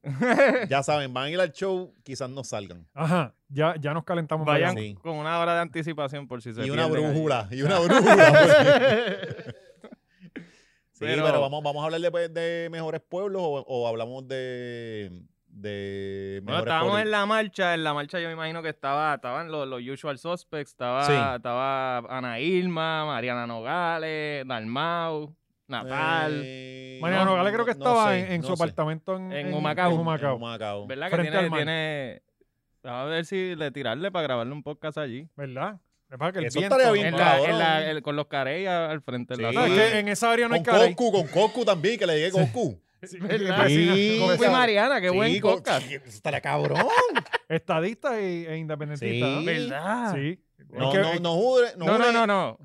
[SPEAKER 2] Ya saben, van a ir al show, quizás no salgan.
[SPEAKER 1] Ajá, ya, ya nos calentamos. en
[SPEAKER 3] Vayan
[SPEAKER 1] Bayamón.
[SPEAKER 2] Sí.
[SPEAKER 3] con una hora de anticipación por si se
[SPEAKER 2] Y una
[SPEAKER 3] pierden allí.
[SPEAKER 2] brújula, y una brújula. pues. sí,
[SPEAKER 3] Pero-
[SPEAKER 2] pero, vamos, vamos a hablar de, pues, de mejores pueblos o, o hablamos de, de
[SPEAKER 3] Bueno,
[SPEAKER 2] mejores
[SPEAKER 3] estábamos
[SPEAKER 2] pueblos.
[SPEAKER 3] en la marcha, en la marcha yo me imagino que estaba, estaban los, los usual suspects, estaba,
[SPEAKER 2] Sí.
[SPEAKER 3] estaba Ana Irma, Mariana Nogales, Dalmau, Natal,
[SPEAKER 2] Eh,
[SPEAKER 1] Mariano
[SPEAKER 2] no,
[SPEAKER 1] Nogales creo que
[SPEAKER 2] no
[SPEAKER 1] estaba
[SPEAKER 2] sé,
[SPEAKER 1] en, en
[SPEAKER 2] no
[SPEAKER 1] su
[SPEAKER 2] sé.
[SPEAKER 1] apartamento en,
[SPEAKER 3] En Humacao.
[SPEAKER 1] en
[SPEAKER 2] En
[SPEAKER 1] Humacao.
[SPEAKER 2] Humacao.
[SPEAKER 3] ¿verdad? Que
[SPEAKER 1] frente al
[SPEAKER 3] tiene,
[SPEAKER 1] mar.
[SPEAKER 3] tiene, vamos a ver si le tirarle para grabarle un podcast allí.
[SPEAKER 1] ¿Verdad? Es para que el
[SPEAKER 2] Eso
[SPEAKER 1] viento-
[SPEAKER 2] estaría bien
[SPEAKER 3] En
[SPEAKER 1] En-
[SPEAKER 3] la-
[SPEAKER 2] cabrón.
[SPEAKER 3] en la- el- con los carey al al frente. en la
[SPEAKER 2] Sí.
[SPEAKER 1] No,
[SPEAKER 3] sala.
[SPEAKER 1] es que en esa área no hay
[SPEAKER 2] Con
[SPEAKER 1] cara.
[SPEAKER 2] Coscu, con Coscu también, que le llegue Coscu.
[SPEAKER 3] ¿Verdad?
[SPEAKER 2] Sí.
[SPEAKER 3] Con Cuy
[SPEAKER 2] esa-
[SPEAKER 3] Mariana, qué
[SPEAKER 2] Sí,
[SPEAKER 3] buen
[SPEAKER 2] con-
[SPEAKER 3] podcast.
[SPEAKER 2] sí, Estaría cabrón.
[SPEAKER 1] Estadistas y- e independentistas.
[SPEAKER 2] Sí.
[SPEAKER 1] ¿no?
[SPEAKER 3] ¿Verdad?
[SPEAKER 1] Sí.
[SPEAKER 2] No,
[SPEAKER 1] Es que-
[SPEAKER 2] no, nos une- nos
[SPEAKER 3] Ah. No, no,
[SPEAKER 2] une-
[SPEAKER 3] no, no.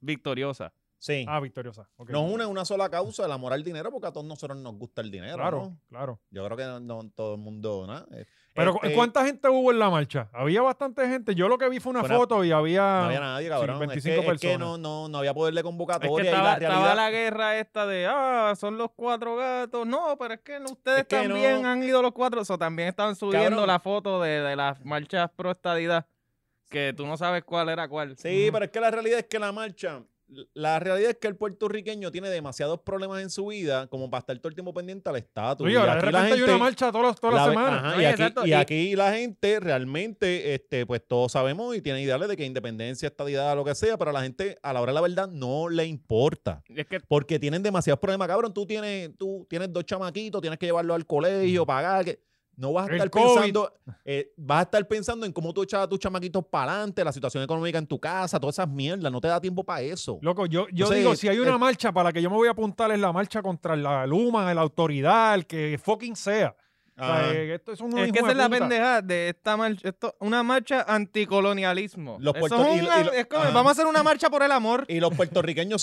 [SPEAKER 3] Victoriosa.
[SPEAKER 2] Sí.
[SPEAKER 1] Ah, victoriosa. ok.
[SPEAKER 2] Nos une una sola causa, el amor al dinero, porque a todos nosotros nos gusta el dinero.
[SPEAKER 1] Claro,
[SPEAKER 2] ¿no?
[SPEAKER 1] claro.
[SPEAKER 2] Yo creo que no, no todo el mundo, ¿no? Eh,
[SPEAKER 1] Pero ¿cu-
[SPEAKER 2] este,
[SPEAKER 1] ¿cuánta gente hubo en la marcha? Había bastante gente. Yo lo que vi fue una
[SPEAKER 2] Fue una-
[SPEAKER 1] foto y había...
[SPEAKER 2] No había nadie, cabrón. Es que-
[SPEAKER 1] 25
[SPEAKER 2] es que,
[SPEAKER 1] personas.
[SPEAKER 2] no, no, no había poder de
[SPEAKER 3] Es
[SPEAKER 2] convocatoria.
[SPEAKER 3] que
[SPEAKER 2] y
[SPEAKER 3] estaba,
[SPEAKER 2] la
[SPEAKER 3] estaba
[SPEAKER 2] realidad,
[SPEAKER 3] la guerra esta de, ah, son los cuatro gatos. No, pero es que ustedes
[SPEAKER 2] Es que
[SPEAKER 3] también
[SPEAKER 2] no.
[SPEAKER 3] han ido los cuatro. Eso también están subiendo
[SPEAKER 2] Cabrón.
[SPEAKER 3] la foto de, de las marchas pro estadidad. que tú no sabes cuál era cuál.
[SPEAKER 2] Sí,
[SPEAKER 1] Ujú.
[SPEAKER 2] pero es que la realidad es que la marcha, la realidad es que el puertorriqueño tiene demasiados problemas en su vida como para estar todo el tiempo pendiente al estatus.
[SPEAKER 1] Oye,
[SPEAKER 2] Y
[SPEAKER 1] ahora de
[SPEAKER 2] aquí la
[SPEAKER 1] repente hay una
[SPEAKER 2] gente-
[SPEAKER 1] marcha todas las, todas las
[SPEAKER 2] la ve-
[SPEAKER 1] semanas.
[SPEAKER 2] ajá,
[SPEAKER 3] Oye,
[SPEAKER 2] y, aquí,
[SPEAKER 3] exacto,
[SPEAKER 2] y
[SPEAKER 3] y-
[SPEAKER 2] aquí la gente realmente, este, pues todos sabemos y tiene ideales de que independencia, estadidad, lo que sea, pero a la gente a la hora de la verdad no le importa.
[SPEAKER 3] Es que
[SPEAKER 2] Porque tienen demasiados problemas, cabrón. Tú tienes, tú tienes dos chamaquitos, tienes que llevarlo al colegio, pagar. que- No vas a
[SPEAKER 1] El
[SPEAKER 2] estar
[SPEAKER 1] COVID.
[SPEAKER 2] pensando, eh, vas a estar pensando en cómo tú echas a tus chamaquitos para adelante, la situación económica en tu casa, todas esas mierdas. No te da tiempo para eso.
[SPEAKER 1] Loco, yo, yo
[SPEAKER 2] Entonces, eh,
[SPEAKER 1] digo, si hay una
[SPEAKER 2] el-
[SPEAKER 1] marcha para la que yo me voy a apuntar es la marcha contra la Luma, la autoridad, el que fucking sea. O sea,
[SPEAKER 2] Ajá.
[SPEAKER 1] eh, esto es un
[SPEAKER 3] Es que esa es la pendeja de esta marcha, esto, una marcha anticolonialismo.
[SPEAKER 2] Los
[SPEAKER 3] Eso es
[SPEAKER 2] puerto- y lo-
[SPEAKER 3] una-
[SPEAKER 2] y lo-
[SPEAKER 3] es como,
[SPEAKER 2] ajá.
[SPEAKER 3] vamos a hacer una marcha por el amor.
[SPEAKER 2] Y los puertorriqueños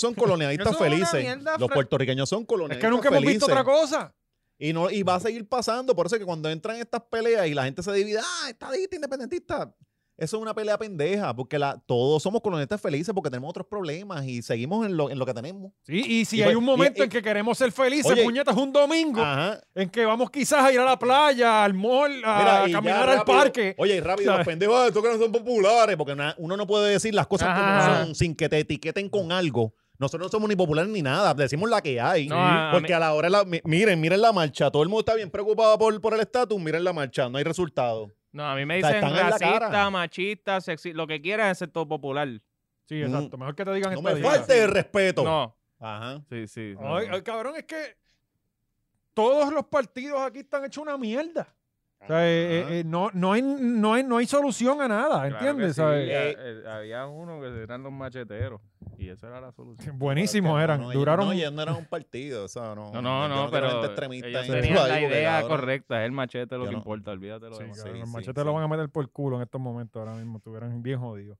[SPEAKER 2] son colonialistas
[SPEAKER 3] Eso es una
[SPEAKER 2] felices.
[SPEAKER 3] mierda,
[SPEAKER 2] Los
[SPEAKER 3] Fran-
[SPEAKER 2] puertorriqueños son
[SPEAKER 1] Es
[SPEAKER 2] colonialistas
[SPEAKER 1] que nunca hemos visto
[SPEAKER 2] felices.
[SPEAKER 1] otra cosa.
[SPEAKER 2] Y, no, y va a seguir pasando. Por eso es que cuando entran estas peleas y la gente se divide, ah, estadista, independentista. Eso es una pelea pendeja, porque la, todos somos colonialistas felices porque tenemos otros problemas y seguimos en lo, en lo que tenemos.
[SPEAKER 1] Sí, y si
[SPEAKER 2] Y
[SPEAKER 1] hay
[SPEAKER 2] pues-
[SPEAKER 1] un momento
[SPEAKER 2] y- y-
[SPEAKER 1] en que queremos ser felices,
[SPEAKER 2] Oye, Ah.
[SPEAKER 1] puñetas, un domingo,
[SPEAKER 2] Ajá.
[SPEAKER 1] en que vamos quizás a ir a la playa, al mall, a
[SPEAKER 2] Mira, y ya
[SPEAKER 1] caminar al
[SPEAKER 2] rápido. Oh,
[SPEAKER 1] parque.
[SPEAKER 2] Oye, y rápido, los
[SPEAKER 1] ¿Sabes?
[SPEAKER 2] pendejos, "Ah, estos que no son populares, porque na- uno no puede decir las cosas como
[SPEAKER 3] Ajá.
[SPEAKER 2] son sin que te etiqueten con algo. Nosotros no somos ni populares ni nada, decimos la que hay.
[SPEAKER 3] No, a- a
[SPEAKER 2] porque a la hora, de la, mi- miren, miren la marcha. Todo el mundo está bien preocupado por, por el estatus, miren la marcha, no hay resultado.
[SPEAKER 3] No, a mí me
[SPEAKER 2] O sea,
[SPEAKER 3] dicen
[SPEAKER 2] están en la cara.
[SPEAKER 3] racista, machista, sexista, lo que quieran, excepto popular.
[SPEAKER 1] Sí,
[SPEAKER 2] Mm.
[SPEAKER 1] exacto. Mejor que te digan
[SPEAKER 2] No
[SPEAKER 1] esta
[SPEAKER 2] me
[SPEAKER 1] día.
[SPEAKER 2] falte el respeto.
[SPEAKER 3] No,
[SPEAKER 2] Ajá.
[SPEAKER 3] sí, sí. no,
[SPEAKER 1] Ay,
[SPEAKER 3] no.
[SPEAKER 1] ay, cabrón, es que todos los partidos aquí están hechos una mierda. O sea, eh, eh, eh, no, no, hay, no, hay, no hay solución a nada,
[SPEAKER 3] Claro que
[SPEAKER 1] ¿entiendes?
[SPEAKER 3] sí,
[SPEAKER 1] ¿Sabes?
[SPEAKER 3] ha- eh, había uno que eran los macheteros y esa era la solución.
[SPEAKER 1] Buenísimos
[SPEAKER 2] Porque
[SPEAKER 1] eran.
[SPEAKER 2] no, no,
[SPEAKER 1] Duraron.
[SPEAKER 2] No, ya no era un partido, o sea, no.
[SPEAKER 3] No,
[SPEAKER 2] yo
[SPEAKER 3] no, no,
[SPEAKER 2] quiero
[SPEAKER 3] pero
[SPEAKER 2] gente
[SPEAKER 3] ellos
[SPEAKER 2] en
[SPEAKER 3] tenían
[SPEAKER 2] este
[SPEAKER 3] la
[SPEAKER 2] país, porque,
[SPEAKER 3] idea
[SPEAKER 2] cabrón,
[SPEAKER 3] correcta, es el machete lo
[SPEAKER 2] Yo
[SPEAKER 3] que
[SPEAKER 2] no-
[SPEAKER 3] importa, olvídate lo
[SPEAKER 1] Sí,
[SPEAKER 3] demás.
[SPEAKER 1] cabrón,
[SPEAKER 2] sí,
[SPEAKER 1] los
[SPEAKER 2] sí,
[SPEAKER 1] machetes
[SPEAKER 2] sí.
[SPEAKER 1] lo van a meter por culo en estos momentos ahora mismo. Estuvieran bien jodidos.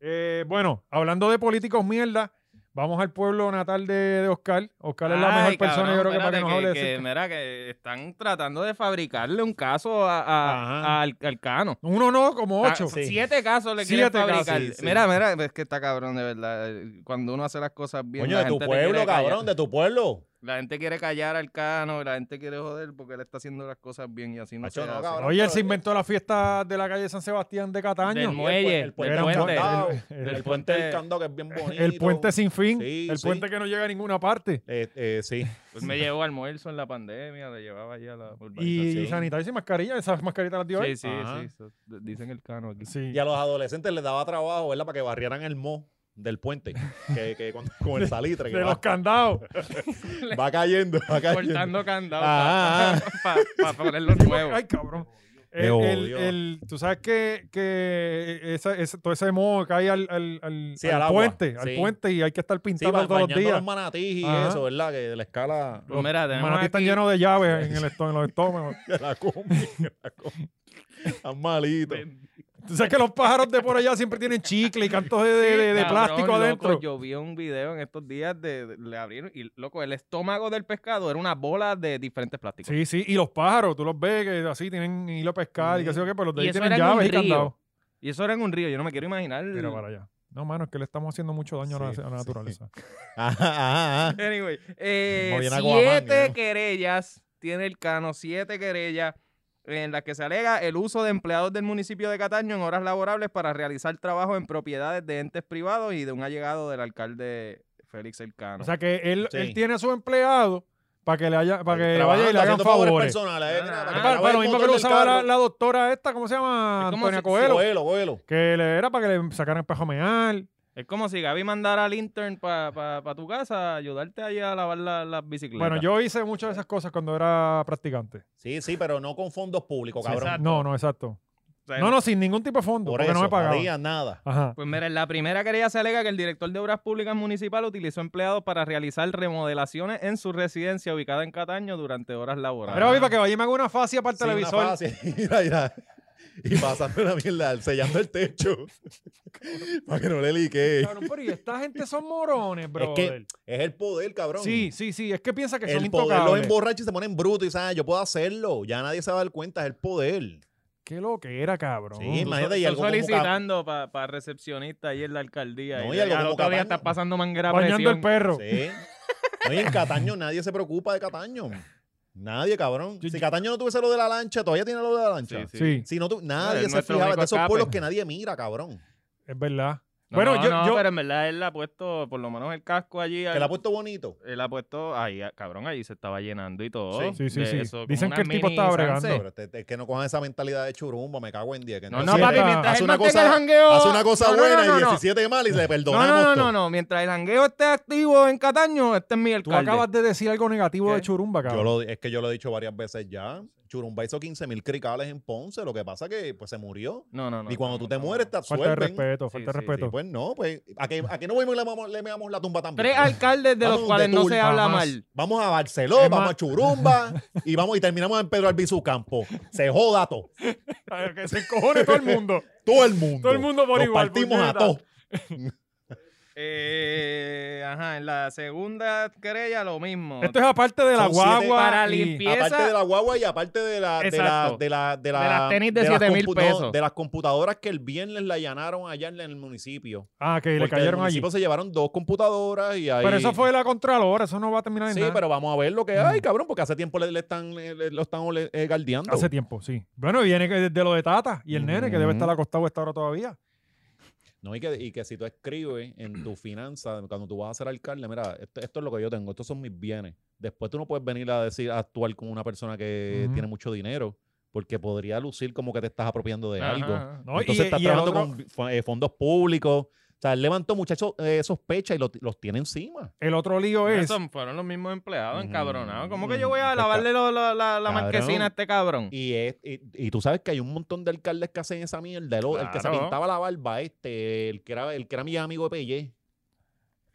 [SPEAKER 1] Eh, bueno, hablando de políticos mierda, vamos al pueblo natal de, de Oscar. Oscar es la
[SPEAKER 3] Ay,
[SPEAKER 1] mejor persona,
[SPEAKER 3] cabrón,
[SPEAKER 1] yo creo que para que
[SPEAKER 3] espérate,
[SPEAKER 1] nos hable de
[SPEAKER 3] que-
[SPEAKER 1] eso.
[SPEAKER 3] que, Mira, que están tratando de fabricarle un caso a,
[SPEAKER 2] Ajá.
[SPEAKER 3] a, a Al- Alcano.
[SPEAKER 1] Uno no, como
[SPEAKER 3] Ah,
[SPEAKER 1] ocho.
[SPEAKER 2] sí.
[SPEAKER 3] Siete casos le quieren
[SPEAKER 1] Siete casos,
[SPEAKER 3] fabricar.
[SPEAKER 2] sí, sí.
[SPEAKER 3] Mira, mira, es que está cabrón, de verdad. eh, Cuando uno hace las cosas bien.
[SPEAKER 2] Coño,
[SPEAKER 3] la
[SPEAKER 2] de tu
[SPEAKER 3] gente le
[SPEAKER 2] pueblo,
[SPEAKER 3] quiere callar.
[SPEAKER 2] cabrón, de tu pueblo.
[SPEAKER 3] La gente quiere callar al cano, la gente quiere joder porque él está haciendo las cosas bien y así no
[SPEAKER 2] Macho,
[SPEAKER 3] se
[SPEAKER 2] no,
[SPEAKER 3] hace.
[SPEAKER 2] cabrón.
[SPEAKER 1] Oye, él se inventó la fiesta de la calle San Sebastián de
[SPEAKER 3] Del
[SPEAKER 1] Cataño.
[SPEAKER 3] muelle,
[SPEAKER 2] el
[SPEAKER 3] del
[SPEAKER 2] puente,
[SPEAKER 1] Era un
[SPEAKER 2] del
[SPEAKER 1] puente.
[SPEAKER 2] candado,
[SPEAKER 1] El-
[SPEAKER 2] el,
[SPEAKER 1] el
[SPEAKER 2] puente del
[SPEAKER 3] puente-
[SPEAKER 2] candado que es bien bonito.
[SPEAKER 1] El puente sin fin.
[SPEAKER 2] Sí,
[SPEAKER 1] el
[SPEAKER 2] sí.
[SPEAKER 1] puente que no llega a ninguna parte.
[SPEAKER 2] Eh, eh, sí.
[SPEAKER 3] Pues me llevó almuerzo en la pandemia, le llevaba allá a la
[SPEAKER 1] Y
[SPEAKER 3] urbanización.
[SPEAKER 1] sanitario sin mascarilla. Esas mascaritas las dio
[SPEAKER 3] Sí,
[SPEAKER 1] él. Ah,
[SPEAKER 3] sí,
[SPEAKER 2] Ajá.
[SPEAKER 3] sí. eso- d- Dicen el cano aquí.
[SPEAKER 1] Sí.
[SPEAKER 2] Y a los adolescentes les daba trabajo, ¿verdad? Para que barrieran el mo del puente. Que, que con, con el salitre. Que
[SPEAKER 1] De
[SPEAKER 2] va,
[SPEAKER 1] los candados.
[SPEAKER 2] va cayendo, va cayendo.
[SPEAKER 3] Cortando candados
[SPEAKER 1] Ah,
[SPEAKER 2] Ajá,
[SPEAKER 3] para ponerlos nuevos.
[SPEAKER 1] Ay, cabrón.
[SPEAKER 2] Qué
[SPEAKER 1] El, el-
[SPEAKER 2] odio.
[SPEAKER 1] el- tú sabes que, que esa, ese- todo ese moho cae al, al, al,
[SPEAKER 2] Sí,
[SPEAKER 1] al
[SPEAKER 2] al agua,
[SPEAKER 1] puente, al
[SPEAKER 2] sí.
[SPEAKER 1] puente y hay que estar
[SPEAKER 2] Sí,
[SPEAKER 1] pintando
[SPEAKER 2] ba-
[SPEAKER 1] todos
[SPEAKER 2] bañando
[SPEAKER 1] los días.
[SPEAKER 2] los manatís y
[SPEAKER 1] Ajá.
[SPEAKER 2] eso, ¿verdad? Que de la escala
[SPEAKER 3] Pues mira,
[SPEAKER 1] Los
[SPEAKER 3] tenemos
[SPEAKER 1] manatíes están
[SPEAKER 3] aquí-
[SPEAKER 1] llenos de llaves en, el esto- en los estómagos.
[SPEAKER 2] de la combi. de la combi. Están malitos.
[SPEAKER 1] Tú sabes que los pájaros de por allá siempre tienen chicle y cantos de, de- de- de
[SPEAKER 3] Cabrón,
[SPEAKER 1] plástico
[SPEAKER 3] loco,
[SPEAKER 1] adentro.
[SPEAKER 3] yo vi un video en estos días de, de- le abrieron y loco, el estómago del pescado era una bola de diferentes plásticos.
[SPEAKER 1] Sí, sí, y los pájaros, tú los ves que así tienen hilo a pescar y qué sé yo qué, pero los de
[SPEAKER 3] Y
[SPEAKER 1] ahí
[SPEAKER 3] eso
[SPEAKER 1] tienen
[SPEAKER 3] era en un
[SPEAKER 1] llaves y
[SPEAKER 3] río.
[SPEAKER 1] candados.
[SPEAKER 3] Y eso era en un río, yo no me quiero imaginar.
[SPEAKER 1] Mira para allá. No, mano, es que le estamos haciendo mucho daño a la-
[SPEAKER 2] Sí,
[SPEAKER 1] a la,
[SPEAKER 2] sí.
[SPEAKER 1] naturaleza.
[SPEAKER 2] Ajá, ajá, ajá.
[SPEAKER 3] Anyway, eh,
[SPEAKER 2] Como bien Aquaman,
[SPEAKER 3] siete
[SPEAKER 2] ¿no?
[SPEAKER 3] querellas tiene el Cano, siete querellas en las que se alega el uso de empleados del municipio de Cataño en horas laborables para realizar trabajo en propiedades de entes privados y de un allegado del alcalde Félix El Cano.
[SPEAKER 1] O sea que él,
[SPEAKER 2] Sí.
[SPEAKER 1] él tiene a su empleado para que le haya, para que
[SPEAKER 2] Trabajando,
[SPEAKER 1] vaya y le hagan
[SPEAKER 2] haciendo favores
[SPEAKER 1] favores.
[SPEAKER 2] personales, eh, mira, para que
[SPEAKER 3] Ah,
[SPEAKER 1] Para,
[SPEAKER 2] grabe
[SPEAKER 1] para lo
[SPEAKER 2] el
[SPEAKER 1] mismo que
[SPEAKER 2] motor
[SPEAKER 1] lo
[SPEAKER 2] del
[SPEAKER 1] usaba la,
[SPEAKER 2] carro.
[SPEAKER 1] la doctora esta, ¿cómo se llama?
[SPEAKER 3] Es como
[SPEAKER 1] Antonia
[SPEAKER 3] si- si
[SPEAKER 1] Coelho.
[SPEAKER 2] Vuelo, vuelo.
[SPEAKER 1] que le era para que le sacaran el pejo a mear.
[SPEAKER 3] es como si Gaby mandara al intern para tu casa a ayudarte ahí a lavar la- las bicicletas.
[SPEAKER 1] Bueno, yo hice muchas de esas cosas cuando era practicante.
[SPEAKER 2] Sí, sí, pero no con fondos públicos,
[SPEAKER 1] Sí,
[SPEAKER 2] cabrón.
[SPEAKER 3] exacto.
[SPEAKER 1] No, no, exacto.
[SPEAKER 3] O sea,
[SPEAKER 1] No, no, sin ningún tipo de fondo,
[SPEAKER 2] Por
[SPEAKER 1] porque
[SPEAKER 2] eso,
[SPEAKER 1] no me pagaban.
[SPEAKER 2] haría nada.
[SPEAKER 1] Ajá.
[SPEAKER 3] Pues mira, en la primera querella se alega que el director de Obras Públicas Municipal utilizó empleados para realizar remodelaciones en su residencia ubicada en Cataño durante horas laborables.
[SPEAKER 1] Pero, para que vaya y me haga una fascia para el
[SPEAKER 2] Sí, una
[SPEAKER 1] televisor.
[SPEAKER 2] fase, mira, mira. Y pasando una mierda, sellando el techo. para que no le lique. Es
[SPEAKER 1] Cabrón, pero y esta gente son morones, bro.
[SPEAKER 2] que es el poder, cabrón.
[SPEAKER 1] Sí, sí, sí. Es que piensa que son
[SPEAKER 2] El poder los
[SPEAKER 1] intocables.
[SPEAKER 2] emborracha y se ponen brutos y dicen, ah, yo puedo hacerlo. Ya nadie se va a dar cuenta, es el poder.
[SPEAKER 1] Qué lo que era, cabrón.
[SPEAKER 2] Sí,
[SPEAKER 3] Tú
[SPEAKER 2] imagínate,
[SPEAKER 3] so-
[SPEAKER 2] y
[SPEAKER 3] estás
[SPEAKER 2] algo como
[SPEAKER 3] solicitando para recepcionista ahí en la alcaldía.
[SPEAKER 2] No,
[SPEAKER 3] y
[SPEAKER 2] y algo
[SPEAKER 3] al
[SPEAKER 2] como
[SPEAKER 3] otro día
[SPEAKER 2] Cataño.
[SPEAKER 3] estás pasando manguera a
[SPEAKER 1] Bañando el
[SPEAKER 3] presión.
[SPEAKER 1] perro.
[SPEAKER 2] Sí. No, y en Cataño nadie se preocupa de Cataño. Nadie, cabrón.
[SPEAKER 1] Yo-
[SPEAKER 2] si
[SPEAKER 1] yo-
[SPEAKER 2] Cataño no tuviese lo de la lancha, todavía tiene lo de la lancha.
[SPEAKER 3] Sí,
[SPEAKER 1] Sí,
[SPEAKER 2] Si no tu-
[SPEAKER 3] es
[SPEAKER 2] nadie se
[SPEAKER 3] nuestro
[SPEAKER 2] fijaba
[SPEAKER 3] único
[SPEAKER 2] de esos
[SPEAKER 3] escape.
[SPEAKER 2] pueblos que nadie mira, cabrón.
[SPEAKER 1] es verdad.
[SPEAKER 3] No,
[SPEAKER 1] bueno,
[SPEAKER 3] no,
[SPEAKER 1] yo,
[SPEAKER 3] no,
[SPEAKER 1] yo-
[SPEAKER 3] pero en verdad él le ha puesto, por lo menos el casco allí.
[SPEAKER 2] Que
[SPEAKER 3] al-
[SPEAKER 2] la ha puesto bonito.
[SPEAKER 3] Él ha puesto, ahí, ah, cabrón, allí se estaba llenando y todo.
[SPEAKER 2] Sí.
[SPEAKER 1] Sí, sí,
[SPEAKER 3] De
[SPEAKER 1] sí.
[SPEAKER 3] eso, como
[SPEAKER 1] Dicen que
[SPEAKER 3] una
[SPEAKER 1] el tipo
[SPEAKER 3] mini
[SPEAKER 1] estaba bregando.
[SPEAKER 3] sunset.
[SPEAKER 2] Pero te- te- es que no cojan esa mentalidad de churumba, me cago en 10.
[SPEAKER 3] No, no,
[SPEAKER 1] Sí,
[SPEAKER 3] papi,
[SPEAKER 1] está-
[SPEAKER 3] mientras
[SPEAKER 2] hace
[SPEAKER 3] él
[SPEAKER 2] una
[SPEAKER 3] mantenga
[SPEAKER 2] cosa-
[SPEAKER 3] el jangueo.
[SPEAKER 2] Hace una cosa
[SPEAKER 3] No, no,
[SPEAKER 2] buena
[SPEAKER 3] no, no,
[SPEAKER 2] y
[SPEAKER 3] no.
[SPEAKER 2] 17 mal y le
[SPEAKER 3] No,
[SPEAKER 2] perdonamos.
[SPEAKER 3] no, no,
[SPEAKER 2] todo.
[SPEAKER 3] no, no. Mientras el jangueo esté activo en Cataño, este es mi
[SPEAKER 1] tú
[SPEAKER 3] alcalde.
[SPEAKER 1] acabas de decir algo negativo de
[SPEAKER 3] ¿Qué?
[SPEAKER 1] Churumba,
[SPEAKER 2] Yo
[SPEAKER 1] cabrón.
[SPEAKER 2] lo, es que yo lo he dicho varias veces ya. Churumba hizo 15 mil cricales en Ponce. Lo que pasa que pues se murió.
[SPEAKER 3] No, no, no.
[SPEAKER 2] y cuando
[SPEAKER 3] no,
[SPEAKER 2] tú te
[SPEAKER 3] no,
[SPEAKER 2] mueres,
[SPEAKER 3] no.
[SPEAKER 2] te
[SPEAKER 1] Falta de
[SPEAKER 2] absuelven.
[SPEAKER 1] respeto,
[SPEAKER 3] Sí,
[SPEAKER 1] falta de
[SPEAKER 3] sí, sí,
[SPEAKER 1] respeto.
[SPEAKER 2] Sí, pues no, pues. ¿A que, a que no vamos y le meamos, le meamos la tumba también?
[SPEAKER 3] Tres alcaldes de los
[SPEAKER 2] Vamos de
[SPEAKER 3] cuales no
[SPEAKER 2] tour,
[SPEAKER 3] se habla
[SPEAKER 1] jamás.
[SPEAKER 3] mal.
[SPEAKER 2] Vamos a
[SPEAKER 1] Es
[SPEAKER 2] Barcelona, vamos
[SPEAKER 1] más-
[SPEAKER 2] a Churumba y vamos y terminamos en Pedro Albizu Campo. Se joda todo.
[SPEAKER 1] Ay, que se encojone todo el mundo.
[SPEAKER 2] Todo el mundo.
[SPEAKER 1] Todo el mundo por
[SPEAKER 2] Nos
[SPEAKER 1] igual,
[SPEAKER 2] Partimos a
[SPEAKER 1] puñeta.
[SPEAKER 2] todos.
[SPEAKER 3] Eh, ajá, en la segunda querella lo mismo.
[SPEAKER 1] Esto es aparte de la
[SPEAKER 2] Son siete
[SPEAKER 1] guagua.
[SPEAKER 3] para
[SPEAKER 1] y-
[SPEAKER 3] limpiar. Pieza-
[SPEAKER 2] Aparte de la guagua y aparte de la de la
[SPEAKER 3] Exacto.
[SPEAKER 2] de la de, la,
[SPEAKER 3] De las tenis de
[SPEAKER 2] las
[SPEAKER 3] 7,000
[SPEAKER 2] compu-
[SPEAKER 3] pesos.
[SPEAKER 2] de las computadoras que el viernes la allanaron allá en el municipio.
[SPEAKER 1] Ah, que le
[SPEAKER 2] Porque
[SPEAKER 1] cayeron
[SPEAKER 2] el
[SPEAKER 1] allí.
[SPEAKER 2] municipio se llevaron dos computadoras y ahí
[SPEAKER 1] Pero eso fue la Contralora, eso no va a terminar en
[SPEAKER 2] Sí,
[SPEAKER 1] nada.
[SPEAKER 2] pero vamos a ver lo que
[SPEAKER 1] Mm.
[SPEAKER 2] hay, cabrón, porque hace tiempo le, le están le- le- lo están ole- eh, guardiando.
[SPEAKER 1] Hace tiempo, sí. Bueno, y viene que desde lo de Tata y el nene, que debe
[SPEAKER 2] Ujú.
[SPEAKER 1] estar acostado a esta hora todavía.
[SPEAKER 2] No, y que, y que si tú escribes en tu finanza, cuando tú vas a ser alcalde, mira, esto, esto es lo que yo tengo, estos son mis bienes. Después tú no puedes venir a decir, a actuar como una persona que
[SPEAKER 1] Ujú.
[SPEAKER 2] tiene mucho dinero, porque podría lucir como que te estás apropiando de
[SPEAKER 3] Ajá,
[SPEAKER 2] algo.
[SPEAKER 3] ajá.
[SPEAKER 1] No, y-
[SPEAKER 2] Entonces
[SPEAKER 1] y,
[SPEAKER 2] estás
[SPEAKER 1] y el
[SPEAKER 2] trabajando
[SPEAKER 1] otro-
[SPEAKER 2] con fo- eh, fondos públicos. O sea, él levantó muchachos eh, sospechas y lo- los tiene encima.
[SPEAKER 1] El otro lío es.
[SPEAKER 3] Eso fueron los mismos empleados
[SPEAKER 2] Mm,
[SPEAKER 3] encabronados. ¿Cómo que yo voy
[SPEAKER 2] pues,
[SPEAKER 3] a
[SPEAKER 2] está-
[SPEAKER 3] lavarle lo- la, la- la
[SPEAKER 2] Cabrón.
[SPEAKER 3] marquesina a este cabrón?
[SPEAKER 2] Y, es- y, y tú sabes que hay un montón de alcaldes que hacen esa mierda. El, o- el que se
[SPEAKER 3] Claro.
[SPEAKER 2] pintaba la barba, este, el que era, el que era mi amigo de Pelle.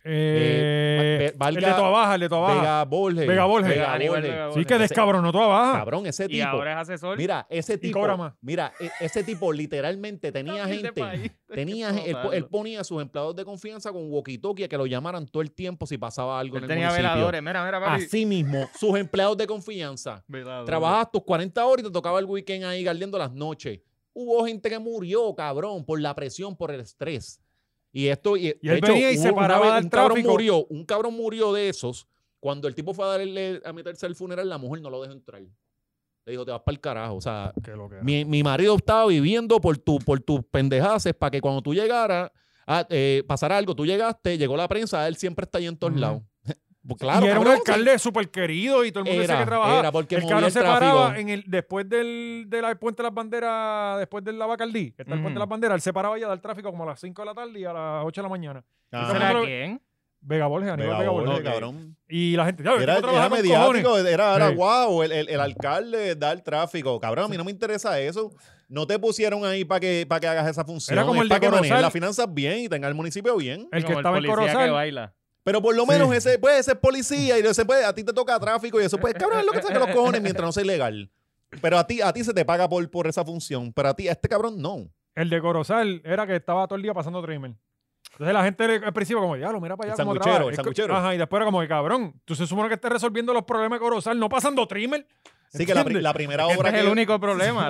[SPEAKER 1] eh,
[SPEAKER 2] Eh, va-
[SPEAKER 1] el
[SPEAKER 2] valga-
[SPEAKER 1] de Toa Baja, el de Toa Baja.
[SPEAKER 2] Vega Borges.
[SPEAKER 1] Vega Borges.
[SPEAKER 2] Vega
[SPEAKER 3] Aníbal
[SPEAKER 2] Borges.
[SPEAKER 3] Vega
[SPEAKER 1] sí, que
[SPEAKER 3] Borges.
[SPEAKER 1] descabronó Toa Baja.
[SPEAKER 2] Cabrón, ese
[SPEAKER 3] Y
[SPEAKER 2] tipo.
[SPEAKER 3] ahora es asesor.
[SPEAKER 2] Mira, ese tipo.
[SPEAKER 1] cobra más.
[SPEAKER 2] Mira, e- ese tipo literalmente tenía
[SPEAKER 3] También de
[SPEAKER 2] gente.
[SPEAKER 3] país.
[SPEAKER 2] Tenía,
[SPEAKER 3] Hay que
[SPEAKER 2] gen- él, po-
[SPEAKER 3] explotarlo.
[SPEAKER 2] él ponía a sus empleados de confianza con walkie-talkie a que lo llamaran todo el tiempo si pasaba algo
[SPEAKER 3] Él
[SPEAKER 2] en el
[SPEAKER 3] tenía
[SPEAKER 2] municipio.
[SPEAKER 3] veladores. Mira, mira, papi.
[SPEAKER 2] Así mismo, sus empleados de confianza.
[SPEAKER 3] Veladores.
[SPEAKER 2] Trabajabas tus 40 horas y te tocaba el weekend ahí galdeando las noches. Hubo gente que murió, cabrón, por la presión, por el estrés. Y esto, y,
[SPEAKER 1] Y
[SPEAKER 2] de
[SPEAKER 1] él venía y se
[SPEAKER 2] hubo una
[SPEAKER 1] paraba
[SPEAKER 2] vez-
[SPEAKER 1] del
[SPEAKER 2] un cabrón
[SPEAKER 1] tráfico.
[SPEAKER 2] murió, un cabrón murió de esos. Cuando el tipo fue a darle a meterse al funeral, la mujer no lo dejó entrar. Le dijo, te vas para el carajo. O sea,
[SPEAKER 1] Que lo que era.
[SPEAKER 2] mi, mi marido estaba viviendo por tu, por tus pendejaces para que cuando tú llegaras, a, eh, pasara algo, tú llegaste, llegó la prensa, él siempre está ahí en todos
[SPEAKER 1] Ujú.
[SPEAKER 2] lados. Pues claro,
[SPEAKER 1] y era
[SPEAKER 2] cabrón,
[SPEAKER 1] un alcalde súper querido y todo el mundo decía que trabajaba.
[SPEAKER 2] era porque
[SPEAKER 1] el
[SPEAKER 2] movía
[SPEAKER 1] cabrón
[SPEAKER 2] el
[SPEAKER 1] se
[SPEAKER 2] tráfico.
[SPEAKER 1] paraba en el, después del, de la- el puente de las banderas, después del Lavacaldí, que está el puente de
[SPEAKER 2] Mm.
[SPEAKER 3] Ujú.
[SPEAKER 1] las banderas, él se paraba ya del tráfico como a las 5 de la tarde y a las 8 de la mañana.
[SPEAKER 2] Ajá.
[SPEAKER 1] Ese
[SPEAKER 3] ¿Será
[SPEAKER 1] otro-
[SPEAKER 3] quién?
[SPEAKER 1] Vega Borges, Aníbal
[SPEAKER 2] Vega
[SPEAKER 1] Vega
[SPEAKER 2] Borges,
[SPEAKER 1] Borges.
[SPEAKER 2] Ah, cabrón.
[SPEAKER 1] Y la gente, ya,
[SPEAKER 2] Era,
[SPEAKER 1] ¿cómo trabaja
[SPEAKER 2] era
[SPEAKER 1] con cojones?
[SPEAKER 2] mediático, era, era
[SPEAKER 1] Sí.
[SPEAKER 2] wow, el, el, el alcalde da el tráfico. Cabrón, a mí no me interesa eso. No te pusieron ahí para que, para que hagas esa función.
[SPEAKER 1] Era como el de
[SPEAKER 2] para que manejes
[SPEAKER 1] Corozal.
[SPEAKER 2] las finanzas bien y tengas el municipio bien.
[SPEAKER 1] El que
[SPEAKER 3] Como
[SPEAKER 1] estaba en
[SPEAKER 3] policía que
[SPEAKER 1] Corozal.
[SPEAKER 3] baila.
[SPEAKER 2] Pero por lo menos
[SPEAKER 1] Sí.
[SPEAKER 2] ese, pues, ese es policía y ese, pues, a ti te toca tráfico y eso, pues, cabrón, es lo que saca los cojones mientras no sea ilegal. Pero a ti, a ti se te paga por, por esa función, pero a ti, a este cabrón no.
[SPEAKER 1] El de Corozal era que estaba todo el día pasando trimmer. Entonces la gente le- al principio como, diablo, mira para allá
[SPEAKER 2] El
[SPEAKER 1] cómo
[SPEAKER 2] sanguchero,
[SPEAKER 1] trabaja".
[SPEAKER 2] el
[SPEAKER 1] Es co-
[SPEAKER 2] sanguchero.
[SPEAKER 1] Ajá, y después era como, que, cabrón, tú se supone que estás resolviendo los problemas de Corozal, no pasando trimmer.
[SPEAKER 2] Así que la, pri-
[SPEAKER 1] ¿Entiendes?
[SPEAKER 2] la primera
[SPEAKER 3] Este
[SPEAKER 2] obra
[SPEAKER 3] es el
[SPEAKER 2] que-
[SPEAKER 3] único problema.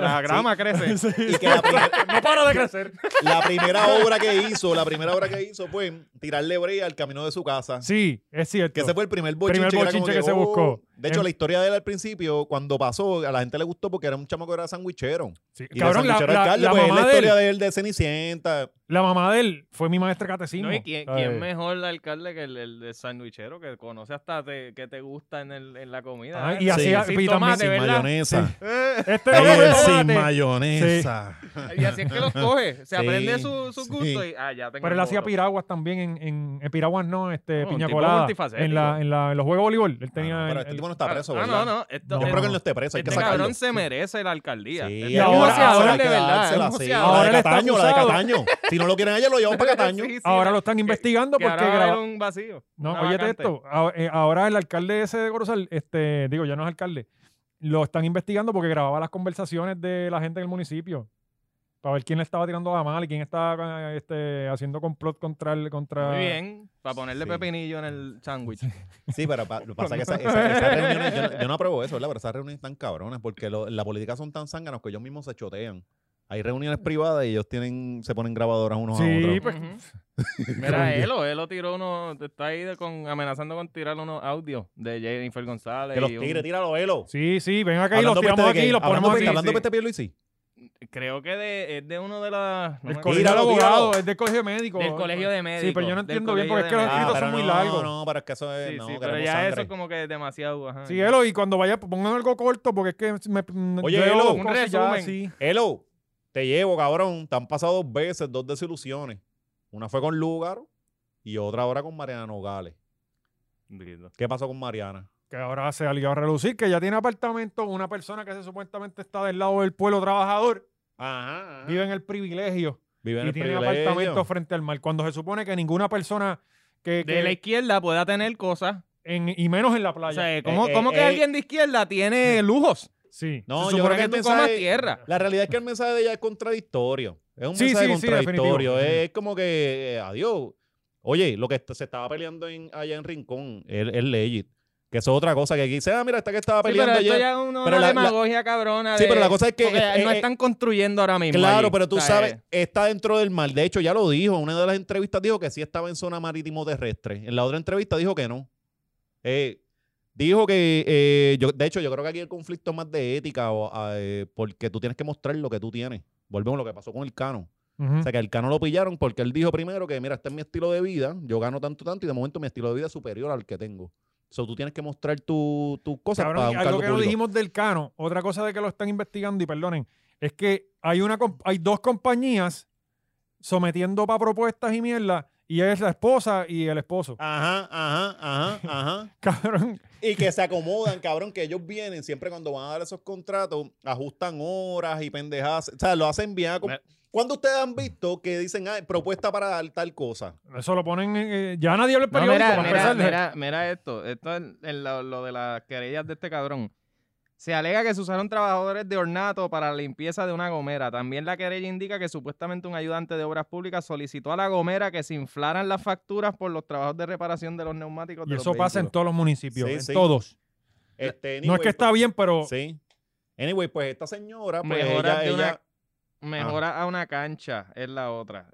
[SPEAKER 3] La grama crece.
[SPEAKER 2] y que la primera-
[SPEAKER 1] no para de crecer.
[SPEAKER 2] la primera obra que hizo, la primera obra que hizo fue tirarle brea al camino de su casa.
[SPEAKER 1] Sí, es cierto.
[SPEAKER 2] Que ese fue el primer bochinche,
[SPEAKER 1] Primer
[SPEAKER 2] que era como
[SPEAKER 1] bochinche que se buscó.
[SPEAKER 2] De hecho,
[SPEAKER 1] En-
[SPEAKER 2] la historia de él al principio, cuando pasó, a la gente le gustó porque era un chamaco que era sandwichero.
[SPEAKER 1] Sí,
[SPEAKER 2] Y
[SPEAKER 1] Cabrón,
[SPEAKER 2] de
[SPEAKER 1] la,
[SPEAKER 2] sandwichero
[SPEAKER 1] la-
[SPEAKER 2] alcalde,
[SPEAKER 1] la
[SPEAKER 2] pues, es
[SPEAKER 1] mamá
[SPEAKER 2] la
[SPEAKER 1] de él,
[SPEAKER 2] historia de él de Cenicienta.
[SPEAKER 1] la mamá de él fue mi maestra de catecismo.
[SPEAKER 3] No, ¿y quién,
[SPEAKER 1] ¿sabes?
[SPEAKER 3] quién mejor el alcalde que el, el de sandwichero que conoce hasta te- que te gusta en, el, en la comida?
[SPEAKER 1] Ah, y
[SPEAKER 3] Sí.
[SPEAKER 1] hacía-
[SPEAKER 3] Sin
[SPEAKER 1] y también
[SPEAKER 3] tomate,
[SPEAKER 1] sin
[SPEAKER 3] ¿verdad?
[SPEAKER 2] mayonesa.
[SPEAKER 3] Eh,
[SPEAKER 1] Este no come
[SPEAKER 2] Eh,
[SPEAKER 1] tomate,
[SPEAKER 2] mayonesa.
[SPEAKER 3] y así es que los coge. Se
[SPEAKER 2] Sí,
[SPEAKER 3] aprende su, su
[SPEAKER 2] sí.
[SPEAKER 3] gusto y ah, ya tengo
[SPEAKER 1] Pero él
[SPEAKER 3] el
[SPEAKER 1] hacía
[SPEAKER 3] voto.
[SPEAKER 1] piraguas también en, en, en piraguas no, este
[SPEAKER 3] No, un
[SPEAKER 1] piña
[SPEAKER 3] tipo
[SPEAKER 1] colada.
[SPEAKER 3] multifacético.
[SPEAKER 1] En la, en la, en los juegos de voleibol. Él tenía
[SPEAKER 2] Ah, no, pero
[SPEAKER 1] el-
[SPEAKER 2] este tipo
[SPEAKER 1] el-
[SPEAKER 2] no está
[SPEAKER 3] Ah,
[SPEAKER 2] preso,
[SPEAKER 3] ah,
[SPEAKER 2] ¿verdad?
[SPEAKER 3] no, no. Esto,
[SPEAKER 1] No,
[SPEAKER 2] Yo
[SPEAKER 3] es-
[SPEAKER 2] espero que él no esté preso, hay
[SPEAKER 3] este
[SPEAKER 2] que sacarlo.
[SPEAKER 3] cabrón se merece la alcaldía.
[SPEAKER 2] Sí,
[SPEAKER 3] Este
[SPEAKER 2] hay
[SPEAKER 1] y
[SPEAKER 2] que
[SPEAKER 3] es un
[SPEAKER 1] ahora-
[SPEAKER 3] boceador
[SPEAKER 1] ahora
[SPEAKER 2] hay
[SPEAKER 3] de
[SPEAKER 2] que
[SPEAKER 3] verdad. es un
[SPEAKER 2] dársela, sí.
[SPEAKER 3] boceador.
[SPEAKER 1] Ahora
[SPEAKER 2] La
[SPEAKER 1] él
[SPEAKER 2] de
[SPEAKER 1] está
[SPEAKER 2] Cataño, la de
[SPEAKER 1] acusado.
[SPEAKER 2] Cataño. Si no lo quieren a ella, lo llevan para Cataño.
[SPEAKER 3] Sí, sí,
[SPEAKER 1] Ahora lo
[SPEAKER 3] que-
[SPEAKER 1] están
[SPEAKER 3] que
[SPEAKER 1] investigando porque
[SPEAKER 3] ahora va a haber
[SPEAKER 1] graba-
[SPEAKER 3] un vacío.
[SPEAKER 1] No,
[SPEAKER 3] una
[SPEAKER 1] oye
[SPEAKER 3] vacante.
[SPEAKER 1] esto. a- eh, Ahora el alcalde ese de Corozal, este, digo, ya no es alcalde, lo están investigando porque grababa las conversaciones de la gente del municipio para ver quién le estaba tirando la mala y quién estaba eh, este, haciendo complot contra el contra.
[SPEAKER 3] Muy bien, para ponerle
[SPEAKER 2] Sí.
[SPEAKER 3] pepinillo en el sándwich.
[SPEAKER 2] Sí, pero pa- lo pasa que esa- esa- esas reuniones, yo no, yo no apruebo eso, ¿verdad? Pero esas reuniones están cabronas porque lo- en la política son tan zánganos que ellos mismos se chotean. Hay reuniones privadas y ellos tienen, se ponen grabadoras unos a
[SPEAKER 1] Mm. Sí,
[SPEAKER 2] otros.
[SPEAKER 1] pues.
[SPEAKER 3] Ujú. Mira, Elo, Elo tiró uno, te está ahí de con, amenazando con tirar unos audios de Jennifer González.
[SPEAKER 2] Que los
[SPEAKER 3] y un-
[SPEAKER 2] tigres, tíralo, Elo.
[SPEAKER 1] Sí, sí, ven acá y los tiramos
[SPEAKER 2] peste de
[SPEAKER 1] aquí,
[SPEAKER 2] qué?
[SPEAKER 1] los
[SPEAKER 2] hablando
[SPEAKER 1] ponemos
[SPEAKER 2] peste-
[SPEAKER 1] aquí.
[SPEAKER 2] hablando
[SPEAKER 1] sí.
[SPEAKER 2] peste de Pierluisi.
[SPEAKER 3] Creo que de, es de uno de las... no
[SPEAKER 2] pues
[SPEAKER 1] Del
[SPEAKER 3] me
[SPEAKER 1] colegio
[SPEAKER 2] Tíralo,
[SPEAKER 1] de abogados,
[SPEAKER 2] tíralo.
[SPEAKER 1] es del colegio médico.
[SPEAKER 3] Del colegio de médicos.
[SPEAKER 1] Sí, pero yo no
[SPEAKER 3] del
[SPEAKER 1] entiendo bien
[SPEAKER 3] colegio
[SPEAKER 1] porque es que los
[SPEAKER 3] de médicos.
[SPEAKER 1] escritos son
[SPEAKER 2] Ah, pero
[SPEAKER 1] muy
[SPEAKER 2] no,
[SPEAKER 1] largos.
[SPEAKER 2] No, pero es que eso es.
[SPEAKER 3] Sí,
[SPEAKER 2] no,
[SPEAKER 3] sí, pero
[SPEAKER 2] queremos
[SPEAKER 3] ya eso
[SPEAKER 2] sangre.
[SPEAKER 3] es como que es demasiado. Ajá,
[SPEAKER 1] Sí,
[SPEAKER 3] ya.
[SPEAKER 1] Elo, y cuando vaya, pongan algo corto porque es que me. me-
[SPEAKER 2] Oye,
[SPEAKER 1] yo veo
[SPEAKER 2] Elo,
[SPEAKER 1] dos
[SPEAKER 2] un
[SPEAKER 1] cosas y ya,
[SPEAKER 3] resumen.
[SPEAKER 1] sí.
[SPEAKER 2] Hello, te llevo, cabrón. Te han pasado dos veces, dos desilusiones. Una fue con Lugaro y otra ahora con Mariana Nogales.
[SPEAKER 3] Grito.
[SPEAKER 2] ¿Qué pasó con Mariana?
[SPEAKER 1] que ahora se ha ligado a relucir, que ya tiene apartamento, una persona que se supuestamente está del lado del pueblo trabajador,
[SPEAKER 3] Ah.
[SPEAKER 2] Ajá.
[SPEAKER 1] vive en el privilegio
[SPEAKER 2] Vive
[SPEAKER 1] y
[SPEAKER 2] en el
[SPEAKER 1] tiene
[SPEAKER 2] privilegio.
[SPEAKER 1] apartamento frente al mar, cuando se supone que ninguna persona que, que-
[SPEAKER 3] De la izquierda pueda tener cosas.
[SPEAKER 1] en- y menos en la
[SPEAKER 3] O
[SPEAKER 1] playa.
[SPEAKER 3] sea, ¿cómo,
[SPEAKER 2] Eh,
[SPEAKER 3] cómo
[SPEAKER 2] eh,
[SPEAKER 3] que
[SPEAKER 2] eh.
[SPEAKER 3] alguien de izquierda tiene lujos?
[SPEAKER 1] sí.
[SPEAKER 2] No,
[SPEAKER 3] Se
[SPEAKER 2] yo
[SPEAKER 3] supone
[SPEAKER 2] creo que, el
[SPEAKER 3] que tú comas
[SPEAKER 2] mensaje-
[SPEAKER 3] tierra.
[SPEAKER 2] La realidad es que el mensaje de ella es contradictorio. Es un
[SPEAKER 1] Sí,
[SPEAKER 2] mensaje
[SPEAKER 1] sí, sí,
[SPEAKER 2] contradictorio.
[SPEAKER 1] definitivo.
[SPEAKER 2] es, como que, eh, adiós. Oye, lo que est- se estaba peleando en- allá en Rincón es, es legit. Que eso es otra cosa que aquí dice, ah, mira, esta que estaba
[SPEAKER 3] Sí,
[SPEAKER 2] peleando
[SPEAKER 3] pero esto
[SPEAKER 2] ayer.
[SPEAKER 3] ya es una,
[SPEAKER 2] pero
[SPEAKER 3] una
[SPEAKER 2] la- la-
[SPEAKER 3] demagogia cabrona.
[SPEAKER 2] Sí,
[SPEAKER 3] de-
[SPEAKER 2] pero la cosa es que,
[SPEAKER 3] porque
[SPEAKER 2] eh,
[SPEAKER 3] no
[SPEAKER 2] eh,
[SPEAKER 3] están construyendo ahora mismo.
[SPEAKER 2] Claro,
[SPEAKER 3] allí.
[SPEAKER 2] pero tú
[SPEAKER 3] O sea, eh,
[SPEAKER 2] sabes, está dentro del mar. De hecho, ya lo dijo. En una de las entrevistas dijo que sí estaba en zona marítimo terrestre. En la otra entrevista dijo que no. Eh, dijo que, eh, yo, de hecho, yo creo que aquí el conflicto es más de ética, o, eh, porque tú tienes que mostrar lo que tú tienes. Volvemos a lo que pasó con el cano.
[SPEAKER 1] Ujú.
[SPEAKER 2] O sea, que el Cano lo pillaron porque él dijo primero que, mira, este es mi estilo de vida, yo gano tanto, tanto, y de momento mi estilo de vida es superior al que tengo. So, tú tienes que mostrar tu- tus cosas
[SPEAKER 1] Cabrón,
[SPEAKER 2] para
[SPEAKER 1] y
[SPEAKER 2] un
[SPEAKER 1] algo
[SPEAKER 2] cargo
[SPEAKER 1] que no
[SPEAKER 2] público.
[SPEAKER 1] dijimos del Cano, otra cosa de que lo están investigando, y perdonen, es que hay, una, comp- hay dos compañías sometiendo para propuestas y mierda, y es la esposa y el esposo.
[SPEAKER 3] Ah.
[SPEAKER 2] Ajá, ajá, ajá, ajá.
[SPEAKER 1] Cabrón,
[SPEAKER 2] Y que se acomodan, cabrón, que ellos vienen siempre cuando van a dar esos contratos, ajustan horas y pendejadas. O sea, lo hacen bien. acom-
[SPEAKER 3] Me-
[SPEAKER 2] ¿Cuándo ustedes han visto que dicen, ah, propuesta para dar tal cosa?
[SPEAKER 1] eso lo ponen, eh, ya nadie habla el
[SPEAKER 3] No,
[SPEAKER 1] periódico.
[SPEAKER 3] mira,
[SPEAKER 1] para
[SPEAKER 3] mira,
[SPEAKER 1] empezar.
[SPEAKER 3] mira, mira esto. Esto es en lo, lo de las querellas de este cabrón. Se alega que se usaron trabajadores de ornato para la limpieza de una gomera. También la querella indica que supuestamente un ayudante de obras públicas solicitó a la gomera que se inflaran las facturas por los trabajos de reparación de los neumáticos.
[SPEAKER 1] Y
[SPEAKER 3] de los
[SPEAKER 1] eso pasa en
[SPEAKER 3] vehículos.
[SPEAKER 1] todos los municipios,
[SPEAKER 2] Sí,
[SPEAKER 1] en
[SPEAKER 2] sí.
[SPEAKER 1] todos.
[SPEAKER 2] Este,
[SPEAKER 1] no es que
[SPEAKER 2] anyway,
[SPEAKER 1] está bien, pero
[SPEAKER 2] Sí. Anyway, pues esta señora, pues
[SPEAKER 3] Mejoras
[SPEAKER 2] ella-
[SPEAKER 3] de una-
[SPEAKER 2] ella, Ah.
[SPEAKER 3] Mejora a una cancha es la otra.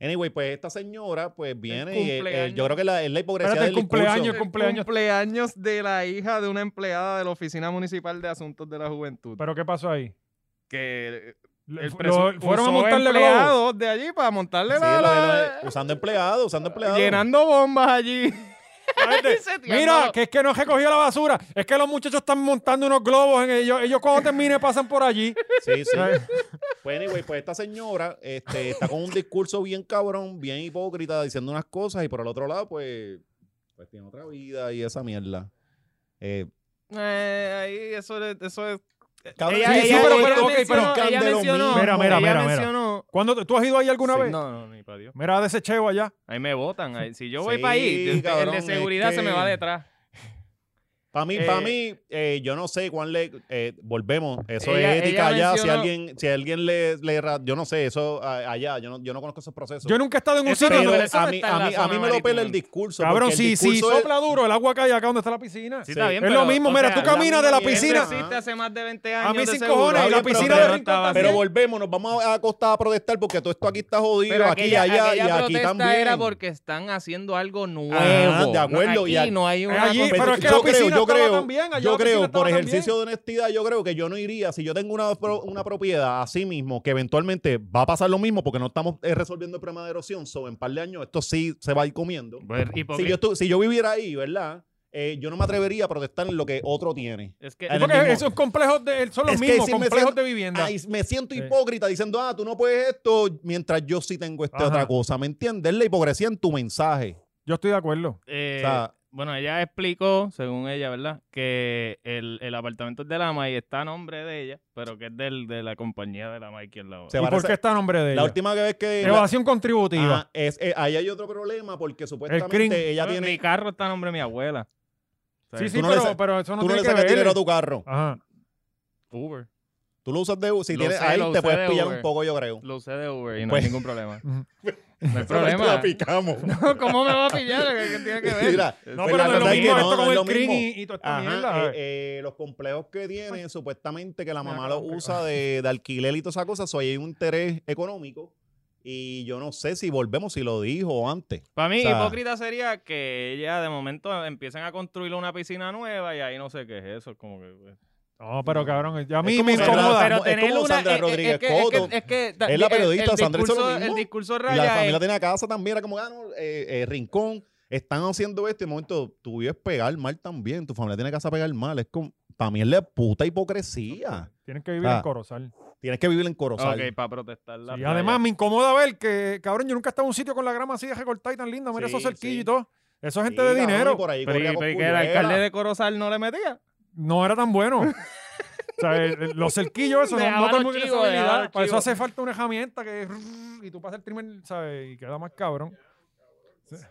[SPEAKER 2] Anyway, pues esta señora pues viene y eh,
[SPEAKER 3] cumpleaños.
[SPEAKER 2] eh, yo creo que la, es la hipocresía
[SPEAKER 1] Espérate, el
[SPEAKER 2] del discurso.
[SPEAKER 1] cumpleaños. cumpleaños.
[SPEAKER 3] cumpleaños de la hija de una empleada de la Oficina Municipal de Asuntos de la Juventud.
[SPEAKER 1] pero ¿qué pasó ahí?
[SPEAKER 3] que
[SPEAKER 1] Le-
[SPEAKER 3] el
[SPEAKER 1] lo-
[SPEAKER 3] presu-
[SPEAKER 1] fueron a
[SPEAKER 3] usó
[SPEAKER 1] montarle globos.
[SPEAKER 3] empleados de allí para montarle
[SPEAKER 2] Sí,
[SPEAKER 3] la-
[SPEAKER 2] lo de-
[SPEAKER 3] la-
[SPEAKER 2] lo de- usando empleados, usando empleados.
[SPEAKER 3] llenando bombas allí.
[SPEAKER 1] Gente,
[SPEAKER 3] Se tiró.
[SPEAKER 1] Mira, que es que no recogió la basura. Es que los muchachos están montando unos globos en ellos. Ellos cuando termine pasan por allí.
[SPEAKER 2] Sí, sí.
[SPEAKER 1] ¿Sabes?
[SPEAKER 2] Pues anyway, pues esta señora este, está con un discurso bien cabrón, bien hipócrita, diciendo unas cosas y por el otro lado pues, pues tiene otra vida y esa mierda. Eh,
[SPEAKER 3] Eh, ahí eso es- eso es
[SPEAKER 2] cabrón,
[SPEAKER 1] Ella- sí, ella- pero- pero- ok,
[SPEAKER 3] mencionó-
[SPEAKER 2] pero-
[SPEAKER 3] ella mencionó-
[SPEAKER 1] Mira, mira,
[SPEAKER 3] ella
[SPEAKER 1] mira, mira.
[SPEAKER 3] mencionó-
[SPEAKER 1] ¿Cuándo te- ¿Tú has ido ahí alguna
[SPEAKER 2] Sí.
[SPEAKER 1] vez?
[SPEAKER 3] No, no, ni para Dios.
[SPEAKER 1] Mira, de ese cheo allá.
[SPEAKER 3] Ahí me botan. ahí- Si yo voy
[SPEAKER 2] Sí,
[SPEAKER 3] para ahí, el- el
[SPEAKER 2] cabrón,
[SPEAKER 3] de
[SPEAKER 2] es
[SPEAKER 3] seguridad se me
[SPEAKER 2] que-
[SPEAKER 3] va detrás.
[SPEAKER 2] Para mí,
[SPEAKER 3] Eh,
[SPEAKER 2] para mí, eh, yo no sé cuál le eh, volvemos. Eso
[SPEAKER 3] Ella-
[SPEAKER 2] es ética
[SPEAKER 3] ella
[SPEAKER 2] allá. Si
[SPEAKER 3] mencionó-
[SPEAKER 2] alguien, si alguien le, le ra- yo no sé eso a- allá. Yo no, yo no conozco esos procesos.
[SPEAKER 1] Yo nunca he estado en un
[SPEAKER 3] Eso
[SPEAKER 1] sitio.
[SPEAKER 3] no
[SPEAKER 2] pero
[SPEAKER 1] donde-
[SPEAKER 3] duele, eso
[SPEAKER 2] a
[SPEAKER 3] no
[SPEAKER 2] mí,
[SPEAKER 3] está en
[SPEAKER 2] a
[SPEAKER 3] la
[SPEAKER 2] mí, a mí
[SPEAKER 3] zona
[SPEAKER 2] me lo pela
[SPEAKER 3] marítima.
[SPEAKER 2] el discurso.
[SPEAKER 1] Cabrón,
[SPEAKER 2] porque el
[SPEAKER 1] si, si
[SPEAKER 2] discurso es-
[SPEAKER 1] sopla duro, el agua cae acá donde está la piscina.
[SPEAKER 3] Sí,
[SPEAKER 2] Sí.
[SPEAKER 3] está bien,
[SPEAKER 1] Es lo
[SPEAKER 3] pero,
[SPEAKER 1] mismo,
[SPEAKER 3] o
[SPEAKER 1] mira,
[SPEAKER 3] sea,
[SPEAKER 1] tú caminas de la
[SPEAKER 2] la
[SPEAKER 1] piscina.
[SPEAKER 2] mierda.
[SPEAKER 3] existe hace más de 20 años.
[SPEAKER 1] A mí
[SPEAKER 3] de
[SPEAKER 1] sin
[SPEAKER 3] seguro.
[SPEAKER 1] cojones, y
[SPEAKER 2] Está
[SPEAKER 1] la
[SPEAKER 2] bien,
[SPEAKER 1] piscina
[SPEAKER 2] pero
[SPEAKER 1] de
[SPEAKER 2] no
[SPEAKER 1] Rincón
[SPEAKER 3] estaba
[SPEAKER 1] también.
[SPEAKER 2] Pero volvemos, nos vamos a acostar a protestar porque todo esto aquí está jodido.
[SPEAKER 3] Pero
[SPEAKER 2] aquí y
[SPEAKER 3] aquella,
[SPEAKER 2] allá
[SPEAKER 3] aquella
[SPEAKER 2] y aquí
[SPEAKER 3] protesta
[SPEAKER 2] también.
[SPEAKER 3] era porque están haciendo algo nuevo.
[SPEAKER 2] de acuerdo,
[SPEAKER 3] No,
[SPEAKER 2] y
[SPEAKER 3] aquí
[SPEAKER 2] al-
[SPEAKER 3] no hay una
[SPEAKER 1] allí,
[SPEAKER 3] competencia.
[SPEAKER 1] pero es que la piscina estaba también, allá
[SPEAKER 2] Pues, yo
[SPEAKER 1] la piscina
[SPEAKER 2] creo,
[SPEAKER 1] estaba
[SPEAKER 2] por
[SPEAKER 1] también.
[SPEAKER 2] ejercicio de honestidad, yo creo que yo no iría. Si yo tengo una, pro- una propiedad así mismo, que eventualmente va a pasar lo mismo porque no estamos eh, resolviendo el problema de erosión, so en par de años esto sí se va a ir comiendo.
[SPEAKER 3] Pues, hipócrita.
[SPEAKER 2] Si yo, estu- si yo viviera ahí, ¿verdad? Eh, yo no me atrevería a protestar en lo que otro tiene.
[SPEAKER 3] Es que
[SPEAKER 2] en el
[SPEAKER 1] Porque
[SPEAKER 2] mismo-
[SPEAKER 1] esos complejos de, son los
[SPEAKER 2] Es que
[SPEAKER 1] mismos
[SPEAKER 2] si me
[SPEAKER 1] complejos
[SPEAKER 2] siento-
[SPEAKER 1] de vivienda.
[SPEAKER 2] Ay, me siento
[SPEAKER 1] Sí.
[SPEAKER 2] hipócrita diciendo, ah, tú no puedes esto, mientras yo sí tengo esta
[SPEAKER 1] Ajá.
[SPEAKER 2] otra cosa. ¿Me entiendes? Es la hipocresía en tu mensaje.
[SPEAKER 1] Yo estoy de acuerdo.
[SPEAKER 3] eh,
[SPEAKER 2] O sea-
[SPEAKER 3] bueno, ella explicó, según ella, ¿verdad? Que el, el apartamento es de la y está a nombre de ella, pero que es del, de la compañía de la MAI quien la
[SPEAKER 2] Se
[SPEAKER 1] ¿Y
[SPEAKER 2] va a
[SPEAKER 1] por qué
[SPEAKER 2] rese-
[SPEAKER 1] está a nombre de
[SPEAKER 2] La
[SPEAKER 1] ella?
[SPEAKER 2] última vez que... la-
[SPEAKER 1] Evasión contributiva.
[SPEAKER 2] Ah, es, eh, ahí hay otro problema porque
[SPEAKER 1] crin-
[SPEAKER 2] supuestamente ella
[SPEAKER 3] Mi
[SPEAKER 2] tiene...
[SPEAKER 3] carro está a nombre de mi abuela. O sea,
[SPEAKER 1] sí,
[SPEAKER 3] es
[SPEAKER 1] sí,
[SPEAKER 2] tú no le
[SPEAKER 1] pero,
[SPEAKER 2] sa-
[SPEAKER 1] pero eso no
[SPEAKER 2] tú no
[SPEAKER 1] tiene
[SPEAKER 2] le
[SPEAKER 1] que
[SPEAKER 2] sacas
[SPEAKER 1] ver. Ah.
[SPEAKER 2] dinero a tu carro.
[SPEAKER 1] Ajá.
[SPEAKER 3] Uber.
[SPEAKER 2] Tú lo usas de... Si
[SPEAKER 3] Lo
[SPEAKER 2] tienes
[SPEAKER 3] sé,
[SPEAKER 2] ahí,
[SPEAKER 3] lo
[SPEAKER 2] te
[SPEAKER 3] usé
[SPEAKER 2] puedes
[SPEAKER 3] de
[SPEAKER 2] pillar
[SPEAKER 3] Uber.
[SPEAKER 2] un poco, yo creo.
[SPEAKER 3] Lo usé de Uber y no
[SPEAKER 2] Pues-
[SPEAKER 3] hay ningún problema. No hay
[SPEAKER 2] La
[SPEAKER 3] problema.
[SPEAKER 2] picamos.
[SPEAKER 3] No, ¿Cómo me va a pillar? ¿Qué, qué tiene que ver?
[SPEAKER 2] Mira,
[SPEAKER 1] No,
[SPEAKER 2] Pues
[SPEAKER 1] pero
[SPEAKER 2] la
[SPEAKER 1] no es lo
[SPEAKER 2] verdad es que
[SPEAKER 1] mismo
[SPEAKER 2] no,
[SPEAKER 1] esto
[SPEAKER 2] no
[SPEAKER 1] con
[SPEAKER 2] es
[SPEAKER 1] el
[SPEAKER 2] lo
[SPEAKER 1] crini
[SPEAKER 2] mismo.
[SPEAKER 1] y toda esta
[SPEAKER 2] Ajá,
[SPEAKER 1] mierda.
[SPEAKER 2] eh, eh, los complejos que tienen, supuestamente que la
[SPEAKER 1] me
[SPEAKER 2] mamá
[SPEAKER 1] acabo
[SPEAKER 2] los
[SPEAKER 1] de-
[SPEAKER 2] usa de, de alquiler y todas esas cosas, so, ahí hay un interés económico y yo no sé si volvemos, si lo dijo antes.
[SPEAKER 3] Para mí,
[SPEAKER 2] O sea-
[SPEAKER 3] hipócrita sería que ella de momento empiecen a construir una piscina nueva y ahí no sé qué es eso. es como que, pues.
[SPEAKER 1] No, pero cabrón, ya a
[SPEAKER 2] Es
[SPEAKER 1] mí
[SPEAKER 2] como
[SPEAKER 1] me
[SPEAKER 2] Sandra-
[SPEAKER 1] incomoda.
[SPEAKER 2] Pero- es como Sandra
[SPEAKER 3] eh, eh,
[SPEAKER 2] Rodríguez
[SPEAKER 3] es que- es que-
[SPEAKER 2] Coto.
[SPEAKER 3] es que da-
[SPEAKER 2] Es la
[SPEAKER 3] el- el
[SPEAKER 2] periodista, Sandra hizo lo
[SPEAKER 3] discurso- El
[SPEAKER 2] mismo.
[SPEAKER 3] discurso
[SPEAKER 2] Y la
[SPEAKER 3] raya
[SPEAKER 2] familia
[SPEAKER 3] es,
[SPEAKER 2] tiene a casa también, era como, ah, no, eh, eh, Rincón, están haciendo esto y de momento tú vives pegar mal también, tu familia tiene casa pegar mal, es como, para mí es la puta hipocresía.
[SPEAKER 1] Tienen que vivir
[SPEAKER 2] Ah.
[SPEAKER 1] en Corozal.
[SPEAKER 2] Tienes que vivir en Corozal.
[SPEAKER 3] Ok, para protestar la
[SPEAKER 1] Y
[SPEAKER 3] playa.
[SPEAKER 1] además me incomoda ver que, cabrón, yo nunca he estado en un sitio con la grama así de recortada y tan linda. Mira
[SPEAKER 2] Sí,
[SPEAKER 1] esos cerquillos
[SPEAKER 2] sí.
[SPEAKER 1] y todo. Eso es gente
[SPEAKER 2] Sí,
[SPEAKER 1] de
[SPEAKER 2] cabrón,
[SPEAKER 1] dinero.
[SPEAKER 2] y por ahí
[SPEAKER 3] Pero, y-
[SPEAKER 2] corría
[SPEAKER 3] pero y que el
[SPEAKER 2] Cosculluela.
[SPEAKER 3] alcalde de Corozal no le metía.
[SPEAKER 1] No era tan bueno. O sea, el- el- los cerquillos, eso, no,
[SPEAKER 3] Dejaba
[SPEAKER 1] no todo el
[SPEAKER 3] los
[SPEAKER 1] mundo tiene esa
[SPEAKER 3] chivos, dejaba
[SPEAKER 1] habilidad.
[SPEAKER 3] los
[SPEAKER 1] Para eso
[SPEAKER 3] chivos.
[SPEAKER 1] hace falta una herramienta que... Y tú pasas el trimmer, ¿sabes? Y queda más cabrón. Sí.
[SPEAKER 2] Pero,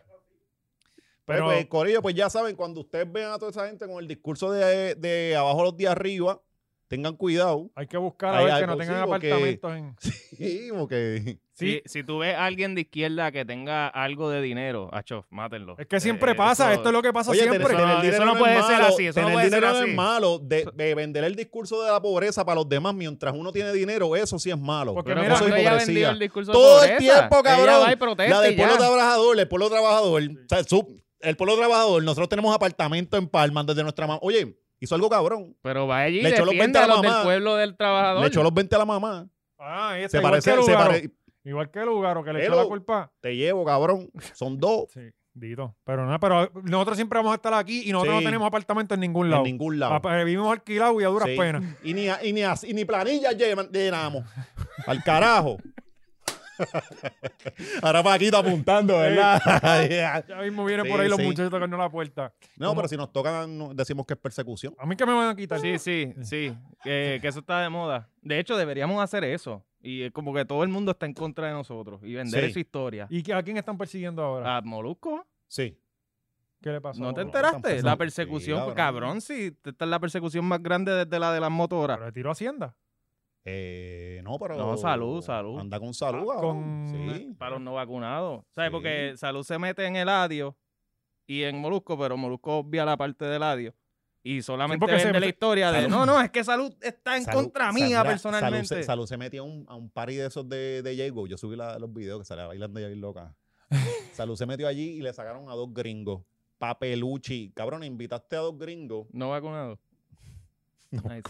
[SPEAKER 1] Pero...
[SPEAKER 2] pues, Corillo, pues ya saben, cuando ustedes vean a toda esa gente con el discurso de, de abajo los días arriba, tengan cuidado.
[SPEAKER 1] Hay que buscar a
[SPEAKER 2] Ay,
[SPEAKER 1] ver
[SPEAKER 2] ay,
[SPEAKER 1] que no
[SPEAKER 2] pues,
[SPEAKER 1] tengan
[SPEAKER 2] sí, porque-
[SPEAKER 1] apartamentos en.
[SPEAKER 2] Sí, porque
[SPEAKER 3] Si, si tú ves a alguien de izquierda que tenga algo de dinero, acho, mátenlo.
[SPEAKER 1] Es que siempre
[SPEAKER 3] Eh,
[SPEAKER 1] pasa,
[SPEAKER 3] eso-
[SPEAKER 1] esto es lo que pasa
[SPEAKER 2] Oye, tener-
[SPEAKER 1] siempre.
[SPEAKER 3] eso no-
[SPEAKER 2] tener
[SPEAKER 3] eso
[SPEAKER 2] dinero
[SPEAKER 3] no
[SPEAKER 2] es
[SPEAKER 3] puede ser
[SPEAKER 2] malo,
[SPEAKER 3] así, eso no
[SPEAKER 2] tener
[SPEAKER 3] puede ser
[SPEAKER 2] dinero no
[SPEAKER 3] así.
[SPEAKER 2] es malo. De, de vender el discurso de la pobreza para los demás mientras uno tiene dinero, eso sí es malo.
[SPEAKER 1] Porque
[SPEAKER 3] Pero
[SPEAKER 1] mira,
[SPEAKER 2] eso es
[SPEAKER 3] cuando ella vendió
[SPEAKER 2] hipocresía.
[SPEAKER 3] el discurso de
[SPEAKER 2] Todo el
[SPEAKER 3] pobreza,
[SPEAKER 2] tiempo,
[SPEAKER 3] Ella va y
[SPEAKER 2] cabrón.
[SPEAKER 3] protesta
[SPEAKER 2] La del
[SPEAKER 3] y
[SPEAKER 2] pueblo
[SPEAKER 3] ya.
[SPEAKER 2] trabajador, el pueblo trabajador. O sea, su- el pueblo trabajador, nosotros tenemos apartamento en Palma desde nuestra mamá. Oye, hizo algo cabrón.
[SPEAKER 3] Pero va allí y
[SPEAKER 2] Le echó los 20
[SPEAKER 3] defiende a
[SPEAKER 2] a la
[SPEAKER 3] los del
[SPEAKER 2] mamá.
[SPEAKER 3] pueblo del trabajador.
[SPEAKER 2] Le echó los 20 a la mamá.
[SPEAKER 1] Ah, ahí está,
[SPEAKER 2] Se
[SPEAKER 1] igual, que
[SPEAKER 2] parece, se
[SPEAKER 1] Lugaro,
[SPEAKER 2] pare-
[SPEAKER 1] igual que Lugaro, que le
[SPEAKER 2] Pero-
[SPEAKER 1] echó la culpa.
[SPEAKER 2] Te llevo, cabrón. Son dos
[SPEAKER 1] Sí, Dito. Pero no, pero nosotros siempre vamos a estar aquí y nosotros
[SPEAKER 2] Sí.
[SPEAKER 1] no tenemos apartamento en ningún
[SPEAKER 2] en
[SPEAKER 1] lado.
[SPEAKER 2] ningún lado.
[SPEAKER 1] Apa- Vivimos alquilados y a duras
[SPEAKER 2] Sí.
[SPEAKER 1] penas.
[SPEAKER 2] Y ni, y ni, as- y ni planillas llevan- llenamos. Al carajo. Ahora Paquito apuntando, ¿verdad?
[SPEAKER 1] Ya mismo vienen
[SPEAKER 2] Sí,
[SPEAKER 1] por ahí los
[SPEAKER 2] sí.
[SPEAKER 1] muchachos tocando la puerta.
[SPEAKER 2] no,
[SPEAKER 1] ¿Cómo?
[SPEAKER 2] pero si nos tocan, no- decimos que es persecución.
[SPEAKER 1] A mí que me van a quitar.
[SPEAKER 3] Sí, sí, sí. Que, que eso está de moda. De hecho, deberíamos hacer eso. Y es como que todo el mundo está en contra de nosotros. Y vender
[SPEAKER 2] Sí.
[SPEAKER 3] esa historia.
[SPEAKER 1] ¿Y qué- a quién están persiguiendo
[SPEAKER 2] Ah,
[SPEAKER 1] ahora?
[SPEAKER 3] A Molusco.
[SPEAKER 2] Sí.
[SPEAKER 1] ¿Qué le pasó?
[SPEAKER 3] ¿No te
[SPEAKER 1] a Molusco?
[SPEAKER 3] enteraste?
[SPEAKER 2] tampoco.
[SPEAKER 3] La persecución,
[SPEAKER 2] Sí,
[SPEAKER 3] pues,
[SPEAKER 2] cabrón.
[SPEAKER 3] cabrón, sí. Esta es la persecución más grande desde la de las motoras.
[SPEAKER 1] Pero le tiró a Hacienda.
[SPEAKER 2] Eh, no, pero.
[SPEAKER 3] No, salud, salud.
[SPEAKER 2] Anda con salud,
[SPEAKER 1] Ah,
[SPEAKER 2] cabrón.
[SPEAKER 1] con-
[SPEAKER 2] Sí.
[SPEAKER 3] Para los no vacunados. ¿Sabes?
[SPEAKER 2] Sí.
[SPEAKER 3] Porque Salud se mete en el adio y en Molusco, pero Molusco obvia la parte del adio. Y solamente
[SPEAKER 1] porque se-
[SPEAKER 3] vende la historia de
[SPEAKER 2] Salud.
[SPEAKER 3] no, no, es que salud está en
[SPEAKER 2] Salud-
[SPEAKER 3] contra
[SPEAKER 2] Sal-
[SPEAKER 3] mía
[SPEAKER 2] mira,
[SPEAKER 3] personalmente.
[SPEAKER 2] Salud se, Salud se metió a un, a un party de esos de, de Jago. Yo subí la- los videos que salía bailando y bien loca. salud se metió allí y le sacaron a dos gringos. Papelucci. Cabrón, invitaste a dos gringos.
[SPEAKER 3] No vacunado. Nice.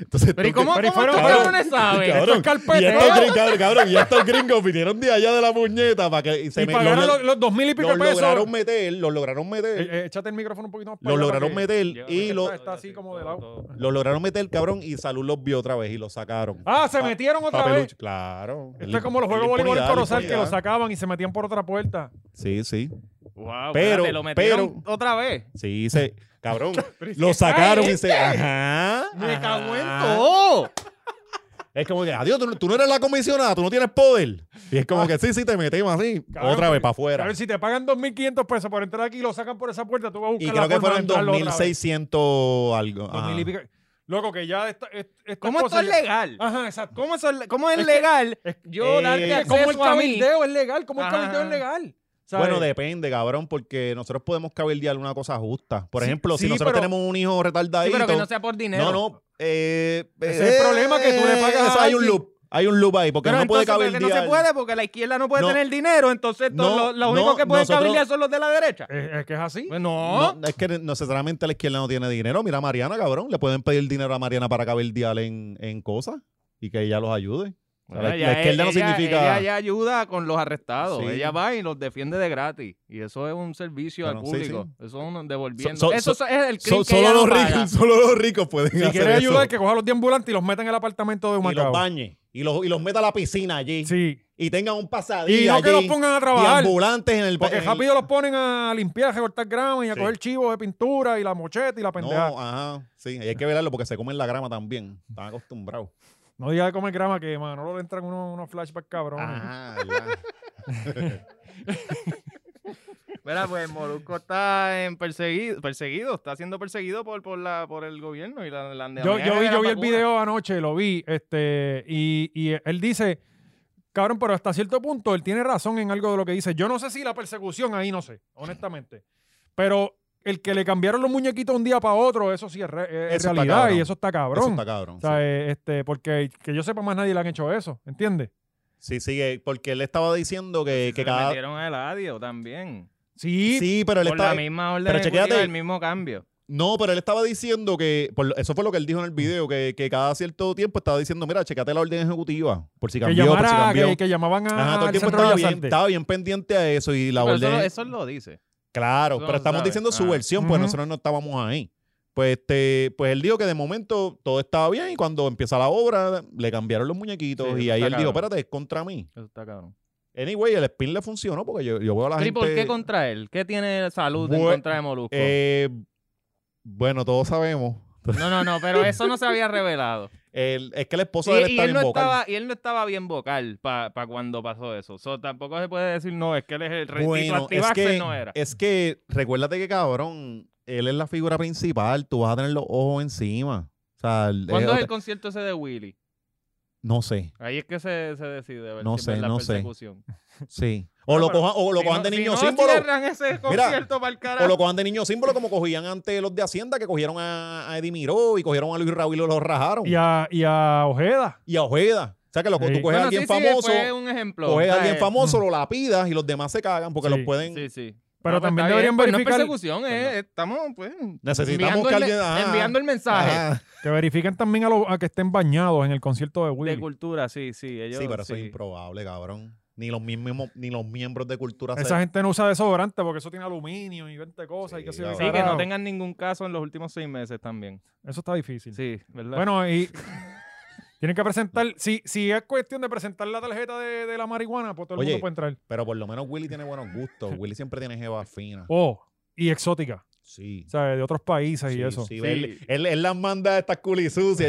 [SPEAKER 2] Entonces,
[SPEAKER 3] Pero ¿y
[SPEAKER 2] tú
[SPEAKER 3] cómo,
[SPEAKER 1] pero ¿y
[SPEAKER 3] cómo
[SPEAKER 1] fueron-
[SPEAKER 3] estos
[SPEAKER 1] cabrón,
[SPEAKER 3] cabrones
[SPEAKER 1] Pues,
[SPEAKER 3] saben?
[SPEAKER 2] cabrón,
[SPEAKER 3] Esto es
[SPEAKER 2] Y
[SPEAKER 3] carpeteo.
[SPEAKER 2] estos, gringos, cabrón, cabrón, y estos gringos vinieron de allá de la puñeta para que y se
[SPEAKER 1] y
[SPEAKER 2] me-
[SPEAKER 1] pagaron
[SPEAKER 2] los,
[SPEAKER 1] los, los dos mil y pico
[SPEAKER 2] los
[SPEAKER 1] pesos.
[SPEAKER 2] lograron meter, los lograron meter,
[SPEAKER 1] Eh, eh, échate el micrófono un poquito más para
[SPEAKER 2] los
[SPEAKER 1] allá para
[SPEAKER 2] lograron
[SPEAKER 1] que-
[SPEAKER 2] meter y
[SPEAKER 1] que
[SPEAKER 2] los
[SPEAKER 1] está- está así como de lado.
[SPEAKER 2] los lograron meter, cabrón, y Salud los vio otra vez y los sacaron.
[SPEAKER 1] Ah, se
[SPEAKER 2] Pa-
[SPEAKER 1] metieron otra vez.
[SPEAKER 2] Papelucci, Claro.
[SPEAKER 1] Esto es como los juegos de voleibol en Corozal que lo sacaban y se metían por otra puerta.
[SPEAKER 2] Sí, sí.
[SPEAKER 3] Wow,
[SPEAKER 2] Pero,
[SPEAKER 3] pero, lo metieron
[SPEAKER 2] pero-
[SPEAKER 3] otra vez.
[SPEAKER 2] Sí, se. Cabrón. lo sacaron y se. Ajá.
[SPEAKER 3] Me
[SPEAKER 2] ajá.
[SPEAKER 3] cago en todo.
[SPEAKER 2] Es como que, adiós, tú, no- tú no eres la comisionada, tú no tienes poder. Y es como que sí, sí, te metimos así.
[SPEAKER 1] Ah. Cabrón,
[SPEAKER 2] otra vez
[SPEAKER 1] porque-
[SPEAKER 2] para afuera.
[SPEAKER 1] A ver, si te pagan 2.500 pesos por entrar aquí y lo sacan por esa puerta, tú vas a buscar
[SPEAKER 2] Y
[SPEAKER 1] la
[SPEAKER 2] creo que
[SPEAKER 1] forma de
[SPEAKER 2] fueron
[SPEAKER 1] entrarlo otra vez.
[SPEAKER 2] 2.600 algo.
[SPEAKER 1] Dos
[SPEAKER 2] Ajá.
[SPEAKER 1] mil y pico. Loco, que ya esta, est- estas
[SPEAKER 3] ¿Cómo esto
[SPEAKER 1] cosas
[SPEAKER 3] es
[SPEAKER 1] ya-
[SPEAKER 3] legal?
[SPEAKER 1] Ajá, exacto.
[SPEAKER 3] ¿Cómo, eso es le- cómo es,
[SPEAKER 1] Es que-
[SPEAKER 3] legal
[SPEAKER 1] es-
[SPEAKER 3] yo
[SPEAKER 2] Eh,
[SPEAKER 3] darte
[SPEAKER 2] es
[SPEAKER 3] acceso
[SPEAKER 1] ¿Cómo el
[SPEAKER 3] a mí?
[SPEAKER 1] cabildeo es legal? ¿Cómo el
[SPEAKER 3] Ajá.
[SPEAKER 1] cabildeo es legal? ¿Sabes?
[SPEAKER 2] Bueno, depende, cabrón, porque nosotros podemos cabildear una cosa justa. Por
[SPEAKER 1] Sí,
[SPEAKER 2] ejemplo, si
[SPEAKER 1] sí,
[SPEAKER 2] nosotros
[SPEAKER 1] pero-
[SPEAKER 2] tenemos un hijo
[SPEAKER 3] Sí,
[SPEAKER 2] retardadito.
[SPEAKER 3] pero que no sea por dinero.
[SPEAKER 2] no, no, eh,
[SPEAKER 1] Ese es el problema, que tú le pagas
[SPEAKER 2] eso
[SPEAKER 1] a
[SPEAKER 2] hay un
[SPEAKER 1] alguien.
[SPEAKER 2] loop. Hay un loop ahí, porque
[SPEAKER 3] Pero
[SPEAKER 2] no puede
[SPEAKER 3] entonces, porque
[SPEAKER 2] cabildear.
[SPEAKER 3] no se puede porque la izquierda no puede
[SPEAKER 2] No.
[SPEAKER 3] tener dinero, entonces to-
[SPEAKER 2] No,
[SPEAKER 3] lo- los
[SPEAKER 2] no,
[SPEAKER 3] únicos que pueden
[SPEAKER 2] nosotros- Eh,
[SPEAKER 3] cabildear son los de la derecha.
[SPEAKER 1] Es, es que es así.
[SPEAKER 3] Pues no.
[SPEAKER 2] No, es que no necesariamente la izquierda no tiene dinero. Mira, a Mariana, cabrón, le pueden pedir dinero a Mariana para cabildear en, en cosas y que ella los ayude. O sea, la,
[SPEAKER 3] Bueno,
[SPEAKER 2] la
[SPEAKER 3] ella-
[SPEAKER 2] izquierda no
[SPEAKER 3] ella-
[SPEAKER 2] significa.
[SPEAKER 3] Ella ya ayuda con los arrestados.
[SPEAKER 2] Sí.
[SPEAKER 3] Ella va y los defiende de gratis. Y eso es un servicio al
[SPEAKER 2] Bueno, sí,
[SPEAKER 3] público. Eso es un devolviendo.
[SPEAKER 2] So- so-
[SPEAKER 3] eso
[SPEAKER 2] so-
[SPEAKER 3] es el
[SPEAKER 2] So-
[SPEAKER 3] crimen que
[SPEAKER 2] solo,
[SPEAKER 3] ella no
[SPEAKER 2] los
[SPEAKER 3] paga.
[SPEAKER 2] ricos, solo los ricos pueden
[SPEAKER 1] Si
[SPEAKER 2] hacer
[SPEAKER 1] quieres
[SPEAKER 2] eso.
[SPEAKER 1] ayudar, que coja los deambulantes y los meta en el apartamento de un
[SPEAKER 2] y los
[SPEAKER 1] macabro.
[SPEAKER 2] bañe y los, y los meta a la piscina allí
[SPEAKER 1] Sí.
[SPEAKER 2] y tengan un pasadillo
[SPEAKER 1] Y no
[SPEAKER 2] allí,
[SPEAKER 1] que los pongan a trabajar.
[SPEAKER 2] ambulantes en el
[SPEAKER 1] Porque
[SPEAKER 2] en el-
[SPEAKER 1] rápido los ponen a limpiar, a recortar grama y a
[SPEAKER 2] Sí.
[SPEAKER 1] coger chivos de pintura y la mocheta y la pendeja.
[SPEAKER 2] no ajá sí y hay que velarlo porque se comen la grama también están acostumbrados
[SPEAKER 1] No digas de comer grama que, mano, no le entran unos, unos flashbacks cabrones.
[SPEAKER 2] ajá verdad.
[SPEAKER 3] Mira, pues Molusco está en perseguido, perseguido, está siendo perseguido por, por, la, por el gobierno y la, la
[SPEAKER 1] Yo, yo vi, yo vi el
[SPEAKER 3] vacuna.
[SPEAKER 1] video anoche, lo vi, este, y, y él dice, Cabrón, pero hasta cierto punto él tiene razón en algo de lo que dice. Yo no sé si la persecución ahí, no sé, honestamente. Pero el que le cambiaron los muñequitos un día para otro, eso sí es, re- es
[SPEAKER 2] Eso está
[SPEAKER 1] realidad
[SPEAKER 2] cabrón.
[SPEAKER 1] y eso está cabrón.
[SPEAKER 2] Eso está cabrón.
[SPEAKER 1] O sea,
[SPEAKER 2] sí.
[SPEAKER 1] eh, este, porque que yo sepa más nadie le han hecho eso, ¿entiendes?
[SPEAKER 2] Sí, sí, que- porque él estaba diciendo que, que
[SPEAKER 3] Que
[SPEAKER 2] cada.
[SPEAKER 3] metieron a Eladio también.
[SPEAKER 1] Sí,
[SPEAKER 2] Sí, pero él
[SPEAKER 3] Por la
[SPEAKER 2] estaba.
[SPEAKER 3] misma orden
[SPEAKER 2] pero
[SPEAKER 3] ejecutiva,
[SPEAKER 2] chequéate.
[SPEAKER 3] el mismo cambio.
[SPEAKER 2] No, pero él estaba diciendo que. por lo- eso fue lo que él dijo en el video, que, que cada cierto tiempo estaba diciendo, mira, checate la orden ejecutiva. Por si
[SPEAKER 1] que,
[SPEAKER 2] cambió, por si
[SPEAKER 1] llamara-
[SPEAKER 2] cambió.
[SPEAKER 1] que, que llamaban a
[SPEAKER 2] Ajá, todo el
[SPEAKER 1] al
[SPEAKER 2] tiempo
[SPEAKER 1] Centro
[SPEAKER 2] estaba
[SPEAKER 1] Bellas
[SPEAKER 2] bien,
[SPEAKER 1] Artes.
[SPEAKER 2] estaba bien pendiente a eso y la
[SPEAKER 3] Pero
[SPEAKER 2] orden.
[SPEAKER 3] eso, lo- eso lo dice.
[SPEAKER 2] Claro,
[SPEAKER 3] Eso no
[SPEAKER 2] pero
[SPEAKER 3] se
[SPEAKER 2] estamos
[SPEAKER 3] sabe.
[SPEAKER 2] diciendo su
[SPEAKER 3] Ah.
[SPEAKER 2] versión, pues
[SPEAKER 1] Ujú.
[SPEAKER 2] nosotros no estábamos ahí. Pues, este, pues él dijo que de momento todo estaba bien y cuando empieza la obra le cambiaron los muñequitos
[SPEAKER 3] Sí,
[SPEAKER 2] y
[SPEAKER 3] eso
[SPEAKER 2] ahí
[SPEAKER 3] está
[SPEAKER 2] él dijo,
[SPEAKER 3] cabrón.
[SPEAKER 2] espérate, es contra mí.
[SPEAKER 3] Eso está cabrón.
[SPEAKER 2] Anyway, el spin le funcionó porque yo, yo veo a la
[SPEAKER 3] Pero ¿Y
[SPEAKER 2] gente...
[SPEAKER 3] por qué contra él? ¿Qué tiene salud en
[SPEAKER 2] Bue-
[SPEAKER 3] contra de Molusco?
[SPEAKER 2] Eh, bueno, todos sabemos.
[SPEAKER 3] No, no, no, pero eso no se había revelado.
[SPEAKER 2] El- es que la esposa de él
[SPEAKER 3] Y, y
[SPEAKER 2] está
[SPEAKER 3] él
[SPEAKER 2] bien
[SPEAKER 3] no
[SPEAKER 2] vocal.
[SPEAKER 3] estaba, y él no estaba bien vocal para cuando pasó eso. So, tampoco se puede decir, no, es que él es el rey.
[SPEAKER 2] Bueno,
[SPEAKER 3] Tito
[SPEAKER 2] es
[SPEAKER 3] Antibaxter
[SPEAKER 2] que, eh,
[SPEAKER 3] no era.
[SPEAKER 2] es que recuérdate que cabrón, él es la figura principal, tú vas a tener los ojos encima. O sea, el-
[SPEAKER 3] ¿Cuándo
[SPEAKER 2] eh,
[SPEAKER 3] es el
[SPEAKER 2] otra-
[SPEAKER 3] concierto ese de Willy?
[SPEAKER 2] no sé,
[SPEAKER 3] Ahí es que se, se decide. ver
[SPEAKER 2] No
[SPEAKER 3] quién
[SPEAKER 2] sé,
[SPEAKER 3] es la
[SPEAKER 2] no sé.
[SPEAKER 3] persecución.
[SPEAKER 2] sí. O
[SPEAKER 3] No,
[SPEAKER 2] lo
[SPEAKER 3] pero
[SPEAKER 2] cojan, o lo
[SPEAKER 3] Si
[SPEAKER 2] cojan
[SPEAKER 3] no-
[SPEAKER 2] de niño
[SPEAKER 3] si no
[SPEAKER 2] símbolo.
[SPEAKER 3] cierran ese concierto para el
[SPEAKER 2] O
[SPEAKER 3] carajo.
[SPEAKER 2] lo cojan de niño símbolo, como cogían antes los de Hacienda, que cogieron a, a Eddie Miró y cogieron a Luis Raúl y los rajaron.
[SPEAKER 1] Y a, y a Ojeda.
[SPEAKER 2] Y a Ojeda. O sea, que lo,
[SPEAKER 1] Sí.
[SPEAKER 2] tú coges
[SPEAKER 3] Bueno,
[SPEAKER 2] a alguien
[SPEAKER 3] sí, sí,
[SPEAKER 2] famoso,
[SPEAKER 3] fue un ejemplo.
[SPEAKER 2] coges a alguien
[SPEAKER 3] ¿sabes?
[SPEAKER 2] famoso,
[SPEAKER 1] Mm.
[SPEAKER 2] lo lapidas y los demás se cagan porque
[SPEAKER 1] Sí.
[SPEAKER 2] los pueden.
[SPEAKER 3] Sí, sí.
[SPEAKER 1] Pero
[SPEAKER 3] No, pues,
[SPEAKER 1] también
[SPEAKER 3] está bien,
[SPEAKER 1] deberían
[SPEAKER 3] pues, no es
[SPEAKER 1] verificar
[SPEAKER 3] persecución, eh, estamos pues,
[SPEAKER 2] Necesitamos
[SPEAKER 3] enviando
[SPEAKER 2] que
[SPEAKER 3] el-
[SPEAKER 2] alguien- ah. ajá.
[SPEAKER 3] enviando el mensaje
[SPEAKER 2] Ajá.
[SPEAKER 1] que verifiquen también a, lo- a que estén bañados en el concierto de Willy.
[SPEAKER 3] de cultura, sí, sí. Ellos,
[SPEAKER 2] Sí, pero eso es
[SPEAKER 3] sí.
[SPEAKER 2] improbable, cabrón. Ni los mismos, ni los miembros de cultura se-
[SPEAKER 1] Esa gente no usa desodorante porque eso tiene aluminio y 20 cosas y
[SPEAKER 2] Sí,
[SPEAKER 1] qué sé yo.
[SPEAKER 2] cabrón.
[SPEAKER 1] qué
[SPEAKER 3] Sí, que no
[SPEAKER 1] carajo.
[SPEAKER 3] tengan ningún caso en los últimos seis meses también.
[SPEAKER 1] Eso está difícil.
[SPEAKER 3] Sí, ¿verdad?
[SPEAKER 1] Bueno, y tienen que presentar, si, si es cuestión de presentar la tarjeta de, de la marihuana, pues todo el
[SPEAKER 2] Oye.
[SPEAKER 1] mundo puede entrar.
[SPEAKER 2] Pero por lo menos Willy tiene buenos gustos. Willy siempre tiene jeva fina.
[SPEAKER 1] Oh, y exótica,
[SPEAKER 2] Sí.
[SPEAKER 1] o sea, de otros países
[SPEAKER 2] Sí,
[SPEAKER 1] y eso.
[SPEAKER 2] sí, Él, él- él las manda a estas culisucias,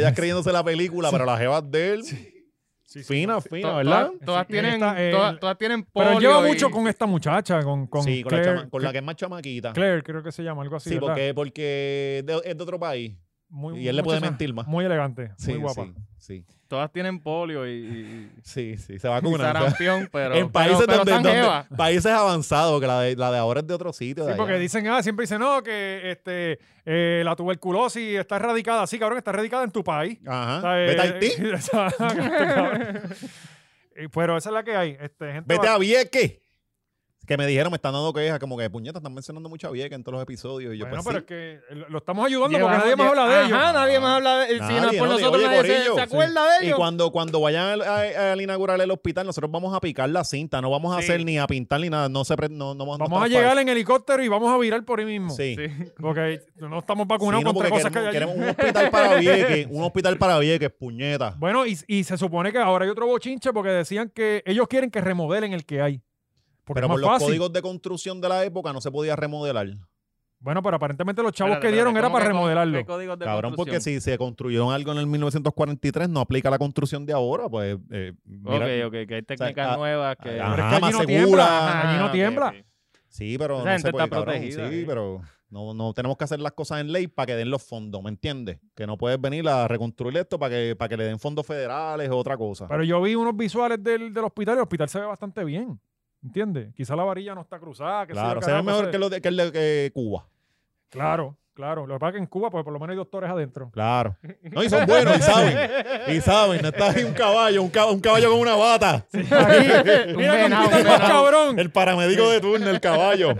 [SPEAKER 2] ellas creyéndose la película, pero las jevas de él.
[SPEAKER 1] Sí, sí.
[SPEAKER 2] fina,
[SPEAKER 3] To-
[SPEAKER 2] fina,
[SPEAKER 3] todas-
[SPEAKER 2] ¿verdad?
[SPEAKER 3] Todas,
[SPEAKER 1] Sí,
[SPEAKER 3] tienen,
[SPEAKER 1] está el-
[SPEAKER 3] todas, todas tienen
[SPEAKER 1] Pero él
[SPEAKER 3] polio
[SPEAKER 1] lleva
[SPEAKER 3] y-
[SPEAKER 1] mucho con esta muchacha, con, con,
[SPEAKER 2] sí, con, la
[SPEAKER 1] Claire-
[SPEAKER 2] chama- con la que es más chamaquita.
[SPEAKER 1] Claire, creo que se llama, algo así.
[SPEAKER 2] sí,
[SPEAKER 1] ¿verdad?
[SPEAKER 2] porque, porque de- es de otro país.
[SPEAKER 1] Muy-
[SPEAKER 2] y él le puede
[SPEAKER 1] muchacha
[SPEAKER 2] mentir más.
[SPEAKER 1] Muy elegante,
[SPEAKER 2] Sí,
[SPEAKER 1] muy guapa.
[SPEAKER 2] Sí, sí,
[SPEAKER 3] Todas tienen polio y, y- y-
[SPEAKER 2] sí, sí, se
[SPEAKER 3] y
[SPEAKER 2] vacuna. o sea,
[SPEAKER 3] sarampión, pero...
[SPEAKER 2] en países
[SPEAKER 3] pero- pero
[SPEAKER 2] donde,
[SPEAKER 3] están
[SPEAKER 2] donde-
[SPEAKER 3] jevas.
[SPEAKER 2] países avanzados, que la de, la de ahora es de otro sitio. de
[SPEAKER 1] Sí, porque
[SPEAKER 2] allá.
[SPEAKER 1] dicen, ah, siempre dicen, no, que este, eh, la tuberculosis está erradicada. Sí, cabrón, está erradicada en tu país. O
[SPEAKER 2] Ajá.
[SPEAKER 1] sea, eh,
[SPEAKER 2] Ah, Vete a Haití,
[SPEAKER 1] o sea, cabrón. Y- Pero esa es la que hay. Este, gente
[SPEAKER 2] vete
[SPEAKER 1] va-
[SPEAKER 2] a Vieques. Que me dijeron, me están dando quejas, como que puñeta, están mencionando mucho a Vieques en todos los episodios. Y yo,
[SPEAKER 1] Bueno,
[SPEAKER 2] pues,
[SPEAKER 1] pero
[SPEAKER 2] sí.
[SPEAKER 1] es que eh, lo- lo estamos ayudando
[SPEAKER 3] Llevan-
[SPEAKER 1] porque nadie más habla de
[SPEAKER 3] Ajá,
[SPEAKER 1] ellos.
[SPEAKER 3] nadie más habla de ellos. Si no es
[SPEAKER 2] Nadie,
[SPEAKER 3] por
[SPEAKER 2] no, de-
[SPEAKER 3] nosotros,
[SPEAKER 2] oye,
[SPEAKER 3] nadie se,
[SPEAKER 2] corillo, sí.
[SPEAKER 3] se acuerda de
[SPEAKER 2] Y
[SPEAKER 3] ellos.
[SPEAKER 2] cuando, cuando vayan al- a- al inaugurar el hospital, nosotros vamos a picar la cinta, no vamos a
[SPEAKER 3] Sí.
[SPEAKER 2] hacer ni a pintar ni nada, no se pre- no, no no
[SPEAKER 1] Vamos a
[SPEAKER 2] estamos
[SPEAKER 1] llegar
[SPEAKER 2] para-
[SPEAKER 1] en helicóptero y vamos a virar por ahí mismo.
[SPEAKER 2] Sí.
[SPEAKER 3] Sí.
[SPEAKER 1] Porque no estamos
[SPEAKER 2] Sí,
[SPEAKER 1] vacunados
[SPEAKER 2] no,
[SPEAKER 1] contra
[SPEAKER 2] porque
[SPEAKER 1] cosas
[SPEAKER 2] queremos,
[SPEAKER 1] que hay allí.
[SPEAKER 2] queremos un hospital para Vieques, un hospital para Vieques, puñeta.
[SPEAKER 1] Bueno, y, y se supone que ahora hay otro bochinche porque decían que ellos quieren que remodelen el que hay. Porque
[SPEAKER 2] Pero
[SPEAKER 1] es
[SPEAKER 2] por
[SPEAKER 1] más
[SPEAKER 2] los
[SPEAKER 1] fácil.
[SPEAKER 2] códigos de construcción de la época no se podía remodelar.
[SPEAKER 1] Bueno, pero aparentemente los chavos
[SPEAKER 3] Espérate,
[SPEAKER 1] que dieron
[SPEAKER 3] espérate,
[SPEAKER 1] era
[SPEAKER 3] ¿cómo
[SPEAKER 1] para
[SPEAKER 3] que con-
[SPEAKER 1] remodelarlo.
[SPEAKER 3] qué códigos de
[SPEAKER 2] Cabrón, porque
[SPEAKER 3] construcción?
[SPEAKER 2] si se construyó algo en el 1943, no aplica la construcción de ahora, pues eh, mira.
[SPEAKER 3] Ok, ok, que hay técnicas
[SPEAKER 2] ah,
[SPEAKER 3] nuevas que...
[SPEAKER 1] Pero
[SPEAKER 2] ah, Ajá,
[SPEAKER 1] es que allí
[SPEAKER 2] más
[SPEAKER 1] no
[SPEAKER 2] segura.
[SPEAKER 1] tiembla. Allí
[SPEAKER 3] Ah,
[SPEAKER 1] no
[SPEAKER 3] ok,
[SPEAKER 1] tiembla.
[SPEAKER 3] ok.
[SPEAKER 2] Sí, pero
[SPEAKER 3] Esa
[SPEAKER 2] no
[SPEAKER 3] gente
[SPEAKER 2] se puede,
[SPEAKER 3] está
[SPEAKER 2] cabrón,
[SPEAKER 3] protegida,
[SPEAKER 2] Sí,
[SPEAKER 3] ¿eh?
[SPEAKER 2] pero no, no tenemos que hacer las cosas en ley para que den los fondos, ¿me entiendes? Que no puedes venir a reconstruir esto para que, para que le den fondos federales o otra cosa.
[SPEAKER 1] Pero yo vi unos visuales del, del hospital y el hospital se ve bastante bien. ¿Entiendes? Quizá la varilla no está cruzada. qué sé yo,
[SPEAKER 2] claro, se ve
[SPEAKER 1] carajo,
[SPEAKER 2] mejor
[SPEAKER 1] se-
[SPEAKER 2] que, lo de- que el de que Cuba.
[SPEAKER 1] Claro, claro. Lo que pasa es que en Cuba, pues por lo menos hay doctores adentro.
[SPEAKER 2] Claro. No, y son buenos, y saben. Y saben, no está ahí un caballo, un, ca- un caballo con una bata.
[SPEAKER 1] Ahí,
[SPEAKER 3] Un
[SPEAKER 1] mira,
[SPEAKER 3] venado,
[SPEAKER 1] compito
[SPEAKER 3] un
[SPEAKER 1] más
[SPEAKER 3] venado.
[SPEAKER 1] cabrón.
[SPEAKER 2] El paramédico de turno, el caballo.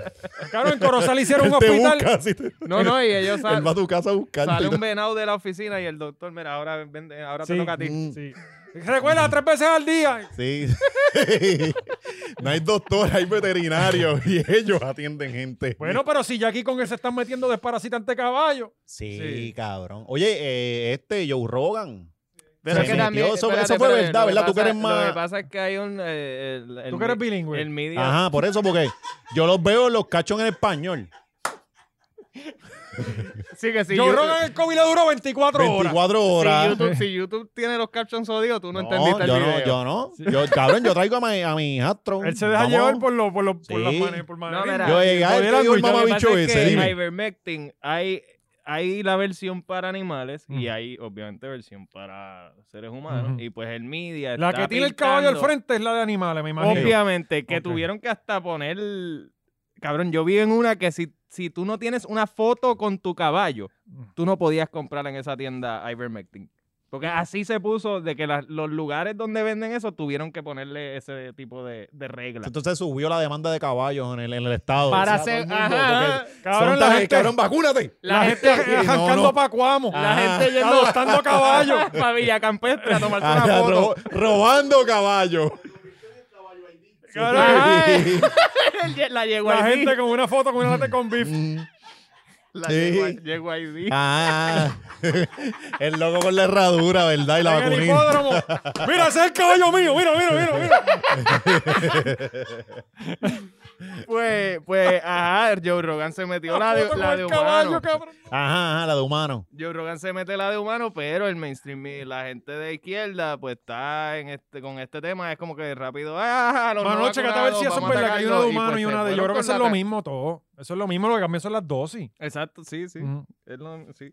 [SPEAKER 1] Cabrón, en Corozal hicieron
[SPEAKER 2] Él
[SPEAKER 1] un
[SPEAKER 2] te
[SPEAKER 1] hospital.
[SPEAKER 2] busca, así te-
[SPEAKER 3] No, no, y ellos
[SPEAKER 2] él va a
[SPEAKER 3] salen.
[SPEAKER 2] tu casa a buscarte.
[SPEAKER 3] Sale
[SPEAKER 2] y te-
[SPEAKER 3] un venado de la oficina y el doctor, mira, ahora, ven- ahora te
[SPEAKER 1] Sí.
[SPEAKER 3] toca a ti.
[SPEAKER 2] Mm,
[SPEAKER 1] Sí. Recuerda, tres veces al día.
[SPEAKER 2] Sí. no hay doctor, hay veterinarios y ellos atienden gente.
[SPEAKER 1] Bueno, pero si ya aquí con él se están metiendo desparasitante caballo.
[SPEAKER 2] Sí,
[SPEAKER 3] Sí.
[SPEAKER 2] cabrón. Oye, eh, este Joe Rogan.
[SPEAKER 3] Pero
[SPEAKER 2] Se
[SPEAKER 3] es que
[SPEAKER 2] metió,
[SPEAKER 3] también,
[SPEAKER 2] eso-
[SPEAKER 3] espérate,
[SPEAKER 2] eso fue
[SPEAKER 3] espérate,
[SPEAKER 2] verdad,
[SPEAKER 3] lo que
[SPEAKER 2] ¿verdad? Tú que
[SPEAKER 3] pasa-
[SPEAKER 2] eres más-
[SPEAKER 3] Lo que pasa es que hay un... eh, el, el
[SPEAKER 1] Tú que eres
[SPEAKER 3] mi-
[SPEAKER 1] bilingüe.
[SPEAKER 3] El media...
[SPEAKER 2] Ajá, por eso, porque yo los veo los cachos en español.
[SPEAKER 3] Sí, que sí.
[SPEAKER 1] Yo
[SPEAKER 3] YouTube-
[SPEAKER 1] creo que el COVID le duró 24 horas.
[SPEAKER 2] 24
[SPEAKER 3] si
[SPEAKER 1] Ah,
[SPEAKER 2] horas.
[SPEAKER 3] YouTube, si YouTube tiene los captions odios, tú no, entendiste el
[SPEAKER 2] yo
[SPEAKER 3] video.
[SPEAKER 2] no, yo no. Yo, cabrón, yo traigo a mi, a mi hijastro.
[SPEAKER 1] Él se deja
[SPEAKER 2] Vamos.
[SPEAKER 1] llevar por, lo, por, lo, por
[SPEAKER 2] Sí.
[SPEAKER 1] las maneras. Por
[SPEAKER 3] No,
[SPEAKER 1] manerismo.
[SPEAKER 3] mira,
[SPEAKER 2] Yo llegué,
[SPEAKER 1] Todavía
[SPEAKER 2] él
[SPEAKER 1] la
[SPEAKER 2] te digo el
[SPEAKER 1] ducha,
[SPEAKER 3] Lo que
[SPEAKER 2] mamabicho
[SPEAKER 3] pasa es
[SPEAKER 2] ese,
[SPEAKER 3] que
[SPEAKER 2] dime.
[SPEAKER 3] Ivermectin, hay, hay la versión para animales y
[SPEAKER 1] Ujú.
[SPEAKER 3] hay, obviamente, versión para seres humanos.
[SPEAKER 1] Mm. Ujú.
[SPEAKER 3] Y pues el media.
[SPEAKER 1] La
[SPEAKER 3] está
[SPEAKER 1] que tiene el caballo al
[SPEAKER 3] pintando-
[SPEAKER 1] frente es la de animales, me imagino.
[SPEAKER 3] Obviamente, que
[SPEAKER 1] Ok.
[SPEAKER 3] tuvieron que hasta poner. Cabrón, yo vi en una que si, si tú no tienes una foto con tu caballo,
[SPEAKER 1] Mm.
[SPEAKER 3] tú no podías comprar en esa tienda Ivermectin. Porque así se puso de que las- los lugares donde venden eso tuvieron que ponerle ese tipo de, de reglas.
[SPEAKER 2] Entonces subió la demanda de caballos en el, en el estado.
[SPEAKER 3] Para
[SPEAKER 2] Decía
[SPEAKER 3] hacer.
[SPEAKER 2] todo el mundo,
[SPEAKER 3] ajá,
[SPEAKER 1] Cabrón,
[SPEAKER 2] son
[SPEAKER 1] la
[SPEAKER 2] tan-
[SPEAKER 1] gente,
[SPEAKER 2] cabrón, vacúnate.
[SPEAKER 1] la gente arrancando
[SPEAKER 2] no.
[SPEAKER 1] pa' Cuamo.
[SPEAKER 3] la
[SPEAKER 2] Ah,
[SPEAKER 3] gente yendo
[SPEAKER 1] adoptando caballos.
[SPEAKER 3] para Villa Campestre a tomarse una
[SPEAKER 2] Ajá,
[SPEAKER 3] foto.
[SPEAKER 2] ro- robando caballos.
[SPEAKER 1] Cabrón,
[SPEAKER 3] Ay. la llegó
[SPEAKER 1] la
[SPEAKER 3] ahí.
[SPEAKER 1] gente con una foto con una lata con beef.
[SPEAKER 2] Mm.
[SPEAKER 3] La
[SPEAKER 2] Sí.
[SPEAKER 3] yegua- yegua ID.
[SPEAKER 2] Ah, el loco con la herradura, ¿verdad? Y la
[SPEAKER 1] en el
[SPEAKER 2] vacunina.
[SPEAKER 1] hipódromo. Mira, ese es el caballo mío. Mira, mira, mira, mira.
[SPEAKER 3] Pues, pues, ajá, Joe Rogan se metió la,
[SPEAKER 1] foto
[SPEAKER 3] de,
[SPEAKER 1] con
[SPEAKER 3] la
[SPEAKER 1] el
[SPEAKER 3] de
[SPEAKER 1] caballo,
[SPEAKER 3] humano.
[SPEAKER 1] cabrón.
[SPEAKER 2] Ajá, ajá, la de humano.
[SPEAKER 3] Joe Rogan se mete la de humano, pero el mainstream, y la gente de izquierda, pues está en este, con este tema, es como que rápido, ah, los no
[SPEAKER 1] Manuel, checate a ver si eso es
[SPEAKER 3] vacunados,
[SPEAKER 1] verdad que hay una
[SPEAKER 3] vamos
[SPEAKER 1] de
[SPEAKER 3] a
[SPEAKER 1] humano
[SPEAKER 3] atacarlos,
[SPEAKER 1] y
[SPEAKER 3] pues,
[SPEAKER 1] una
[SPEAKER 3] se
[SPEAKER 1] de. Yo
[SPEAKER 3] fueron
[SPEAKER 1] creo que
[SPEAKER 3] con
[SPEAKER 1] eso es
[SPEAKER 3] la
[SPEAKER 1] lo
[SPEAKER 3] ta-
[SPEAKER 1] mismo todo. Eso es lo mismo, lo que cambian son las dosis.
[SPEAKER 3] Exacto, sí, sí.
[SPEAKER 1] Ujú.
[SPEAKER 3] es lo- sí.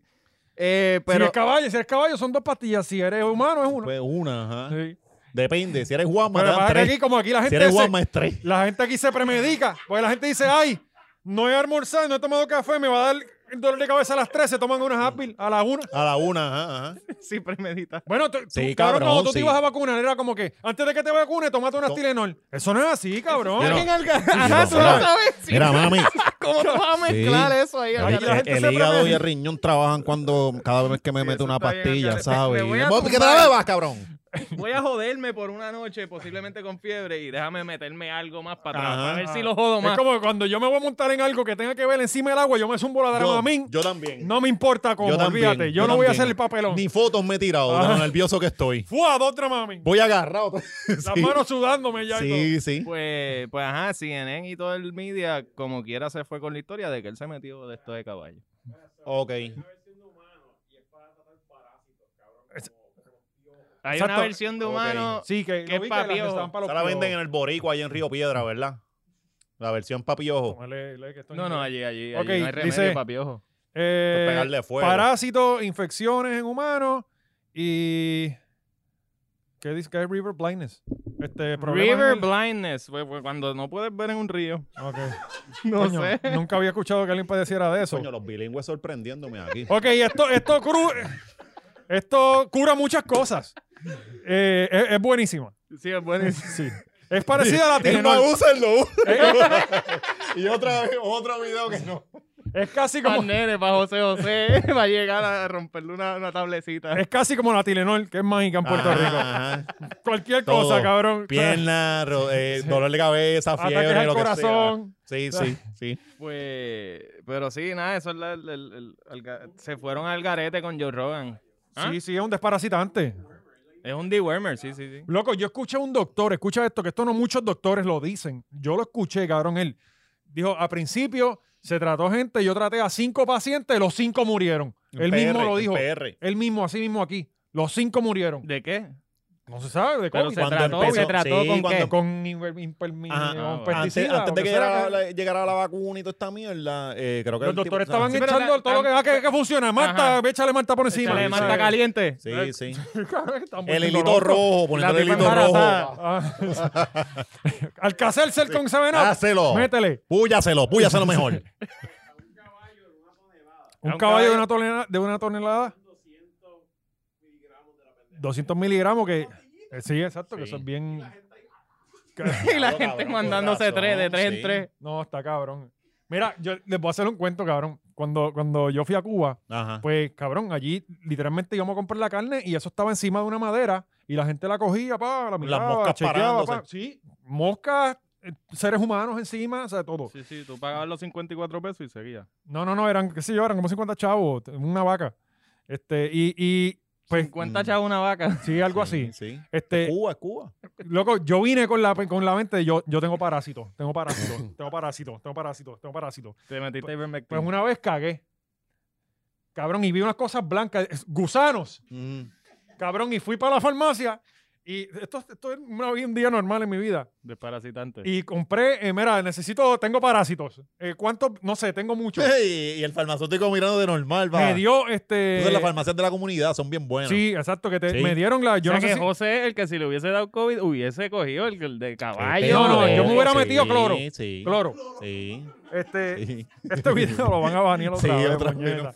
[SPEAKER 3] Eh,
[SPEAKER 1] si
[SPEAKER 3] pero,
[SPEAKER 1] es caballo, si eres caballo, son dos pastillas. Si eres humano, es una.
[SPEAKER 2] Pues una, ajá.
[SPEAKER 1] Sí.
[SPEAKER 2] Depende. Si eres Juanma,
[SPEAKER 1] Pero
[SPEAKER 2] te
[SPEAKER 1] lo que
[SPEAKER 2] dan
[SPEAKER 1] pasa es que
[SPEAKER 2] tres.
[SPEAKER 1] aquí, como aquí la
[SPEAKER 2] Si
[SPEAKER 1] gente
[SPEAKER 2] eres
[SPEAKER 1] se-
[SPEAKER 2] Juanma, es tres.
[SPEAKER 1] La gente aquí se premedica, porque la gente dice, ay, no he almorzado, no he tomado café, me va a dar dolor de cabeza a las 3, se toman unas Advil a las 1.
[SPEAKER 2] A la una, ajá, ajá.
[SPEAKER 3] sí, premedita.
[SPEAKER 1] Bueno, tú,
[SPEAKER 2] Sí,
[SPEAKER 1] tú- cabrón,
[SPEAKER 2] cabrón,
[SPEAKER 1] cuando tú
[SPEAKER 2] sí.
[SPEAKER 1] te ibas a vacunar era como que, antes de que te vacunes, tomate unas
[SPEAKER 2] To-
[SPEAKER 1] Tylenol. Eso no es así, cabrón.
[SPEAKER 2] Yo no-
[SPEAKER 3] Alguien alga-
[SPEAKER 2] no,
[SPEAKER 3] Ajá, tú
[SPEAKER 2] mira,
[SPEAKER 3] no sabes si-
[SPEAKER 2] Mira, mami.
[SPEAKER 3] cómo tú vas a
[SPEAKER 2] Sí.
[SPEAKER 3] mezclar eso ahí.
[SPEAKER 1] Ahí
[SPEAKER 2] El,
[SPEAKER 1] Aquí la
[SPEAKER 3] alga-
[SPEAKER 1] gente
[SPEAKER 2] el
[SPEAKER 1] se
[SPEAKER 2] hígado
[SPEAKER 1] prepara.
[SPEAKER 2] y el riñón trabajan cuando cada vez que me
[SPEAKER 3] Sí,
[SPEAKER 2] meto
[SPEAKER 3] eso
[SPEAKER 2] una
[SPEAKER 3] está bien,
[SPEAKER 2] pastilla,
[SPEAKER 3] Alcalde. Me-
[SPEAKER 2] ¿sabes?
[SPEAKER 3] me voy a
[SPEAKER 2] Y, ¿Por qué te la
[SPEAKER 3] tumbar".
[SPEAKER 2] bebas, cabrón?
[SPEAKER 3] Voy a joderme por una noche, posiblemente con fiebre, y déjame meterme algo más para atrás,
[SPEAKER 2] Ajá.
[SPEAKER 3] para ver si lo jodo
[SPEAKER 1] Es
[SPEAKER 3] más.
[SPEAKER 1] como cuando yo me voy a montar en algo que tenga que ver encima del agua, yo me zumbo la dramamine.
[SPEAKER 2] yo también.
[SPEAKER 1] No me importa cómo,
[SPEAKER 2] yo también.
[SPEAKER 1] olvídate. Yo, no voy a hacer el papelón.
[SPEAKER 2] Ni fotos me he tirado, de lo
[SPEAKER 1] Ajá.
[SPEAKER 2] nervioso que estoy.
[SPEAKER 1] ¡Fua! Dos dramamine.
[SPEAKER 2] Voy agarrado.
[SPEAKER 1] Las
[SPEAKER 2] Sí.
[SPEAKER 1] manos sudándome ya y todo.
[SPEAKER 2] Sí, sí.
[SPEAKER 3] Pues, pues ajá, CNN y todo el media, como quiera, se fue con la historia de que él se metió de esto de caballo.
[SPEAKER 2] Ok.
[SPEAKER 3] Hay
[SPEAKER 1] Exacto.
[SPEAKER 3] una versión de
[SPEAKER 2] Ok.
[SPEAKER 3] humano.
[SPEAKER 1] Sí, que
[SPEAKER 3] Qué
[SPEAKER 1] lo vi que las
[SPEAKER 3] papiojo.
[SPEAKER 1] estaban para los
[SPEAKER 2] Esa la venden en
[SPEAKER 1] piojos.
[SPEAKER 2] el Borico, ahí en Río Piedra, ¿verdad? La versión papillojo.
[SPEAKER 1] Tómale, lee que estoy
[SPEAKER 3] No, no,
[SPEAKER 1] inglés.
[SPEAKER 3] allí, allí. allí
[SPEAKER 1] Ok,
[SPEAKER 3] no hay remedio,
[SPEAKER 1] dice-
[SPEAKER 3] papiojo.
[SPEAKER 1] Eh,
[SPEAKER 2] pegarle fuego.
[SPEAKER 1] Parásitos, infecciones en humanos y. ¿Qué dice? ¿Qué es River Blindness? Este, problema en
[SPEAKER 3] River
[SPEAKER 1] el-
[SPEAKER 3] blindness, fue- fue cuando no puedes ver en un río.
[SPEAKER 1] Ok.
[SPEAKER 3] No
[SPEAKER 1] Coño,
[SPEAKER 3] sé.
[SPEAKER 1] Nunca había escuchado que alguien padeciera de eso.
[SPEAKER 2] Coño, los bilingües sorprendiéndome aquí.
[SPEAKER 1] Ok, esto, esto, cru- esto cura muchas cosas. Eh, es, es buenísima.
[SPEAKER 3] Sí, es buenísimo.
[SPEAKER 1] Sí. Es parecida a la
[SPEAKER 2] Él no
[SPEAKER 1] Tylenol.
[SPEAKER 2] usa, él lo usa. y otra vez, otro video que no.
[SPEAKER 1] Es casi
[SPEAKER 3] Para
[SPEAKER 1] como,
[SPEAKER 3] nene, para José José, va a llegar a romperle una, una tablecita.
[SPEAKER 1] es casi como la Tylenol, que es mágica en Puerto Rico. Cualquier
[SPEAKER 2] todo.
[SPEAKER 1] cosa, cabrón.
[SPEAKER 2] Pierna, ro- eh, dolor de cabeza,
[SPEAKER 1] Ataques
[SPEAKER 2] fiebre,
[SPEAKER 1] al
[SPEAKER 2] lo que
[SPEAKER 1] corazón.
[SPEAKER 2] sea. Sí, sí, sí.
[SPEAKER 3] Pues, pero sí, nada, eso es la- el- el- el- el ga- se fueron al garete con Joe Rogan. ¿Ah?
[SPEAKER 1] Sí, sí, es un desparasitante.
[SPEAKER 3] Es un dewormer, sí, sí, sí.
[SPEAKER 1] Loco, yo escuché a un doctor, escucha esto, que esto no muchos doctores lo dicen. Yo lo escuché, cabrón, él. Dijo, a principio se trató gente, yo traté a cinco pacientes, los cinco murieron. Él
[SPEAKER 2] PR,
[SPEAKER 1] mismo lo dijo.
[SPEAKER 2] PR.
[SPEAKER 1] Él mismo, así mismo aquí. Los cinco murieron.
[SPEAKER 3] ¿De qué?
[SPEAKER 1] No se sabe de
[SPEAKER 3] Pero
[SPEAKER 1] COVID.
[SPEAKER 3] se
[SPEAKER 2] Cuando
[SPEAKER 3] trató,
[SPEAKER 2] empezó-
[SPEAKER 3] se trató
[SPEAKER 2] sí,
[SPEAKER 3] con
[SPEAKER 2] cuando-
[SPEAKER 3] qué?
[SPEAKER 1] Con inver- impermi- con
[SPEAKER 2] Ajá.
[SPEAKER 3] Ah, bueno.
[SPEAKER 2] Antes,
[SPEAKER 1] pesticidas,
[SPEAKER 2] antes
[SPEAKER 1] o
[SPEAKER 2] de que llegara,
[SPEAKER 1] sea,
[SPEAKER 2] la, llegara la vacuna y toda esta mierda, eh, creo que
[SPEAKER 1] Los
[SPEAKER 2] el tipo-
[SPEAKER 1] doctores estaban
[SPEAKER 3] Sí, pero
[SPEAKER 1] echando
[SPEAKER 3] la-
[SPEAKER 1] todo lo que, ah, que, que funciona. Marta,
[SPEAKER 3] Ajá.
[SPEAKER 1] échale Marta por encima.
[SPEAKER 3] Échale
[SPEAKER 2] sí,
[SPEAKER 3] Marta
[SPEAKER 2] sí.
[SPEAKER 3] caliente.
[SPEAKER 2] Sí, sí.
[SPEAKER 1] Están
[SPEAKER 2] El
[SPEAKER 1] volviendo
[SPEAKER 2] hilito
[SPEAKER 1] locos.
[SPEAKER 2] rojo, poniendo el
[SPEAKER 3] tipa
[SPEAKER 2] hilito rojo.
[SPEAKER 3] embarazada.
[SPEAKER 1] Ah. Alcacelser con Sevenap.
[SPEAKER 2] Hácelo.
[SPEAKER 1] Métele.
[SPEAKER 2] Púyaselo, púyaselo mejor.
[SPEAKER 1] Un,
[SPEAKER 3] A
[SPEAKER 1] caballo,
[SPEAKER 3] un caballo.
[SPEAKER 1] de una tonelada. De una tonelada 200 miligramos que. eh, sí, exacto, que
[SPEAKER 2] Sí.
[SPEAKER 1] eso es bien.
[SPEAKER 3] Y la
[SPEAKER 2] Claro,
[SPEAKER 3] gente
[SPEAKER 2] cabrón,
[SPEAKER 3] mandándose
[SPEAKER 2] con razón,
[SPEAKER 3] tres, de tres
[SPEAKER 2] sí.
[SPEAKER 3] en tres.
[SPEAKER 1] No, está cabrón. Mira, yo les voy a hacer un cuento, cabrón. Cuando, cuando yo fui a Cuba,
[SPEAKER 2] Ajá.
[SPEAKER 1] pues, cabrón, allí literalmente íbamos a comprar la carne y eso estaba encima de una madera y la gente la cogía, pa, la miraba,
[SPEAKER 2] moscas
[SPEAKER 1] chequeaba, pa.
[SPEAKER 2] parándose.
[SPEAKER 1] Sí, moscas, eh, seres humanos encima, o sea, todo.
[SPEAKER 3] Sí, sí, tú pagabas los 54 pesos y seguía.
[SPEAKER 1] No, no, no, eran, qué sé yo, eran como 50 chavos, una vaca. Este, y, y pues,
[SPEAKER 3] 50
[SPEAKER 2] Mm.
[SPEAKER 3] chavos una vaca.
[SPEAKER 1] sí, algo así.
[SPEAKER 2] Sí.
[SPEAKER 1] Este,
[SPEAKER 2] Cuba, Cuba.
[SPEAKER 1] Loco, yo vine con la, con la mente de yo, yo tengo parásitos, tengo parásitos, tengo parásitos, tengo parásitos, tengo parásitos.
[SPEAKER 3] Te metiste ivermectin.
[SPEAKER 1] Pues una vez cagué. Cabrón, y vi unas cosas blancas, es- gusanos.
[SPEAKER 2] Mm.
[SPEAKER 1] Cabrón, y fui para la farmacia Y esto, esto es una- un día normal en mi vida.
[SPEAKER 3] Desparasitante.
[SPEAKER 1] Y compré, eh, mira, necesito, tengo parásitos. Eh, ¿Cuántos? No sé, tengo muchos.
[SPEAKER 2] y, y el farmacéutico mirando de normal, va.
[SPEAKER 1] Me dio este.
[SPEAKER 2] Entonces las farmacias de la comunidad son bien buenas.
[SPEAKER 1] Sí, exacto, que te,
[SPEAKER 2] Sí.
[SPEAKER 1] me dieron la. Yo
[SPEAKER 3] o sea
[SPEAKER 1] no sé
[SPEAKER 3] que
[SPEAKER 1] si-
[SPEAKER 3] José, el que si le hubiese dado COVID, hubiese cogido el, el de caballo. Eh,
[SPEAKER 2] Este,
[SPEAKER 1] no, no, yo me hubiera
[SPEAKER 2] sí,
[SPEAKER 1] metido cloro.
[SPEAKER 2] Sí,
[SPEAKER 1] Cloro,
[SPEAKER 2] Sí,
[SPEAKER 1] este,
[SPEAKER 2] sí.
[SPEAKER 1] este video lo van a banear otra
[SPEAKER 2] Sí,
[SPEAKER 1] vez,
[SPEAKER 2] otra
[SPEAKER 1] puñeta.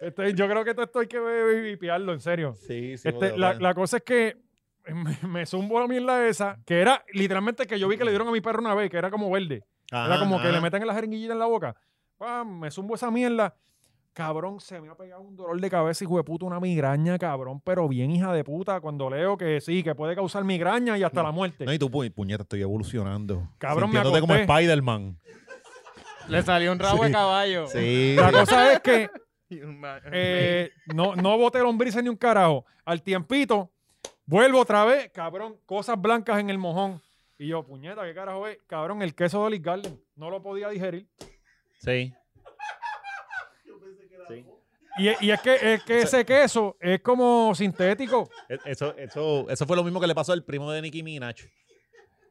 [SPEAKER 1] Este, yo creo que esto, esto hay que vipiarlo, en serio.
[SPEAKER 2] Sí, sí,
[SPEAKER 1] Este,
[SPEAKER 2] porque-
[SPEAKER 1] la, la cosa es que me, me zumbó la mierda esa, que era literalmente que yo vi que le dieron a mi perro una vez, que era como verde. Era
[SPEAKER 2] Ajá,
[SPEAKER 1] como que
[SPEAKER 2] ajá.
[SPEAKER 1] le meten la jeringuillita en la boca. Pam, me zumbo esa mierda. Cabrón, se me ha pegado un dolor de cabeza, hijo de puta, una migraña, cabrón, pero bien hija de puta cuando leo que sí, que puede causar migraña y hasta la muerte.
[SPEAKER 2] No, y tú, pu- puñeta, estoy evolucionando.
[SPEAKER 1] Cabrón, me
[SPEAKER 2] Sintiéndote como
[SPEAKER 1] acosté.
[SPEAKER 2] Spider-Man.
[SPEAKER 3] Le salió un rabo de
[SPEAKER 2] Sí,
[SPEAKER 3] caballo.
[SPEAKER 2] Sí.
[SPEAKER 1] La cosa es que
[SPEAKER 3] Y un ma-
[SPEAKER 1] eh, no, no boté lombrices ni un carajo. Al tiempito, vuelvo otra vez, cabrón, cosas blancas en el mojón. Y yo, puñeta, ¿qué carajo es? Cabrón, el queso de Olive Garden. No lo podía digerir.
[SPEAKER 2] Sí.
[SPEAKER 1] Y, y es, que, es que ese queso es como sintético.
[SPEAKER 2] E- Eso, eso, eso fue lo mismo que le pasó al primo de Nicki Minaj.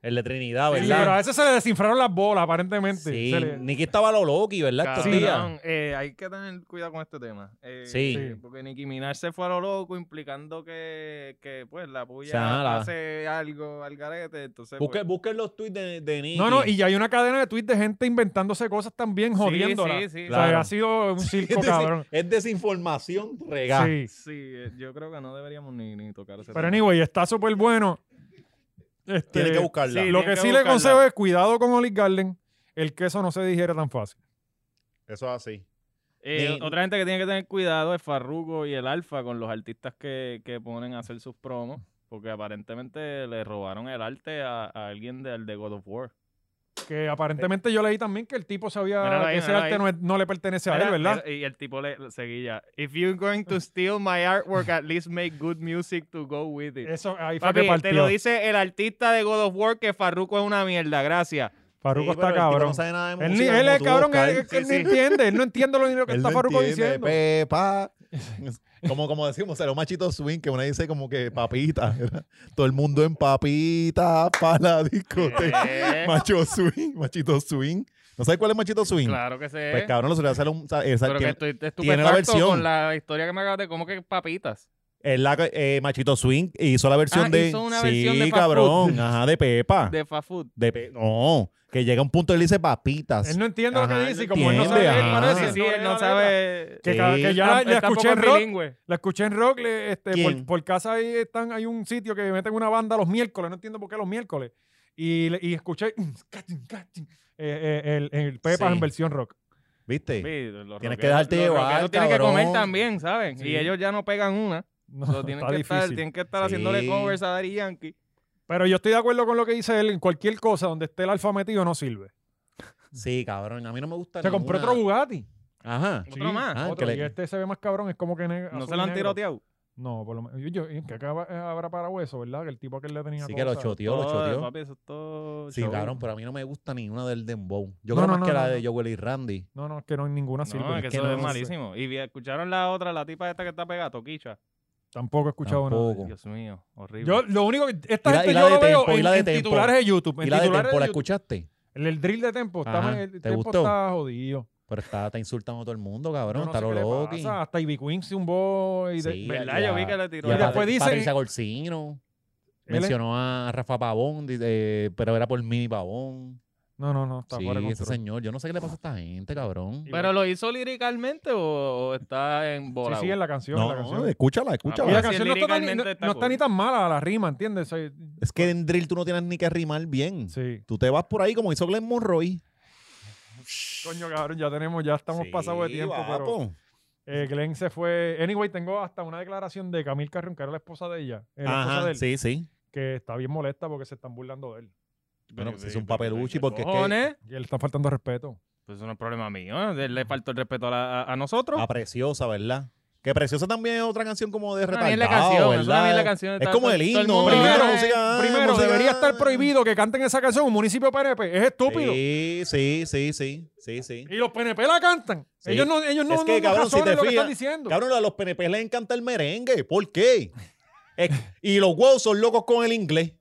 [SPEAKER 2] El de Trinidad,
[SPEAKER 1] Sí, pero a
[SPEAKER 2] ¿verdad?
[SPEAKER 1] veces se le desinflaron las bolas, aparentemente.
[SPEAKER 2] Sí,
[SPEAKER 1] Se le-
[SPEAKER 2] Nicki estaba lo loqui, ¿verdad? Estos
[SPEAKER 1] Sí.
[SPEAKER 2] días.
[SPEAKER 3] Cabrón, eh, hay que tener cuidado con este tema. Eh,
[SPEAKER 2] Sí.
[SPEAKER 1] Sí.
[SPEAKER 3] Porque Nicki Minaj se fue a lo loco, implicando que, que pues, la puya
[SPEAKER 2] sea, la-
[SPEAKER 3] hace algo al garete. Entonces, pues,
[SPEAKER 2] Busquen, busquen los tweets de, de Nicki.
[SPEAKER 1] No, no, y ya hay una cadena de tweets de gente inventándose cosas también,
[SPEAKER 3] Sí,
[SPEAKER 1] jodiéndola.
[SPEAKER 3] sí, sí.
[SPEAKER 1] O sea,
[SPEAKER 2] Claro.
[SPEAKER 1] ha sido un
[SPEAKER 2] es,
[SPEAKER 1] circo,
[SPEAKER 2] desi-
[SPEAKER 1] cabrón.
[SPEAKER 2] es desinformación regal.
[SPEAKER 1] Sí.
[SPEAKER 3] sí, eh, yo creo que no deberíamos ni, ni tocar ese
[SPEAKER 1] Pero
[SPEAKER 3] tema.
[SPEAKER 1] anyway, está súper bueno.
[SPEAKER 2] Tienes
[SPEAKER 1] Este,
[SPEAKER 2] que buscarla.
[SPEAKER 3] sí,
[SPEAKER 1] Lo que
[SPEAKER 3] Tienes que
[SPEAKER 1] sí le
[SPEAKER 3] buscarla.
[SPEAKER 1] consejo es cuidado con Olive Garden. El queso no se digiere tan fácil.
[SPEAKER 2] Eso es así.
[SPEAKER 3] Eh,
[SPEAKER 2] Ni-
[SPEAKER 3] Otra gente que tiene que tener cuidado es Farruko y el Alfa con los artistas que, que ponen a hacer sus promos, porque aparentemente le robaron el arte a, a alguien del de God of War.
[SPEAKER 1] Que aparentemente yo leí también que el tipo sabía
[SPEAKER 3] Míralo ahí,
[SPEAKER 1] que ese
[SPEAKER 3] míralo
[SPEAKER 1] arte
[SPEAKER 3] ahí.
[SPEAKER 1] no, es- no le pertenece a él,
[SPEAKER 3] Mira,
[SPEAKER 1] ¿verdad?
[SPEAKER 3] el- Y el tipo le, le seguía, if you're going to steal my artwork, at least make good music to go with it.
[SPEAKER 1] Eso ahí fue que
[SPEAKER 3] Papi, te lo
[SPEAKER 1] partió.
[SPEAKER 3] dice el artista de God of War que Farruko es una mierda, gracias.
[SPEAKER 1] Farruko
[SPEAKER 2] Sí,
[SPEAKER 1] está
[SPEAKER 2] pero el tipo
[SPEAKER 1] cabrón.
[SPEAKER 2] No sabe nada de
[SPEAKER 1] Él, ni- él
[SPEAKER 2] música como
[SPEAKER 1] es
[SPEAKER 2] tú,
[SPEAKER 1] cabrón,
[SPEAKER 2] Oscar.
[SPEAKER 1] él, él
[SPEAKER 2] Sí,
[SPEAKER 1] no
[SPEAKER 2] sí.
[SPEAKER 1] entiende, él no entiende lo único que
[SPEAKER 2] Él
[SPEAKER 1] está
[SPEAKER 2] no
[SPEAKER 1] Farruko
[SPEAKER 2] entiende,
[SPEAKER 1] diciendo.
[SPEAKER 2] Pepa. Como, como decimos, será un machito swing que uno dice como que papita. ¿verdad? Todo el mundo en papita para la discoteca.
[SPEAKER 3] Eh,
[SPEAKER 2] Macho swing, machito swing. ¿No sabes cuál es machito swing?
[SPEAKER 3] claro que sé.
[SPEAKER 2] Pues cabrón, lo solía hacer un. sa- eh, sa-
[SPEAKER 3] pero que
[SPEAKER 2] tiene-
[SPEAKER 3] estoy
[SPEAKER 2] tiene la
[SPEAKER 3] estupefacto
[SPEAKER 2] versión.
[SPEAKER 3] con la historia que me acabas de cómo que papitas.
[SPEAKER 2] es la- eh, machito swing hizo la versión
[SPEAKER 3] Ah,
[SPEAKER 2] de.
[SPEAKER 3] hizo una
[SPEAKER 2] sí,
[SPEAKER 3] versión de fast
[SPEAKER 2] cabrón.
[SPEAKER 3] food.
[SPEAKER 2] Ajá, de Pepa. De,
[SPEAKER 3] De fast food.
[SPEAKER 2] Pe- No, que llega un punto y le dice papitas.
[SPEAKER 1] Él no entiende lo
[SPEAKER 2] Ajá,
[SPEAKER 1] que
[SPEAKER 2] él
[SPEAKER 1] dice y
[SPEAKER 2] no
[SPEAKER 3] Pues
[SPEAKER 1] como él no sabe
[SPEAKER 2] entiende,
[SPEAKER 1] leer,
[SPEAKER 2] ajá.
[SPEAKER 1] parece,
[SPEAKER 3] Sí, sí,
[SPEAKER 1] no lee
[SPEAKER 3] él no
[SPEAKER 1] la letra.
[SPEAKER 3] sabe.
[SPEAKER 1] Que,
[SPEAKER 2] Sí.
[SPEAKER 1] ca- que Ah, ya
[SPEAKER 3] Tam-
[SPEAKER 1] la,
[SPEAKER 3] él
[SPEAKER 1] la
[SPEAKER 3] tampoco
[SPEAKER 1] escuché
[SPEAKER 3] es
[SPEAKER 1] en rock,
[SPEAKER 3] bilingüe.
[SPEAKER 1] la escuché en rock, le- este, por,
[SPEAKER 2] ¿Quién?
[SPEAKER 1] por casa ahí están, hay un sitio que meten una banda los miércoles, no entiendo por qué los miércoles. Y, le- y escuché mm, scatching, scatching, eh, eh, el, el Pepas
[SPEAKER 2] Sí.
[SPEAKER 1] en versión rock.
[SPEAKER 2] ¿Viste?
[SPEAKER 3] Sí, los
[SPEAKER 2] Tienes que
[SPEAKER 3] rockeros-
[SPEAKER 2] dejarte
[SPEAKER 3] los
[SPEAKER 2] llevar,
[SPEAKER 3] rockeros Tienen que
[SPEAKER 2] cabrón.
[SPEAKER 3] comer también, ¿saben?
[SPEAKER 1] Sí.
[SPEAKER 3] Y ellos ya no pegan una.
[SPEAKER 1] No,
[SPEAKER 3] So, tienen,
[SPEAKER 1] está
[SPEAKER 3] que estar,
[SPEAKER 1] difícil.
[SPEAKER 3] tienen que estar
[SPEAKER 2] Sí.
[SPEAKER 3] haciéndole covers a Daddy Yankee.
[SPEAKER 1] Pero yo estoy de acuerdo con lo que dice él, en cualquier cosa donde esté el alfa metido no sirve.
[SPEAKER 2] Sí, cabrón. A mí no me gusta.
[SPEAKER 1] Se compró
[SPEAKER 2] ninguna-
[SPEAKER 1] otro Bugatti.
[SPEAKER 2] Ajá.
[SPEAKER 3] Otro más.
[SPEAKER 2] Ah,
[SPEAKER 1] Otro,
[SPEAKER 2] que le-
[SPEAKER 1] Y este se ve más cabrón, es como que neg-
[SPEAKER 3] No
[SPEAKER 1] azul
[SPEAKER 3] se lo
[SPEAKER 1] y
[SPEAKER 3] han
[SPEAKER 1] negro.
[SPEAKER 3] tiroteado.
[SPEAKER 1] No, por lo menos. Yo, yo- ¿en qué acaba- eh, habrá para hueso, ¿verdad? Que el tipo que le tenía.
[SPEAKER 2] Sí, que lo
[SPEAKER 1] cosas.
[SPEAKER 2] choteó, lo
[SPEAKER 3] Todo,
[SPEAKER 2] choteó.
[SPEAKER 3] papi, eso es todo
[SPEAKER 2] Sí,
[SPEAKER 3] show.
[SPEAKER 2] cabrón, pues, pero a mí no me gusta ninguna del Dembow. Yo
[SPEAKER 1] No, no,
[SPEAKER 2] creo más
[SPEAKER 1] no,
[SPEAKER 2] que
[SPEAKER 1] no,
[SPEAKER 2] la de
[SPEAKER 1] no.
[SPEAKER 2] Joel y Randy.
[SPEAKER 1] No, no, que no, ninguna sirve.
[SPEAKER 3] No, es que
[SPEAKER 2] pues, que
[SPEAKER 3] eso
[SPEAKER 2] no
[SPEAKER 3] es
[SPEAKER 2] sé.
[SPEAKER 3] malísimo. Y vi- escucharon la otra, la tipa esta que está pegada, Toquicha.
[SPEAKER 1] Tampoco he escuchado nada.
[SPEAKER 2] Tampoco.
[SPEAKER 3] Dios mío, horrible.
[SPEAKER 1] Yo lo único que esta
[SPEAKER 2] Y la-
[SPEAKER 1] gente
[SPEAKER 2] y la
[SPEAKER 1] yo
[SPEAKER 2] de
[SPEAKER 1] lo veo
[SPEAKER 2] Tempo, y
[SPEAKER 1] en,
[SPEAKER 2] la de
[SPEAKER 1] en
[SPEAKER 2] Tempo.
[SPEAKER 1] titulares de YouTube. en
[SPEAKER 2] ¿Y la de
[SPEAKER 1] Pues titulares
[SPEAKER 2] Tempo la
[SPEAKER 1] YouTube.
[SPEAKER 2] escuchaste?
[SPEAKER 1] El, el drill de Tempo está,
[SPEAKER 2] Ajá,
[SPEAKER 1] el
[SPEAKER 2] ¿te
[SPEAKER 1] Tempo
[SPEAKER 2] gustó?
[SPEAKER 1] está jodido.
[SPEAKER 2] Pero está, está insultando a todo el mundo, cabrón.
[SPEAKER 1] Yo no
[SPEAKER 2] está
[SPEAKER 1] sé
[SPEAKER 2] lo
[SPEAKER 1] qué le
[SPEAKER 2] loco.
[SPEAKER 1] pasa, Hasta Ivy Queen se un boy. de-
[SPEAKER 2] Sí,
[SPEAKER 3] ¿Verdad?
[SPEAKER 2] y a-
[SPEAKER 3] Yo vi que le tiró.
[SPEAKER 2] y a
[SPEAKER 1] Y después
[SPEAKER 2] Patri-
[SPEAKER 1] dice-
[SPEAKER 2] Patricia Golcino.
[SPEAKER 1] Él es-
[SPEAKER 2] Mencionó a Rafa Pavón, di- eh, pero era por Mini Pavón.
[SPEAKER 1] No, no, no, está
[SPEAKER 2] Sí,
[SPEAKER 1] fuera de
[SPEAKER 2] ese
[SPEAKER 1] control.
[SPEAKER 2] señor. Yo no sé qué le pasa a esta gente, cabrón.
[SPEAKER 3] ¿Pero lo hizo líricamente o, o está en bola?
[SPEAKER 1] Sí, sí, en la canción. en la canción. Y
[SPEAKER 2] escúchala,
[SPEAKER 3] Ah,
[SPEAKER 1] la
[SPEAKER 3] sí,
[SPEAKER 1] canción no está, tan,
[SPEAKER 3] líricamente
[SPEAKER 1] no-
[SPEAKER 3] está
[SPEAKER 1] no está
[SPEAKER 3] cool.
[SPEAKER 1] ni tan mala la rima, ¿entiendes? O sea,
[SPEAKER 2] Es que en drill tú no tienes ni que rimar bien.
[SPEAKER 1] sí.
[SPEAKER 2] Tú te vas por ahí como hizo Glenn Monroy.
[SPEAKER 1] Coño, cabrón, ya tenemos, ya estamos
[SPEAKER 2] Sí,
[SPEAKER 1] pasados de tiempo. Pero,
[SPEAKER 2] guapo.
[SPEAKER 1] eh, Glenn se fue. Anyway, tengo hasta una declaración de Camil Carrión, que era la esposa de ella. eh, la esposa de
[SPEAKER 2] Ajá,
[SPEAKER 1] él,
[SPEAKER 2] sí, sí.
[SPEAKER 1] Que está bien molesta porque se están burlando de él.
[SPEAKER 2] Bueno, pues es un papeluchi porque es que-
[SPEAKER 3] cojones?
[SPEAKER 1] Y él está faltando respeto.
[SPEAKER 3] Pues eso no es problema mío. ¿eh? Le faltó el respeto a, la- a- a nosotros.
[SPEAKER 2] A Ah, Preciosa, ¿verdad? Que Preciosa también es otra canción como de
[SPEAKER 3] Una mierda
[SPEAKER 2] retardado,
[SPEAKER 3] de canción, es una
[SPEAKER 2] ¿verdad?
[SPEAKER 3] mierda de canción,
[SPEAKER 2] Es
[SPEAKER 3] está-
[SPEAKER 2] como el
[SPEAKER 3] todo el
[SPEAKER 2] himno.
[SPEAKER 3] mundo-
[SPEAKER 2] Primero,
[SPEAKER 3] Primero,
[SPEAKER 2] música, eh,
[SPEAKER 1] Primero,
[SPEAKER 2] música.
[SPEAKER 1] debería estar prohibido que canten esa canción en un municipio PNP. Es estúpido.
[SPEAKER 2] Sí, sí, sí, sí, sí, sí.
[SPEAKER 1] Y los PNP la cantan.
[SPEAKER 2] Sí.
[SPEAKER 1] Ellos no, ellos no,
[SPEAKER 2] Es que,
[SPEAKER 1] no- no
[SPEAKER 2] cabrón, si
[SPEAKER 1] razonan
[SPEAKER 2] te
[SPEAKER 1] lo que
[SPEAKER 2] fijas,
[SPEAKER 1] están diciendo.
[SPEAKER 2] Cabrón, a los PNP les encanta el merengue. ¿Por qué? Es- y los huevos son locos con el inglés.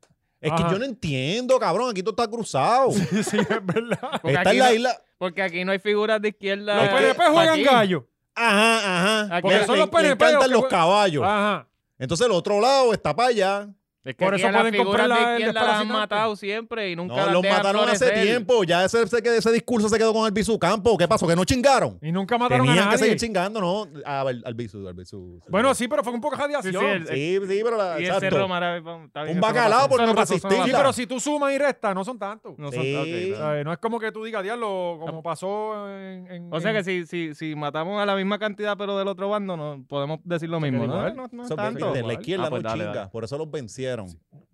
[SPEAKER 2] Es
[SPEAKER 1] Ajá.
[SPEAKER 2] que yo no entiendo, cabrón. Aquí todo está cruzado.
[SPEAKER 1] Sí, sí, es verdad.
[SPEAKER 3] Porque
[SPEAKER 2] Esta
[SPEAKER 3] aquí
[SPEAKER 2] es la
[SPEAKER 3] no-
[SPEAKER 2] isla.
[SPEAKER 3] Porque aquí no hay figuras de izquierda.
[SPEAKER 1] Los
[SPEAKER 2] Eh,
[SPEAKER 1] PNP juegan
[SPEAKER 3] aquí.
[SPEAKER 1] gallo.
[SPEAKER 2] Ajá, ajá.
[SPEAKER 3] Aquí-
[SPEAKER 2] Le-
[SPEAKER 3] Porque son
[SPEAKER 2] le-
[SPEAKER 1] los
[SPEAKER 2] le
[SPEAKER 1] PNP los
[SPEAKER 2] encantan
[SPEAKER 1] que
[SPEAKER 2] los
[SPEAKER 3] pues.
[SPEAKER 1] juegan-
[SPEAKER 2] caballos.
[SPEAKER 3] Ah.
[SPEAKER 1] Ajá.
[SPEAKER 2] Entonces el otro lado está para allá.
[SPEAKER 3] Es que
[SPEAKER 1] Por
[SPEAKER 3] aquí
[SPEAKER 1] eso
[SPEAKER 3] a las
[SPEAKER 1] pueden
[SPEAKER 3] figuras
[SPEAKER 1] comprar la- el
[SPEAKER 3] de izquierda las han
[SPEAKER 1] desparasitante.
[SPEAKER 3] matado siempre y nunca
[SPEAKER 2] No,
[SPEAKER 3] las
[SPEAKER 2] los
[SPEAKER 3] dejan
[SPEAKER 2] mataron hace
[SPEAKER 3] florecer.
[SPEAKER 2] tiempo. Ya ese, ese, ese discurso se quedó con Albizu Campo. ¿Qué pasó? ¿Que no chingaron?
[SPEAKER 1] Y nunca mataron a
[SPEAKER 2] Tenían que
[SPEAKER 1] nadie.
[SPEAKER 2] seguir chingando, ¿no? Ah, A ver, Albizu, Albizu.
[SPEAKER 1] Bueno, sí, pero fue un poco de
[SPEAKER 3] Sí,
[SPEAKER 1] radiación.
[SPEAKER 3] sí,
[SPEAKER 1] Sí,
[SPEAKER 3] el-
[SPEAKER 2] Sí, sí, pero la.
[SPEAKER 3] Y el
[SPEAKER 2] exacto.
[SPEAKER 3] Cerro Maravilloso. está bien,
[SPEAKER 2] Un
[SPEAKER 3] eso no
[SPEAKER 2] bacalao
[SPEAKER 3] pasó.
[SPEAKER 2] por
[SPEAKER 3] Eso
[SPEAKER 2] no
[SPEAKER 3] pasó, eso
[SPEAKER 2] resistir.
[SPEAKER 3] pasó.
[SPEAKER 1] pero si tú sumas y restas, no son tantos.
[SPEAKER 3] No
[SPEAKER 2] Sí.
[SPEAKER 3] son- ok, está bien.
[SPEAKER 1] ¿Sabes? No es como que tú digas, diablo, como pasó en, en-
[SPEAKER 3] O sea
[SPEAKER 1] en-
[SPEAKER 3] que si, si, si matamos a la misma cantidad pero del otro bando, no podemos decir lo mismo, ¿no?
[SPEAKER 1] igual.
[SPEAKER 3] No, no es
[SPEAKER 2] Eso,
[SPEAKER 3] tanto.
[SPEAKER 2] fíjate, La izquierda
[SPEAKER 3] Ah, pues
[SPEAKER 2] no
[SPEAKER 3] dale,
[SPEAKER 2] chinga.
[SPEAKER 3] dale.
[SPEAKER 2] Por eso los vencieron.
[SPEAKER 1] la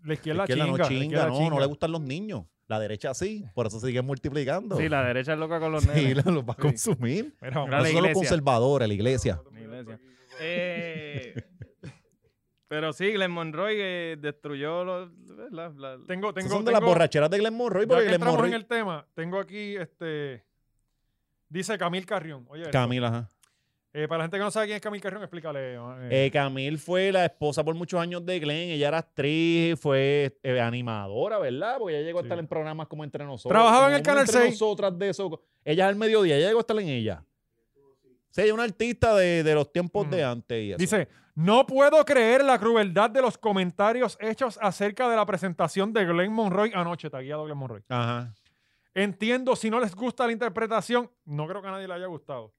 [SPEAKER 2] La
[SPEAKER 1] izquierda,
[SPEAKER 2] izquierda
[SPEAKER 1] chinga,
[SPEAKER 2] no
[SPEAKER 1] la
[SPEAKER 2] chinga,
[SPEAKER 1] izquierda
[SPEAKER 2] no, no
[SPEAKER 1] chinga.
[SPEAKER 2] le gustan los niños. La derecha sí, por eso se siguen multiplicando.
[SPEAKER 3] Sí,
[SPEAKER 2] Sí,
[SPEAKER 3] la derecha es loca con los nenes.
[SPEAKER 2] la- los va a consumir.
[SPEAKER 1] Mira, vamos.
[SPEAKER 3] Claro, la
[SPEAKER 2] Esos son los
[SPEAKER 3] iglesia.
[SPEAKER 2] conservadores, la iglesia.
[SPEAKER 3] La iglesia. Eh, pero sí, Glenn Monroy eh, destruyó los, la- la-
[SPEAKER 1] Tengo, tengo,
[SPEAKER 2] Esas son de las
[SPEAKER 1] tengo-
[SPEAKER 2] borracheras de Glenn Monroy,
[SPEAKER 1] ya
[SPEAKER 2] porque
[SPEAKER 1] que
[SPEAKER 2] Glenn
[SPEAKER 1] entramos en
[SPEAKER 2] Monroy...
[SPEAKER 1] el tema, tengo aquí, este, dice Camil Carrión. Oye, esto.
[SPEAKER 2] Camila, ajá.
[SPEAKER 1] Eh, para la gente que no sabe quién es Camil Carrión, explícale. eh.
[SPEAKER 2] Eh, Camil fue la esposa por muchos años de Glenn. Ella era actriz, fue eh, animadora, ¿verdad? Porque ella llegó a
[SPEAKER 1] Sí.
[SPEAKER 2] estar en programas como Entre Nosotros.
[SPEAKER 1] Trabajaba en el
[SPEAKER 2] como
[SPEAKER 1] Canal
[SPEAKER 2] Entre
[SPEAKER 1] 6.
[SPEAKER 2] Nosotras de eso. Ella al mediodía, ella llegó a estar en ella. Sí, ella es una artista de, de los tiempos
[SPEAKER 1] Mm.
[SPEAKER 2] de antes y eso.
[SPEAKER 1] Dice, no puedo creer la crueldad de los comentarios hechos acerca de la presentación de Glenn Monroy anoche, tagueado Glenn Monroy.
[SPEAKER 2] Ajá.
[SPEAKER 1] Entiendo si no les gusta la interpretación, no creo que a nadie le haya gustado,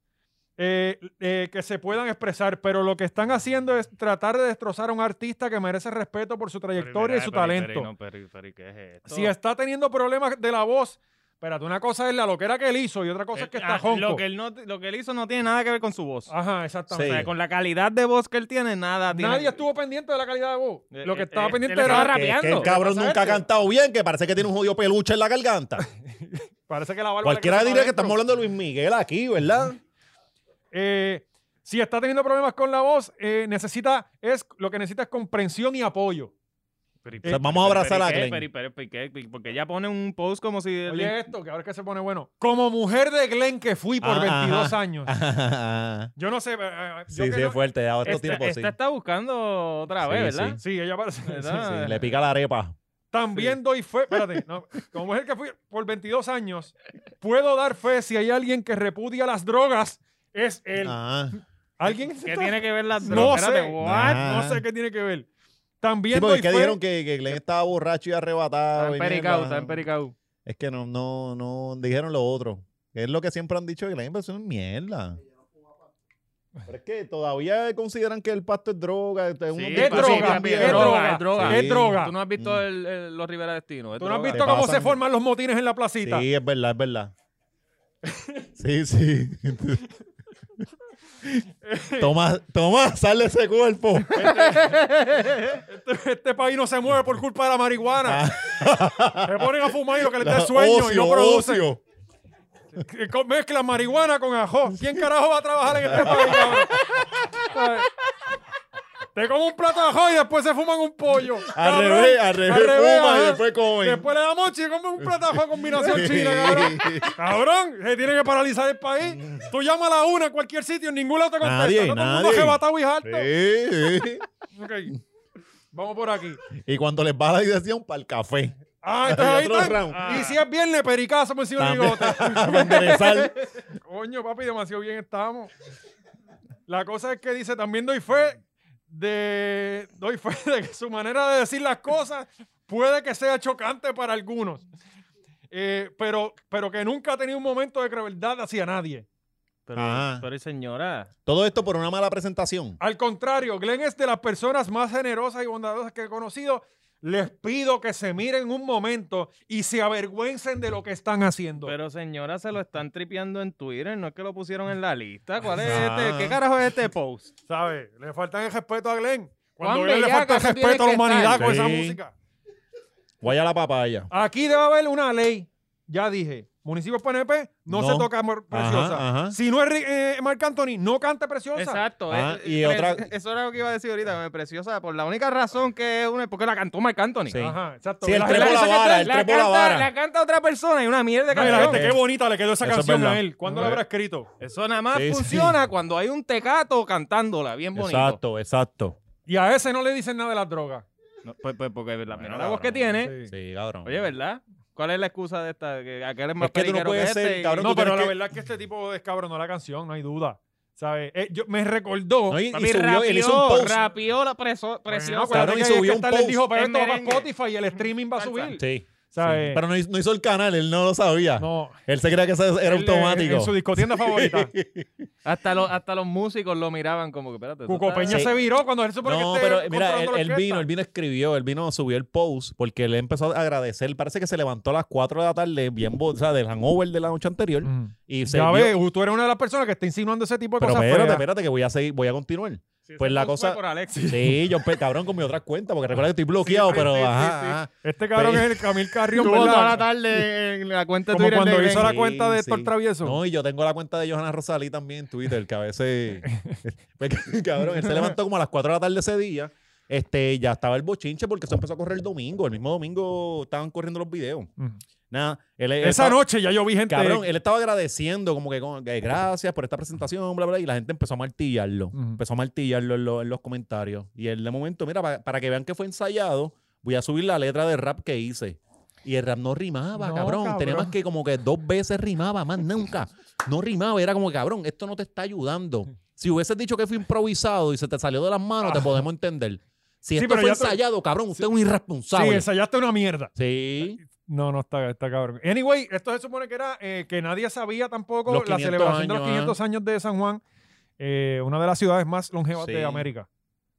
[SPEAKER 1] eh, eh, que se puedan expresar, pero lo que están haciendo es tratar de destrozar a un artista que merece respeto por su trayectoria y su
[SPEAKER 3] Pero, pero,
[SPEAKER 1] talento.
[SPEAKER 3] pero, no, pero, pero, ¿qué es esto?
[SPEAKER 1] Si está teniendo problemas de la voz, espérate, una cosa es la loquera que él hizo y otra cosa es que está
[SPEAKER 3] Ah,
[SPEAKER 1] jonco.
[SPEAKER 3] Lo que, Ah, él no, lo que él hizo no tiene nada que ver con su voz.
[SPEAKER 1] Ajá, exactamente.
[SPEAKER 3] O sea,
[SPEAKER 2] Sí.
[SPEAKER 3] con la calidad de voz que él tiene, nada tiene.
[SPEAKER 1] Nadie estuvo pendiente de la calidad de voz.
[SPEAKER 3] Eh,
[SPEAKER 1] Lo Ah, que
[SPEAKER 3] eh,
[SPEAKER 1] estaba
[SPEAKER 3] eh,
[SPEAKER 1] pendiente
[SPEAKER 3] él estaba
[SPEAKER 1] era...
[SPEAKER 3] rap-
[SPEAKER 2] Que,
[SPEAKER 3] rapeando.
[SPEAKER 2] que el cabrón
[SPEAKER 1] Pasa
[SPEAKER 2] nunca ha
[SPEAKER 1] esto.
[SPEAKER 2] cantado bien, que parece que tiene un jodido peluche en la garganta.
[SPEAKER 1] Parece que la barba le
[SPEAKER 2] Cualquiera
[SPEAKER 1] crece
[SPEAKER 2] diría que
[SPEAKER 1] para
[SPEAKER 2] estamos
[SPEAKER 1] adentro.
[SPEAKER 2] hablando de Luis Miguel aquí, ¿verdad?
[SPEAKER 1] Eh, si está teniendo problemas con la voz, eh, necesita, es, lo que necesita es comprensión y apoyo.
[SPEAKER 3] Pero, y-
[SPEAKER 2] sea, vamos a
[SPEAKER 3] pero,
[SPEAKER 2] abrazar
[SPEAKER 3] pero,
[SPEAKER 2] a
[SPEAKER 3] ¿y qué?
[SPEAKER 2] Glenn.
[SPEAKER 3] Pero, y- pero, y qué? Y- Porque ella pone un post como si... el-
[SPEAKER 1] Oye, esto, que ahora es que se pone bueno. Como mujer de Glenn que fui por
[SPEAKER 2] Ah,
[SPEAKER 1] 22
[SPEAKER 2] ajá.
[SPEAKER 1] años. Yo no sé. eh, eh, yo este,
[SPEAKER 2] sí,
[SPEAKER 1] que
[SPEAKER 2] sí,
[SPEAKER 1] no-
[SPEAKER 2] es fuerte, ya estos
[SPEAKER 3] esta,
[SPEAKER 2] tiempos sí.
[SPEAKER 3] esta está buscando otra
[SPEAKER 2] Sí,
[SPEAKER 3] vez, ¿verdad?
[SPEAKER 1] Sí, ella parece.
[SPEAKER 3] ¿Verdad?
[SPEAKER 2] Sí, le pica la arepa.
[SPEAKER 1] También doy fe, espérate, no, como mujer que fui por 22 años, puedo dar fe si hay alguien que repudia las drogas, es él.
[SPEAKER 2] Ajá.
[SPEAKER 1] ¿Alguien?
[SPEAKER 3] Ah. ¿Qué tiene que ver la
[SPEAKER 1] No
[SPEAKER 3] Espérate,
[SPEAKER 1] sé.
[SPEAKER 3] what?
[SPEAKER 1] No sé qué tiene que ver. También
[SPEAKER 2] Sí, porque
[SPEAKER 1] doy
[SPEAKER 2] es que
[SPEAKER 1] fe-
[SPEAKER 2] dijeron que, que Glenn estaba borracho y
[SPEAKER 3] Está
[SPEAKER 2] arrebatado.
[SPEAKER 3] en
[SPEAKER 2] y mierda.
[SPEAKER 3] Pericao, está en Pericao.
[SPEAKER 2] Es que no, no, no, dijeron lo otro. Es lo que siempre han dicho de Glenn, pero eso es mierda. Pero es que todavía consideran que el pasto es droga. este, Es, un
[SPEAKER 3] Sí,
[SPEAKER 2] montón de
[SPEAKER 1] es
[SPEAKER 2] cosas
[SPEAKER 1] droga,
[SPEAKER 2] que
[SPEAKER 1] es
[SPEAKER 2] cambian.
[SPEAKER 1] droga,
[SPEAKER 3] es droga.
[SPEAKER 1] es droga.
[SPEAKER 3] Tú no has
[SPEAKER 2] Mm.
[SPEAKER 3] visto el- el- los Rivera Destino. ¿eh? es
[SPEAKER 1] ¿Tú no has
[SPEAKER 3] droga.
[SPEAKER 1] visto
[SPEAKER 2] Te
[SPEAKER 1] cómo
[SPEAKER 2] pasan.
[SPEAKER 1] se forman los motines en la placita?
[SPEAKER 2] Sí, es verdad, es verdad. Sí, sí. toma, toma, sale ese cuerpo.
[SPEAKER 1] Este, este país no se mueve por culpa de la marihuana.
[SPEAKER 3] Ah.
[SPEAKER 1] Se ponen a fumar y lo que les dé
[SPEAKER 2] La-
[SPEAKER 1] sueño y
[SPEAKER 2] ocio,
[SPEAKER 1] no producen.
[SPEAKER 2] ocio.
[SPEAKER 1] Que co- Mezclan marihuana con ajo. ¿Quién carajo va a trabajar en este país? cabrón? ¿Sabes? Te comen un plato de ajo y después se fuman un pollo.
[SPEAKER 2] Al
[SPEAKER 1] cabrón.
[SPEAKER 2] revés, al revés, fuma y
[SPEAKER 1] ajá.
[SPEAKER 2] después comen.
[SPEAKER 1] Después le damos chico y comen un plato de ajo combinación china, cabrón. Cabrón, se tiene que paralizar el país. Tú llamas a la una en cualquier sitio, en ningún lado te contesta.
[SPEAKER 2] Nadie,
[SPEAKER 1] Todo el mundo
[SPEAKER 2] nadie.
[SPEAKER 1] arrebatado y harto.
[SPEAKER 2] Sí, sí.
[SPEAKER 1] Ok. Vamos por aquí.
[SPEAKER 2] Y cuando les va la dirección, para el café.
[SPEAKER 1] Ah, entonces
[SPEAKER 2] Y
[SPEAKER 1] ahí
[SPEAKER 2] otro
[SPEAKER 1] están.
[SPEAKER 2] round.
[SPEAKER 1] Y si es viernes, pericazo por encima del
[SPEAKER 2] También.
[SPEAKER 1] bigote.
[SPEAKER 2] para enderezar.
[SPEAKER 1] Coño, papi, demasiado bien estamos. La cosa es que dice, también doy fe de doy fe de que su manera de decir las cosas puede que sea chocante para algunos. Eh, pero, pero que nunca ha tenido un momento de crueldad hacia nadie.
[SPEAKER 3] Pero,
[SPEAKER 2] Ajá.
[SPEAKER 3] pero, señora,
[SPEAKER 2] Todo esto por una mala presentación.
[SPEAKER 1] Al contrario, Glenn es de las personas más generosas y bondadosas que he conocido. Les pido que se miren un momento y se avergüencen de lo que están haciendo.
[SPEAKER 3] pero señora, se lo están tripeando en Twitter, no es que lo pusieron en la lista. ¿Cuál es
[SPEAKER 2] Ah.
[SPEAKER 3] este? ¿Qué carajo es este post?
[SPEAKER 1] ¿Sabes? Le faltan el respeto a Glenn. Cuando
[SPEAKER 3] Juan
[SPEAKER 1] Glenn le
[SPEAKER 3] Bellaco,
[SPEAKER 1] falta el
[SPEAKER 3] eso tiene
[SPEAKER 1] respeto a la
[SPEAKER 3] que
[SPEAKER 1] humanidad
[SPEAKER 3] estar.
[SPEAKER 1] con esa
[SPEAKER 2] Sí.
[SPEAKER 1] música.
[SPEAKER 2] Guaya la papaya.
[SPEAKER 1] Aquí debe haber una ley. Ya dije, municipios PNP no,
[SPEAKER 2] No.
[SPEAKER 1] se toca Mar- preciosa.
[SPEAKER 2] ajá.
[SPEAKER 1] Si no es Ri- eh, Marc Anthony, no cante preciosa.
[SPEAKER 3] Exacto.
[SPEAKER 2] Ah,
[SPEAKER 3] es-
[SPEAKER 2] y
[SPEAKER 3] es-
[SPEAKER 2] otra-
[SPEAKER 3] Eso era lo que iba a decir ahorita, me preciosa. Por la única razón que es una. Porque la cantó Marc Anthony.
[SPEAKER 2] Sí.
[SPEAKER 1] Ajá, exacto.
[SPEAKER 2] Sí, el
[SPEAKER 1] La
[SPEAKER 2] trepo
[SPEAKER 1] gente
[SPEAKER 2] la
[SPEAKER 1] dice que-
[SPEAKER 2] vara, el
[SPEAKER 3] La
[SPEAKER 2] trepo la
[SPEAKER 3] canta,
[SPEAKER 2] vara.
[SPEAKER 3] la canta otra persona y una mierda de
[SPEAKER 1] Ay, la
[SPEAKER 3] canción.
[SPEAKER 1] gente, qué bonita le quedó esa
[SPEAKER 2] Eso es
[SPEAKER 1] canción
[SPEAKER 2] verdad.
[SPEAKER 1] a él. ¿Cuándo lo habrá escrito?
[SPEAKER 3] Eso nada más
[SPEAKER 2] Sí, sí.
[SPEAKER 3] funciona cuando hay un tecato cantándola bien bonito.
[SPEAKER 2] Exacto, exacto.
[SPEAKER 1] Y a ese no le dicen nada de las drogas.
[SPEAKER 3] No, pues, pues porque la
[SPEAKER 2] Bueno,
[SPEAKER 3] menor la voz que
[SPEAKER 2] cabrón,
[SPEAKER 3] tiene.
[SPEAKER 1] Sí.
[SPEAKER 2] Sí, cabrón.
[SPEAKER 3] Oye, ¿verdad? ¿Cuál es la excusa de esta? Que aquel es más
[SPEAKER 2] Es que tú no
[SPEAKER 3] periquero
[SPEAKER 2] puedes
[SPEAKER 3] este
[SPEAKER 2] ser,
[SPEAKER 3] y-
[SPEAKER 2] cabrón,
[SPEAKER 1] No,
[SPEAKER 2] tú
[SPEAKER 1] pero
[SPEAKER 2] tienes
[SPEAKER 1] la
[SPEAKER 2] que-
[SPEAKER 1] verdad es que este tipo descabronó la canción, no hay duda. ¿Sabes? Eh, yo, me recordó.
[SPEAKER 2] No, y, y
[SPEAKER 3] Papi,
[SPEAKER 2] subió, él hizo un
[SPEAKER 3] rapeó,
[SPEAKER 2] post.
[SPEAKER 3] rapeó la preso,
[SPEAKER 1] Bueno,
[SPEAKER 3] preciosa.
[SPEAKER 1] acuérdate
[SPEAKER 2] Cabrón, y
[SPEAKER 1] que
[SPEAKER 2] subió
[SPEAKER 1] Skepta
[SPEAKER 2] un
[SPEAKER 1] les
[SPEAKER 2] post
[SPEAKER 1] dijo, pero
[SPEAKER 3] en
[SPEAKER 1] esto va para
[SPEAKER 3] merengue.
[SPEAKER 1] Spotify y el streaming va a
[SPEAKER 3] Salsa.
[SPEAKER 1] subir.
[SPEAKER 2] Sí.
[SPEAKER 1] ¿Sabes?
[SPEAKER 2] Pero no, hizo- no hizo el canal, él no lo sabía.
[SPEAKER 1] eh, no.
[SPEAKER 2] Él se creía que eso era
[SPEAKER 1] él, eh, En
[SPEAKER 2] automático.
[SPEAKER 1] su discotienda favorita.
[SPEAKER 3] Hasta, los, hasta los músicos lo miraban como que, espérate. eso
[SPEAKER 1] Cuco
[SPEAKER 3] está-
[SPEAKER 1] Peña
[SPEAKER 2] Sí.
[SPEAKER 1] se viró cuando él supone
[SPEAKER 2] No,
[SPEAKER 1] que esté
[SPEAKER 2] pero mira,
[SPEAKER 1] controlando
[SPEAKER 2] él,
[SPEAKER 1] la
[SPEAKER 2] él
[SPEAKER 1] orquesta.
[SPEAKER 2] vino, él vino escribió, él vino, subió el post porque él empezó a agradecer. Parece que se levantó a las 4 de la tarde, bien, bo- o sea, del hangover de la noche anterior.
[SPEAKER 1] Mm.
[SPEAKER 2] Y se
[SPEAKER 1] Ya
[SPEAKER 2] vio-
[SPEAKER 1] ves, tú eres una de las personas que está insinuando ese tipo de
[SPEAKER 2] Pero
[SPEAKER 1] cosas.
[SPEAKER 2] espérate,
[SPEAKER 1] feas.
[SPEAKER 2] espérate, que voy a seguir, voy a continuar.
[SPEAKER 3] Sí,
[SPEAKER 2] pues
[SPEAKER 3] ese
[SPEAKER 2] la
[SPEAKER 3] post
[SPEAKER 2] cosa-
[SPEAKER 3] fue por Alexis.
[SPEAKER 2] Sí, yo, pe- cabrón, con mi otra cuenta, porque recuerda que estoy bloqueado,
[SPEAKER 3] Sí, sí,
[SPEAKER 2] pero
[SPEAKER 3] sí,
[SPEAKER 2] ajá,
[SPEAKER 3] sí,
[SPEAKER 2] ajá.
[SPEAKER 1] Este cabrón
[SPEAKER 2] Pe-
[SPEAKER 1] es el Camil Carrión,
[SPEAKER 3] Estuvo toda la
[SPEAKER 1] ¿verdad?
[SPEAKER 3] tarde en la cuenta de
[SPEAKER 1] Como
[SPEAKER 3] Twitter
[SPEAKER 1] cuando
[SPEAKER 3] de
[SPEAKER 1] hizo la
[SPEAKER 3] Glenn.
[SPEAKER 1] cuenta de
[SPEAKER 2] Sí,
[SPEAKER 1] Héctor
[SPEAKER 2] sí.
[SPEAKER 1] Travieso.
[SPEAKER 2] No, y yo tengo la cuenta de Johanna Rosalí también en Twitter, que a veces. Porque, cabrón, él se levantó como a las 4 de la tarde ese día. Este, ya estaba el bochinche porque eso empezó a correr el domingo. El mismo domingo estaban corriendo los videos.
[SPEAKER 1] Mm.
[SPEAKER 2] Nada, él, él
[SPEAKER 1] Esa
[SPEAKER 2] estaba-
[SPEAKER 1] noche ya yo vi gente.
[SPEAKER 2] Cabrón, él estaba agradeciendo, como que como que gracias por esta presentación, bla, bla, y la gente empezó a martillarlo.
[SPEAKER 1] Ujú.
[SPEAKER 2] Empezó a martillarlo en, lo- en los comentarios. Y él de momento, mira, pa- para que vean que fue ensayado, voy a subir la letra de rap que hice. Y el rap no rimaba,
[SPEAKER 1] No,
[SPEAKER 2] cabrón. Tenía
[SPEAKER 1] cabrón.
[SPEAKER 2] más que como que dos veces rimaba, más nunca. No rimaba, era como, cabrón, esto no te está ayudando. Si hubieses dicho que fue improvisado y se te salió de las manos, te podemos entender. Si
[SPEAKER 1] Ah. Sí,
[SPEAKER 2] esto
[SPEAKER 1] pero
[SPEAKER 2] fue
[SPEAKER 1] ya tú-
[SPEAKER 2] ensayado, cabrón, usted es un
[SPEAKER 1] sí,
[SPEAKER 2] irresponsable. Sí.
[SPEAKER 1] ensayaste una mierda. No, no está, está cabrón. Anyway, esto se supone que era eh, que nadie sabía tampoco
[SPEAKER 2] Los
[SPEAKER 1] la
[SPEAKER 2] 500
[SPEAKER 1] celebración de los
[SPEAKER 2] años,
[SPEAKER 1] 500 años de San Juan, eh, una de las ciudades más longevas
[SPEAKER 2] Sí.
[SPEAKER 1] de América.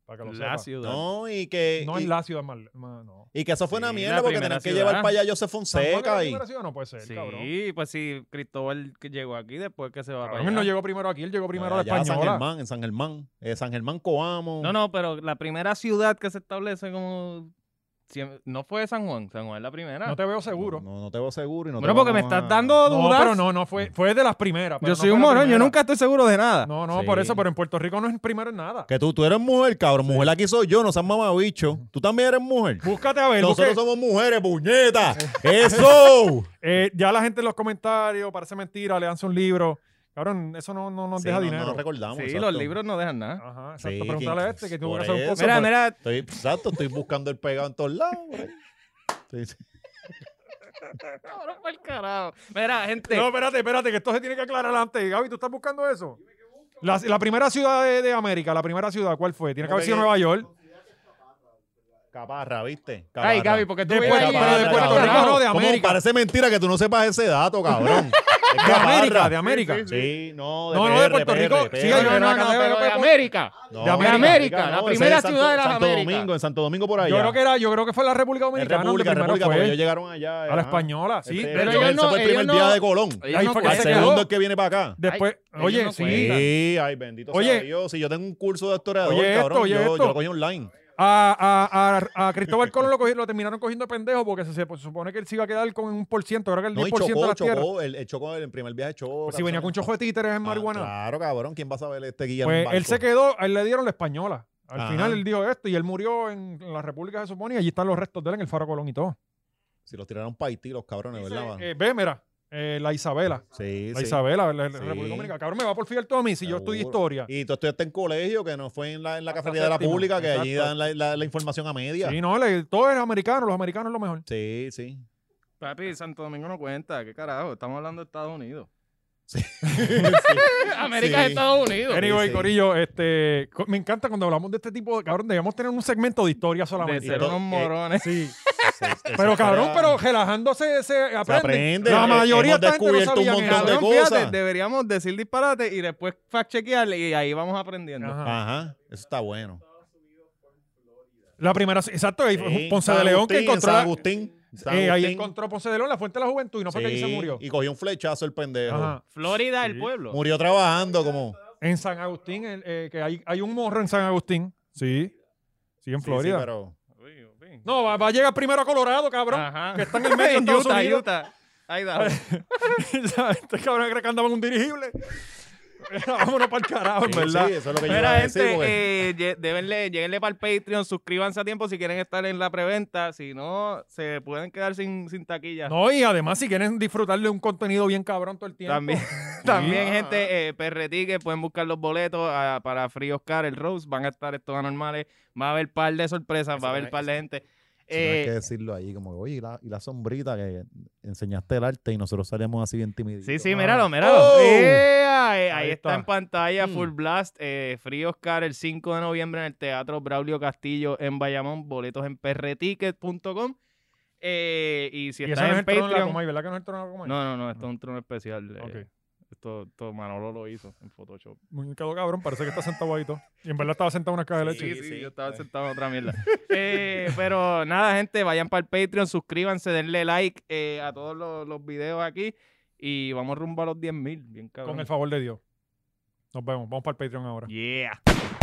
[SPEAKER 1] Para que lo
[SPEAKER 3] La
[SPEAKER 1] sepa.
[SPEAKER 3] ciudad.
[SPEAKER 2] No, y que.
[SPEAKER 1] No
[SPEAKER 2] y-
[SPEAKER 1] es la ciudad más, más- no.
[SPEAKER 2] Y que eso fue
[SPEAKER 3] Sí,
[SPEAKER 2] una mierda
[SPEAKER 3] la
[SPEAKER 2] porque
[SPEAKER 3] primera
[SPEAKER 2] tenían que
[SPEAKER 3] ciudad.
[SPEAKER 2] llevar para allá
[SPEAKER 1] San
[SPEAKER 2] José
[SPEAKER 1] Juan era la
[SPEAKER 2] Fonseca y...
[SPEAKER 1] primera ciudad, no puede ser,
[SPEAKER 3] sí,
[SPEAKER 1] cabrón.
[SPEAKER 3] pues si Cristóbal que llegó aquí después que se va
[SPEAKER 1] Cabrón,
[SPEAKER 3] para
[SPEAKER 1] él
[SPEAKER 3] allá.
[SPEAKER 1] no llegó primero aquí, él llegó primero a la
[SPEAKER 2] allá a San
[SPEAKER 1] española.
[SPEAKER 2] Germán, en San Germán. Eh, San Germán Coamo.
[SPEAKER 3] No, no, pero la primera ciudad que se establece como... siem- No fue San Juan, San Juan es la primera.
[SPEAKER 1] No te veo seguro.
[SPEAKER 2] No, no te veo seguro y no te
[SPEAKER 3] bueno, porque me
[SPEAKER 2] vamos
[SPEAKER 3] estás
[SPEAKER 2] a-
[SPEAKER 3] dando
[SPEAKER 1] No,
[SPEAKER 3] dudas.
[SPEAKER 1] pero no, no fue, fue de las primeras. pero no
[SPEAKER 3] yo soy
[SPEAKER 1] fue
[SPEAKER 3] un
[SPEAKER 1] la
[SPEAKER 3] morón, yo
[SPEAKER 1] primera.
[SPEAKER 3] nunca estoy seguro de nada.
[SPEAKER 1] No, no,
[SPEAKER 2] Sí.
[SPEAKER 1] por eso, pero en Puerto Rico no es primero en nada.
[SPEAKER 2] Que tú, tú eres mujer, cabrón. Mujer aquí soy yo, no seas mamabicho. Tú también eres mujer.
[SPEAKER 1] Búscate a ver.
[SPEAKER 2] Nosotros
[SPEAKER 1] busque-
[SPEAKER 2] somos mujeres, puñeta. ¡Eso!
[SPEAKER 1] eh, ya la gente en los comentarios, parece mentira, le dan un libro. Cabrón, eso no, no nos
[SPEAKER 2] Sí,
[SPEAKER 1] deja
[SPEAKER 2] no- no
[SPEAKER 1] dinero.
[SPEAKER 2] nos recordamos.
[SPEAKER 3] sí,
[SPEAKER 2] exacto.
[SPEAKER 3] los libros no dejan nada.
[SPEAKER 1] Ajá, exacto.
[SPEAKER 2] Sí,
[SPEAKER 1] Preguntale a
[SPEAKER 2] ¿quién-
[SPEAKER 1] este que tuvo que
[SPEAKER 2] por
[SPEAKER 1] hacer un
[SPEAKER 2] eso,
[SPEAKER 1] curso.
[SPEAKER 3] mira,
[SPEAKER 1] por-
[SPEAKER 3] mira,
[SPEAKER 2] Estoy, exacto, estoy buscando el pegado en todos lados. güey. Sí, sí.
[SPEAKER 3] cabrón, pa'l carajo. Mira, gente,
[SPEAKER 1] No, espérate, espérate, que esto se tiene que aclarar antes. Gaby, ¿tú estás buscando eso? La, la primera ciudad de, de América, la primera ciudad, ¿cuál fue? Tiene que
[SPEAKER 2] ¿Cómo
[SPEAKER 1] haber
[SPEAKER 2] que
[SPEAKER 1] sido
[SPEAKER 2] qué?
[SPEAKER 1] Nueva York.
[SPEAKER 2] Caparra, ¿viste?
[SPEAKER 3] Ay,
[SPEAKER 2] Caparra.
[SPEAKER 3] Gaby, porque tú
[SPEAKER 1] Después-
[SPEAKER 3] vives ahí,
[SPEAKER 1] pero
[SPEAKER 3] ¿no?
[SPEAKER 1] después
[SPEAKER 3] Está
[SPEAKER 1] Puerto Rico,
[SPEAKER 3] cabrón.
[SPEAKER 1] no, de
[SPEAKER 2] Como
[SPEAKER 1] América.
[SPEAKER 2] parece mentira que tú no sepas ese dato, cabrón. Es
[SPEAKER 1] De
[SPEAKER 2] Caparra.
[SPEAKER 1] América, de América.
[SPEAKER 2] Sí, no,
[SPEAKER 1] No, no, de Puerto Rico. Sí, yo-
[SPEAKER 3] No, no,
[SPEAKER 1] no,
[SPEAKER 3] no, no,
[SPEAKER 1] no,
[SPEAKER 3] pero
[SPEAKER 1] no,
[SPEAKER 3] de
[SPEAKER 1] no,
[SPEAKER 3] América.
[SPEAKER 2] No,
[SPEAKER 1] de
[SPEAKER 2] en
[SPEAKER 1] América,
[SPEAKER 3] la
[SPEAKER 2] ese es
[SPEAKER 3] primera
[SPEAKER 2] Santo-
[SPEAKER 3] ciudad de las
[SPEAKER 2] Santo
[SPEAKER 3] Américas.
[SPEAKER 2] Domingo, en Santo Domingo por allá.
[SPEAKER 1] Yo creo que era, yo creo que fue la República
[SPEAKER 2] en
[SPEAKER 1] Dominicana donde
[SPEAKER 2] República, en
[SPEAKER 1] primero
[SPEAKER 2] República,
[SPEAKER 1] fue.
[SPEAKER 2] porque ellos llegaron allá.
[SPEAKER 1] a la española, sí.
[SPEAKER 2] Pero
[SPEAKER 3] pero
[SPEAKER 1] ellos-
[SPEAKER 3] ellos
[SPEAKER 2] ese
[SPEAKER 3] no-
[SPEAKER 2] fue el primer
[SPEAKER 3] ellos
[SPEAKER 2] día
[SPEAKER 3] no-
[SPEAKER 2] de Colón.
[SPEAKER 3] Ellos
[SPEAKER 1] Ahí
[SPEAKER 3] no
[SPEAKER 1] fue que
[SPEAKER 2] El
[SPEAKER 1] se
[SPEAKER 3] cuentan.
[SPEAKER 1] quedó.
[SPEAKER 2] segundo es que viene para acá.
[SPEAKER 1] Después,
[SPEAKER 3] Ay,
[SPEAKER 1] oye,
[SPEAKER 3] ellos no
[SPEAKER 1] sí.
[SPEAKER 3] cuentan.
[SPEAKER 2] Sí, ay, bendito
[SPEAKER 1] Oye.
[SPEAKER 2] sea Dios. Si yo tengo un curso de historiador,
[SPEAKER 1] Oye, esto,
[SPEAKER 2] cabrón,
[SPEAKER 1] oye,
[SPEAKER 2] yo,
[SPEAKER 1] esto.
[SPEAKER 2] yo lo cogí online.
[SPEAKER 1] A, a- a- a Cristóbal Colón lo, cogi- lo terminaron cogiendo de pendejo porque se, se supone que él se iba a quedar con un por ciento, creo que el 10%
[SPEAKER 2] No, y
[SPEAKER 1] de
[SPEAKER 2] chocó,
[SPEAKER 1] las tierras.
[SPEAKER 2] chocó. El, el chocó, el primer viaje chocó.
[SPEAKER 1] Pues si venía con un chojo de títeres en
[SPEAKER 2] Ah,
[SPEAKER 1] marihuana.
[SPEAKER 2] Claro, cabrón. ¿Quién va a saber este guía? en
[SPEAKER 1] Pues
[SPEAKER 2] un
[SPEAKER 1] él
[SPEAKER 2] barco?
[SPEAKER 1] se quedó, a él le dieron la española. Al
[SPEAKER 2] Ajá.
[SPEAKER 1] final él dijo esto y él murió en la República, se supone, y allí están los restos de él en el Faro Colón y todo.
[SPEAKER 2] Si los tiraron para Haití, los cabrones, ¿verdad? mano?
[SPEAKER 1] Eh, ve, mira, eh, la Isabela.
[SPEAKER 2] Sí,
[SPEAKER 1] La
[SPEAKER 2] sí.
[SPEAKER 1] Isabela, la, la
[SPEAKER 2] Sí.
[SPEAKER 1] República Dominicana. Cabrón, me va por fiel todo a mí si yo estudio
[SPEAKER 2] Seguro.
[SPEAKER 1] historia.
[SPEAKER 2] Y tú estudiaste en colegio, que no fue en la, en la
[SPEAKER 1] Hasta
[SPEAKER 2] cafetería de la
[SPEAKER 1] séptimo,
[SPEAKER 2] pública, que allí
[SPEAKER 1] exacto.
[SPEAKER 2] dan la, la- la información a media.
[SPEAKER 1] Sí, no, le- todo es americano, los americanos es lo mejor.
[SPEAKER 2] Sí, sí.
[SPEAKER 3] Papi, Santo Domingo no cuenta, qué carajo, estamos hablando de Estados Unidos.
[SPEAKER 2] América es Sí.
[SPEAKER 3] Estados Unidos.
[SPEAKER 1] Anyway,
[SPEAKER 2] sí.
[SPEAKER 1] Corillo, este, co- me encanta cuando hablamos de este tipo de cabrón. Debíamos tener un segmento de historia
[SPEAKER 3] De
[SPEAKER 1] solamente.
[SPEAKER 3] ser
[SPEAKER 2] to-
[SPEAKER 3] unos
[SPEAKER 2] eh,
[SPEAKER 3] morones.
[SPEAKER 1] Sí.
[SPEAKER 2] Sí, sí, sí.
[SPEAKER 1] Pero cabrón,
[SPEAKER 2] Era-
[SPEAKER 1] pero relajándose se
[SPEAKER 2] se
[SPEAKER 1] aprende.
[SPEAKER 2] aprende.
[SPEAKER 1] La
[SPEAKER 2] Eh,
[SPEAKER 1] mayoría
[SPEAKER 2] hemos
[SPEAKER 1] de esta gente no
[SPEAKER 2] descubierto un
[SPEAKER 1] sabían
[SPEAKER 2] montón de
[SPEAKER 1] eso.
[SPEAKER 3] Cabrón, fíjate,
[SPEAKER 2] cosas.
[SPEAKER 3] deberíamos decir disparate y después fact chequearle y ahí vamos aprendiendo.
[SPEAKER 1] Ajá.
[SPEAKER 2] Ajá, eso está bueno.
[SPEAKER 1] La primera, exacto, ahí fue
[SPEAKER 2] Sí,
[SPEAKER 1] Ponce
[SPEAKER 2] San
[SPEAKER 1] de León que
[SPEAKER 2] Agustín, en
[SPEAKER 1] encontró.
[SPEAKER 2] San
[SPEAKER 1] la-
[SPEAKER 2] Agustín. San
[SPEAKER 1] eh, ahí
[SPEAKER 2] Agustín.
[SPEAKER 1] encontró Ponce de León la fuente de la juventud y no fue que ahí se
[SPEAKER 2] Sí,
[SPEAKER 1] murió.
[SPEAKER 2] Y cogió un flechazo el pendejo.
[SPEAKER 1] Ajá.
[SPEAKER 3] Florida, el pueblo.
[SPEAKER 2] Murió trabajando como.
[SPEAKER 1] En San Agustín, el- eh, que hay, hay un morro en San Agustín. Sí. Sí, en
[SPEAKER 2] Sí, sí,
[SPEAKER 1] Florida.
[SPEAKER 2] pero-
[SPEAKER 3] Uy, uy.
[SPEAKER 1] No, va, va a llegar primero a Colorado, cabrón.
[SPEAKER 3] Ajá.
[SPEAKER 1] Que está en el medio de Estados
[SPEAKER 3] Utah,
[SPEAKER 1] Unidos.
[SPEAKER 3] Utah. Ahí dale.
[SPEAKER 1] este cabrón cree que andaba en un dirigible. Vámonos para el carajo, en
[SPEAKER 2] Sí,
[SPEAKER 1] verdad.
[SPEAKER 2] sí, eso es lo que yo iba
[SPEAKER 3] Mira,
[SPEAKER 2] a decir,
[SPEAKER 3] gente,
[SPEAKER 2] porque-
[SPEAKER 3] eh, lle- débenle- lleguenle para el Patreon, suscríbanse a tiempo si quieren estar en la preventa. Si no, se pueden quedar sin, sin taquilla.
[SPEAKER 1] No, y además, si quieren disfrutar de un contenido bien cabrón todo el tiempo.
[SPEAKER 3] También, también
[SPEAKER 1] Ah.
[SPEAKER 3] gente, eh, Perretique, pueden buscar los boletos ah, para Free Oscar, el Rose. Van a estar estos anormales. Va a haber par de sorpresas,
[SPEAKER 2] Eso
[SPEAKER 3] va a
[SPEAKER 2] no
[SPEAKER 3] haber
[SPEAKER 2] es-
[SPEAKER 3] par de gente.
[SPEAKER 2] Si no hay
[SPEAKER 3] Eh,
[SPEAKER 2] que decirlo ahí, como, oye, y la, y la sombrita que enseñaste el arte y nosotros salíamos así bien tímidos.
[SPEAKER 3] Sí, sí,
[SPEAKER 1] Ah.
[SPEAKER 3] míralo, míralo.
[SPEAKER 2] ¡Oh!
[SPEAKER 3] ¡Ea! Eh, ahí,
[SPEAKER 1] Ahí
[SPEAKER 3] está.
[SPEAKER 1] está.
[SPEAKER 3] en pantalla
[SPEAKER 2] Mm.
[SPEAKER 3] Full Blast, eh, Free Oscar el 5 de noviembre en el Teatro Braulio Castillo en Bayamón, boletos en prticket.com. Eh, y si
[SPEAKER 1] y eso
[SPEAKER 3] estás
[SPEAKER 1] no es
[SPEAKER 3] en
[SPEAKER 1] el trono de la
[SPEAKER 3] Patreon...
[SPEAKER 1] Comay, ¿verdad que no es el trono de la Comay?
[SPEAKER 3] No, no, no, esto es un trono especial. eh,
[SPEAKER 1] Ok.
[SPEAKER 3] esto, esto Manolo lo hizo en Photoshop.
[SPEAKER 1] Muy quedó cabrón, parece que está sentado ahí todo. Y en verdad estaba sentado en una caja de leche.
[SPEAKER 3] Sí,
[SPEAKER 2] Sí,
[SPEAKER 3] sí,
[SPEAKER 2] sí.
[SPEAKER 3] yo estaba
[SPEAKER 2] Eh.
[SPEAKER 3] sentado en otra mierda. Eh, pero nada, gente, vayan para el Patreon, suscríbanse, denle like eh, a todos los, los videos aquí y vamos rumbo a los 10.000, bien cabrón.
[SPEAKER 1] Con el favor de Dios. Nos vemos. Vamos para el Patreon ahora.
[SPEAKER 3] Yeah.